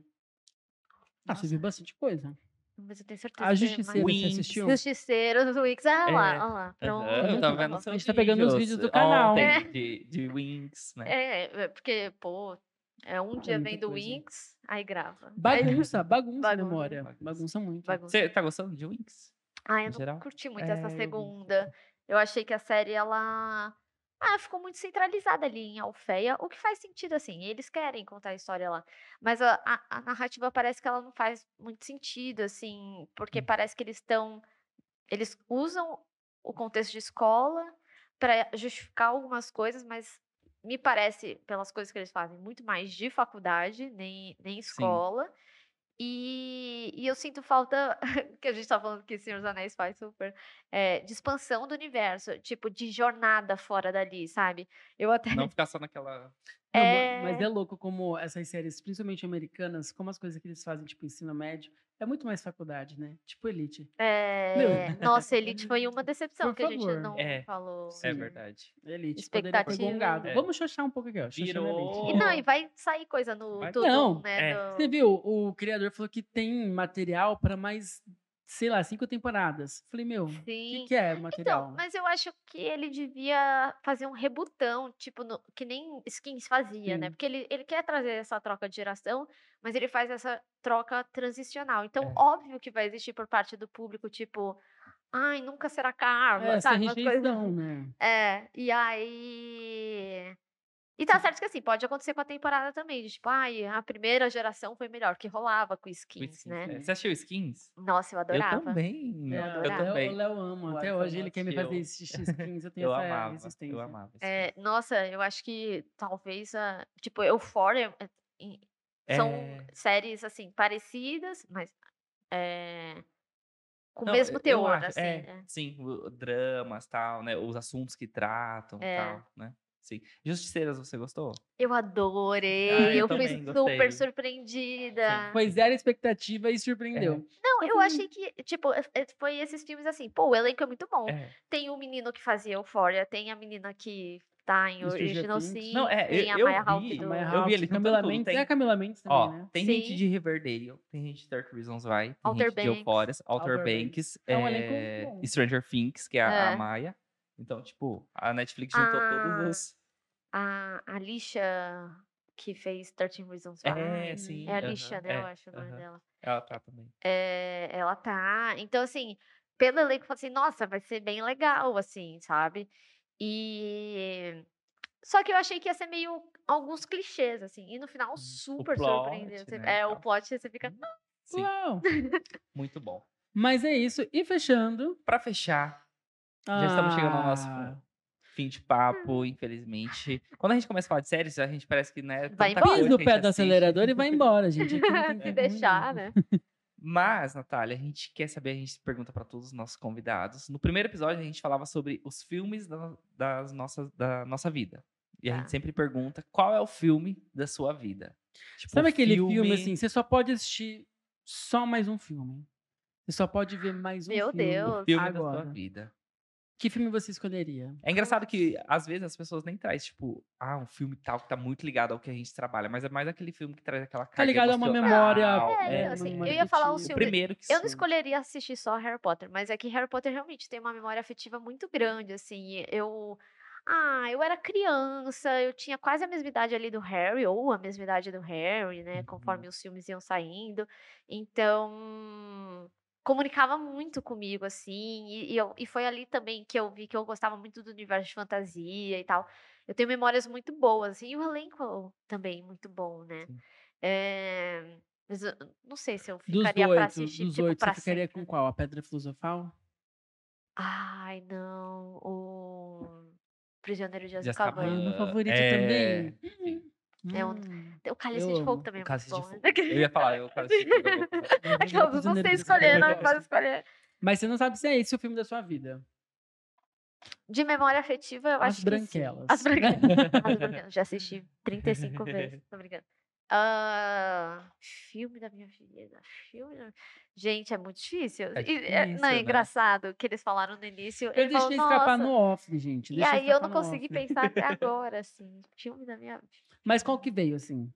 Ah, você viu bastante coisa. Mas eu tenho certeza A que é Justiceira, mais- você Wings. assistiu? Justiceiros, do Wix. Ah, lá, É. olha lá. Pronto. Aham, eu tá tava bom. vendo A gente seus tá pegando os vídeos do canal. ontem É. de, de Wings, né? É, é, porque, pô, é um dia muita vem do coisa. Wings, aí grava. Aí, Bagunça, bagunça a Bagunça. memória. Bagunça. Bagunça muito. bagunça. Você tá gostando de Wings? Ah, em eu não geral? curti muito É, eu essa vi. segunda. Eu achei que a série, ela. Ah, ficou muito centralizada ali em Alfeia, o que faz sentido, assim, eles querem contar a história lá. Mas a, a- a narrativa parece que ela não faz muito sentido, assim, porque Hum. parece que eles estão. Eles usam o contexto de escola para justificar algumas coisas, mas me parece, pelas coisas que eles fazem, muito mais de faculdade, nem, nem escola. E, e eu sinto falta, que a gente tá falando que Senhor dos Anéis faz super, é, de expansão do universo, tipo, de jornada fora dali, sabe? Eu até. Não ficar só naquela... Não, ma- É. Mas é louco como essas séries, principalmente americanas, como as coisas que eles fazem, tipo ensino médio, é muito mais faculdade, né? Tipo elite. É, Nossa, Elite foi uma decepção Por que a gente favor. não É, falou. É Sim. verdade. Elite. poderia ter Expectativa. Então gongado. É. Vamos xoxar um pouco aqui, ó. xoxando Virou- Elite. E não, e vai sair coisa no Vai- do Não, Dom, né? é. do- Você viu? O criador falou que tem material pra mais, sei lá, cinco temporadas. Falei, meu, o Sim. que, que é Então, material? mas eu acho que ele devia fazer um rebutão, tipo, no- que nem Skins fazia, né? Sim. Porque ele, ele quer trazer essa troca de geração, mas ele faz essa troca transicional. Então, É. óbvio que vai existir por parte do público, tipo, ai, nunca será Carla, é, essa sabe? Umas coisas- rejeição, né? É, e aí. E tá certo que assim, pode acontecer com a temporada também, de, tipo, ai, a primeira geração foi melhor, que rolava com O skins, Skins, né? é. Você assistiu Skins? Nossa, eu adorava. Eu também. É, Eu, adorava. O também. Léo ama. Até Quase hoje ele quer me eu- fazer esses skins. Eu tenho então, Eu essa amava. resistência. Eu amava. Skins. É, nossa, eu acho que talvez a. Tipo, Euphoria é, em- são É. séries assim, parecidas, mas é, com o Não, mesmo eu teor, acho, assim. é, né? Sim, o- dramas, tal, né? Os assuntos que tratam, É. tal, né? Sim. Justiceiras, você gostou? Eu adorei, Ah, eu eu, fui também gostei. super surpreendida. Foi zero expectativa e É. surpreendeu. Não, eu achei que, tipo, é- é- foi esses filmes assim, pô, o elenco é muito Oh, bom. É. Tem o menino que fazia Euphoria, tem a menina que tá em Do Stranger Original Things. Sin, Não, é, tem eu- a eu Maya vi, Hawke A do... Maya Eu vi Hawke, ele Camila cantando, Mendes. tem- É a Camila Mendes também, Ó, né? tem gente de Riverdale, tem gente de 30 Reasons Why, tem Outer gente de Banks. Euphoria, Outer Outer Banks, É um elenco é, bom. Stranger Things, que é a, a É. Maya. Então, tipo, a Netflix juntou todos Ah, os... A Alicia, que fez 13 Reasons Why. É, Ah. sim. É a aham, Alicia, né? é, eu acho o nome aham. dela. Ela tá também. É, ela tá. Então, assim, pelo elenco, eu falei assim, nossa, vai ser bem legal, assim, sabe? E. Só que eu achei que ia ser meio alguns clichês, assim. E no final, super Hum, plot, surpreendeu. Você- né, e É, o tal. plot você fica. "Não, Sim, Uau! muito bom. Mas é isso. E fechando. Pra fechar, Já estamos chegando ao nosso Ah, fim de papo, infelizmente. Quando a gente começa a falar de séries, a gente parece que, né, Vai tanta embora. coisa Pis que no a gente pé do assiste. acelerador e vai embora, gente. Aqui não tem Se É, tempo deixar, ruim. né? Mas, Natália, a gente quer saber, a gente pergunta pra todos os nossos convidados. No primeiro episódio, a gente falava sobre os filmes da, das nossas, da nossa vida. E a Tá. gente sempre pergunta qual é o filme da sua vida. Tipo, Sabe aquele filme... assim? Você só pode assistir só mais um filme. Você só pode ver mais um Meu filme. Deus. Filme da Agora. sua vida. Que filme você escolheria? É engraçado que, às vezes, as pessoas nem traz, tipo, ah, um filme tal que tá muito ligado ao que a gente trabalha, mas é mais aquele filme que traz aquela carga Tá ligado a uma emocional, memória, É, é, não, assim, memória eu ia falar um afetiva. o filme. primeiro que Eu não surge. escolheria assistir só Harry Potter, mas é que Harry Potter realmente tem uma memória afetiva muito grande, assim. e Eu. Ah, eu era criança, eu tinha quase a mesma idade ali do Harry, ou a mesma idade do Harry, né? Conforme os filmes iam saindo. Então. Comunicava muito comigo, assim. E, e eu- e foi ali também que eu vi que eu gostava muito do universo de fantasia e tal. Eu tenho memórias muito boas, assim, e o elenco também muito bom, né? Sim. É, mas eu não sei se eu Dos ficaria pra oito, assistir, dos tipo, oito, pra você ficaria sempre. com qual? A Pedra Filosofal? Ai, não. O Prisioneiro de De Ah, Azkaban. Azkaban. meu favorito é, também. Hum, É um- hum. O Cálice Eu de Fogo amo. também é O muito Cálice de bom. Fogo. né? Eu ia falar, eu quero assistir. quando eu vou. Uhum. Aquela Prisioneiro dos você de escolher, Azkaban. é não pode escolher. Mas você não sabe se é esse o filme da sua vida. De memória afetiva, eu As acho que sim. Branquelas. As Branquelas. As Branquelas. Já assisti 35 vezes, tô brincando. Ah, filme da minha vida. Filme da... Gente, é muito difícil. É E, é- não, difícil, né? é engraçado que eles falaram no início. Eu ele falou, deixei escapar "Nossa", no off, gente. E deixei aí eu escapar não no consegui off. pensar até agora, assim. Filme da minha Mas qual que veio, assim?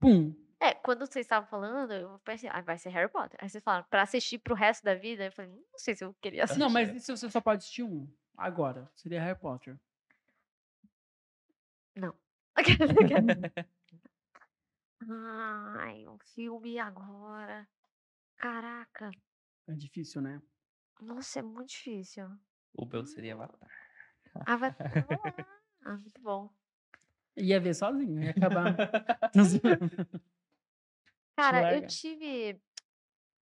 Pum. É, quando vocês estavam falando, eu pensei, ah, vai ser Harry Potter. Aí vocês falaram, pra assistir pro resto da vida, eu falei, "Hum, não sei se eu queria assistir. Não, mas isso você só pode assistir um. Agora. Seria Harry Potter. Ai, um filme agora. Caraca. É difícil, né? Nossa, é muito difícil. O meu seria Avatar. Avatar. ah, muito bom. Ia ver sozinho, ia acabar. Cara, larga. eu tive.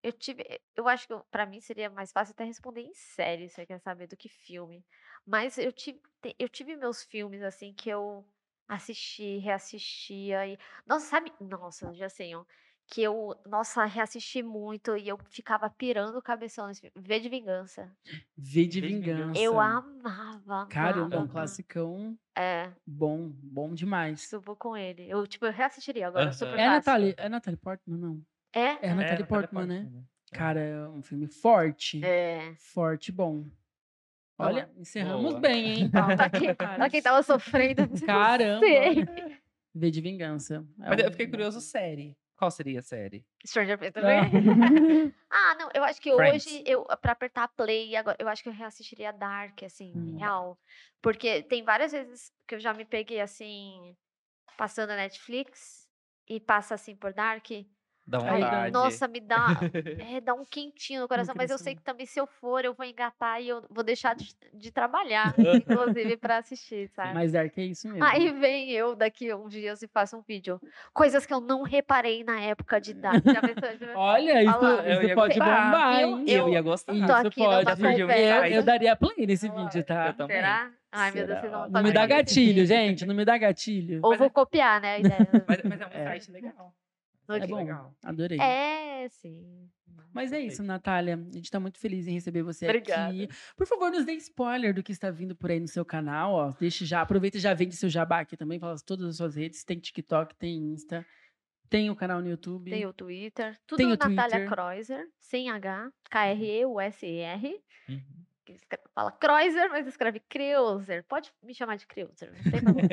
Eu tive. eh, Eu acho que eu- pra mim seria mais fácil até responder em série, se você quer saber, do que filme. Mas eu tive, te- eu tive meus filmes, assim, que eu assisti, reassistia. E... Nossa, sabe? Nossa, já sei, um Que eu, nossa, reassisti muito e eu ficava pirando o cabeção nesse filme. V de Vingança. V de V de Vingança. Vingança. Eu amava, Uhum. Caramba, é um amava. classicão É, bom. Bom demais. subo com ele. Eu, tipo, eu reassistiria agora, Aham. super É a fácil. Natalie, é a Natalie Portman, não? É? É a Natalie Portman, né? Cara, é um filme forte. É. Forte e bom. Boa. Olha, encerramos Boa. Tá, bem, hein? Ó, tá pra quem, pra quem tava sofrendo. não Caramba. sei. V de Vingança. É Mas eu um- fiquei curioso, série. Qual seria a série? Stranger Things Ah. também. Ah, não, eu acho que Friends. hoje, eu, pra apertar play agora, eu acho que eu reassistiria Dark, assim, Hum. real. Porque tem várias vezes que eu já me peguei, assim, passando a Netflix e passa, assim, por Dark. Da Ai, vontade. Nossa, me dá, é, dá um quentinho no coração, mas eu coração. sei que também se eu for, eu vou engatar e eu vou deixar de, de trabalhar, inclusive, pra assistir, sabe? Mas Dark é isso mesmo. Aí vem eu daqui a uns dias e faço um vídeo. Coisas que eu não reparei na éca de Dark. Já pensou? Olha, isso, Olha lá, eu isso ia pode gostar. bombar, Eu- hein? E eu eu- ia gostar. Isso aqui numa pode. conversa. Eu, eu daria play nesse Olha lá, vídeo, tá? eu também. Será? Ai, meu Deus, Será? vocês vão Não falar me dá que eu esqueci. gatilho, gente. Não me dá gatilho. Ou Mas vou é- copiar, né, a ideia. Mas, mas é um É. site legal. do- É do- bom. legal. Adorei. É, sim. Mas é isso, Natália. A gente tá muito feliz em receber você Obrigada. aqui. Por favor, nos dê spoiler do que está vindo por aí no seu canal. Ó. Deixe já, aproveita e já vende seu jabá aqui também. Fala todas as suas redes. Tem TikTok, tem Insta, tem o canal no YouTube. Tem o Twitter. Tudo Tem o Natália Twitter. Uhum. Kreuser, sem H, K-R-E-U-S-E-R. Uhum. que escre- Fala Kreuser, mas escreve Kreuser. Pode me chamar de Kreuser, não tem problema.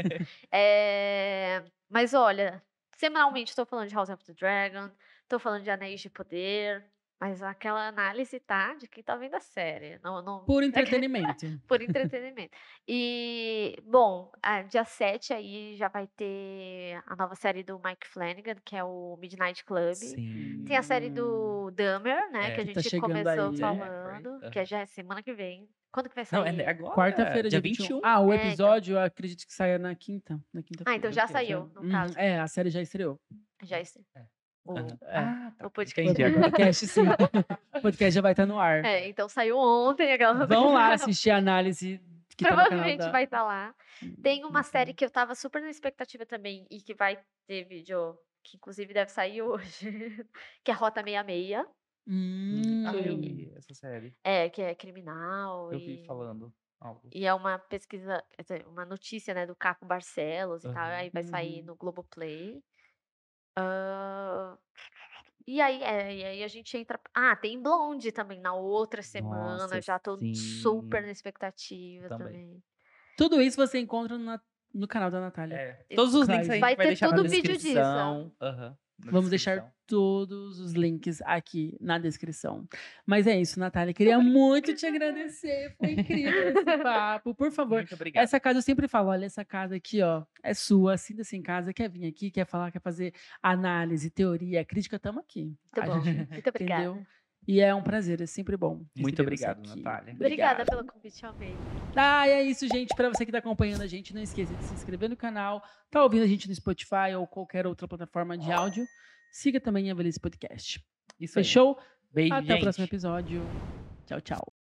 É, Mas olha, semanalmente estou falando de House of the Dragon, estou falando de Anéis de Poder, mas aquela análise tá de quem tá vendo a série. Não, não, Puro entretenimento. por entretenimento. E, bom, ah, dia 7 aí já vai ter a nova série do Mike Flanagan, que é o Midnight Club. Sim. Tem a série Hum. do Dahmer, né? É, que a tá gente chegando começou aí, né? falando, que Aham. é já é semana que vem. Quando que vai sair? Não, é agora. Quarta-feira, dia dia 21. Ah, o É, então. episódio eu acredito que saia na quinta. Na quinta Ah, então Meu já Deus, saiu, já- no caso. É, a série já estreou. Já isso. É. O- é. Ah, tá. o podcast. Entendi O agora. podcast, sim. O podcast já vai estar no ar. É, então saiu ontem. Aquela... Vão lá assistir a análise que tá no canal Provavelmente da- vai estar lá. Tem uma Uhum. série que eu tava super na expectativa também e que vai ter vídeo, que inclusive deve sair hoje, que é Rota 66. Hum. Ah, eu Hum. vi essa série. É, que é criminal Eu e vi falando. Algo. E é uma pesquisa, quer dizer, uma notícia, né, do Caco Barcelos e tal. Aham. Aí vai sair Uhum. no Globoplay. Ah, e, aí, é, e aí a gente entra. Ah, tem Blonde também na outra semana. Nossa, já tô super na expectativa Também. também. Tudo isso você encontra na- no canal da Natália. É, todos os links a gente Vai vai, ter deixar na todo o vídeo disso, descrição. Aham, na Vamos deixar descrição. todos os links aqui na descrição. Mas é isso, Natália. Queria muito te agradecer. Foi incrível esse papo. Por favor. Muito obrigado. Essa casa eu sempre falo: olha, essa casa aqui, ó, é sua. Sinta-se em casa. Quer vir aqui, quer falar, quer fazer análise, teoria, crítica, estamos aqui. Muito A bom. gente- Muito obrigada. entendeu? E é um prazer, é sempre bom. Muito receber você obrigado, aqui. Natália. Obrigada pelo convite, amei. Ah, e é isso, gente. Pra você que tá acompanhando a gente, não esqueça de se inscrever no canal. Tá ouvindo a gente no Spotify ou qualquer outra plataforma de áudio. Siga também a Velhice Podcast. Isso aí. Fechou? Beijo, Até gente. o próximo episódio. Tchau, tchau.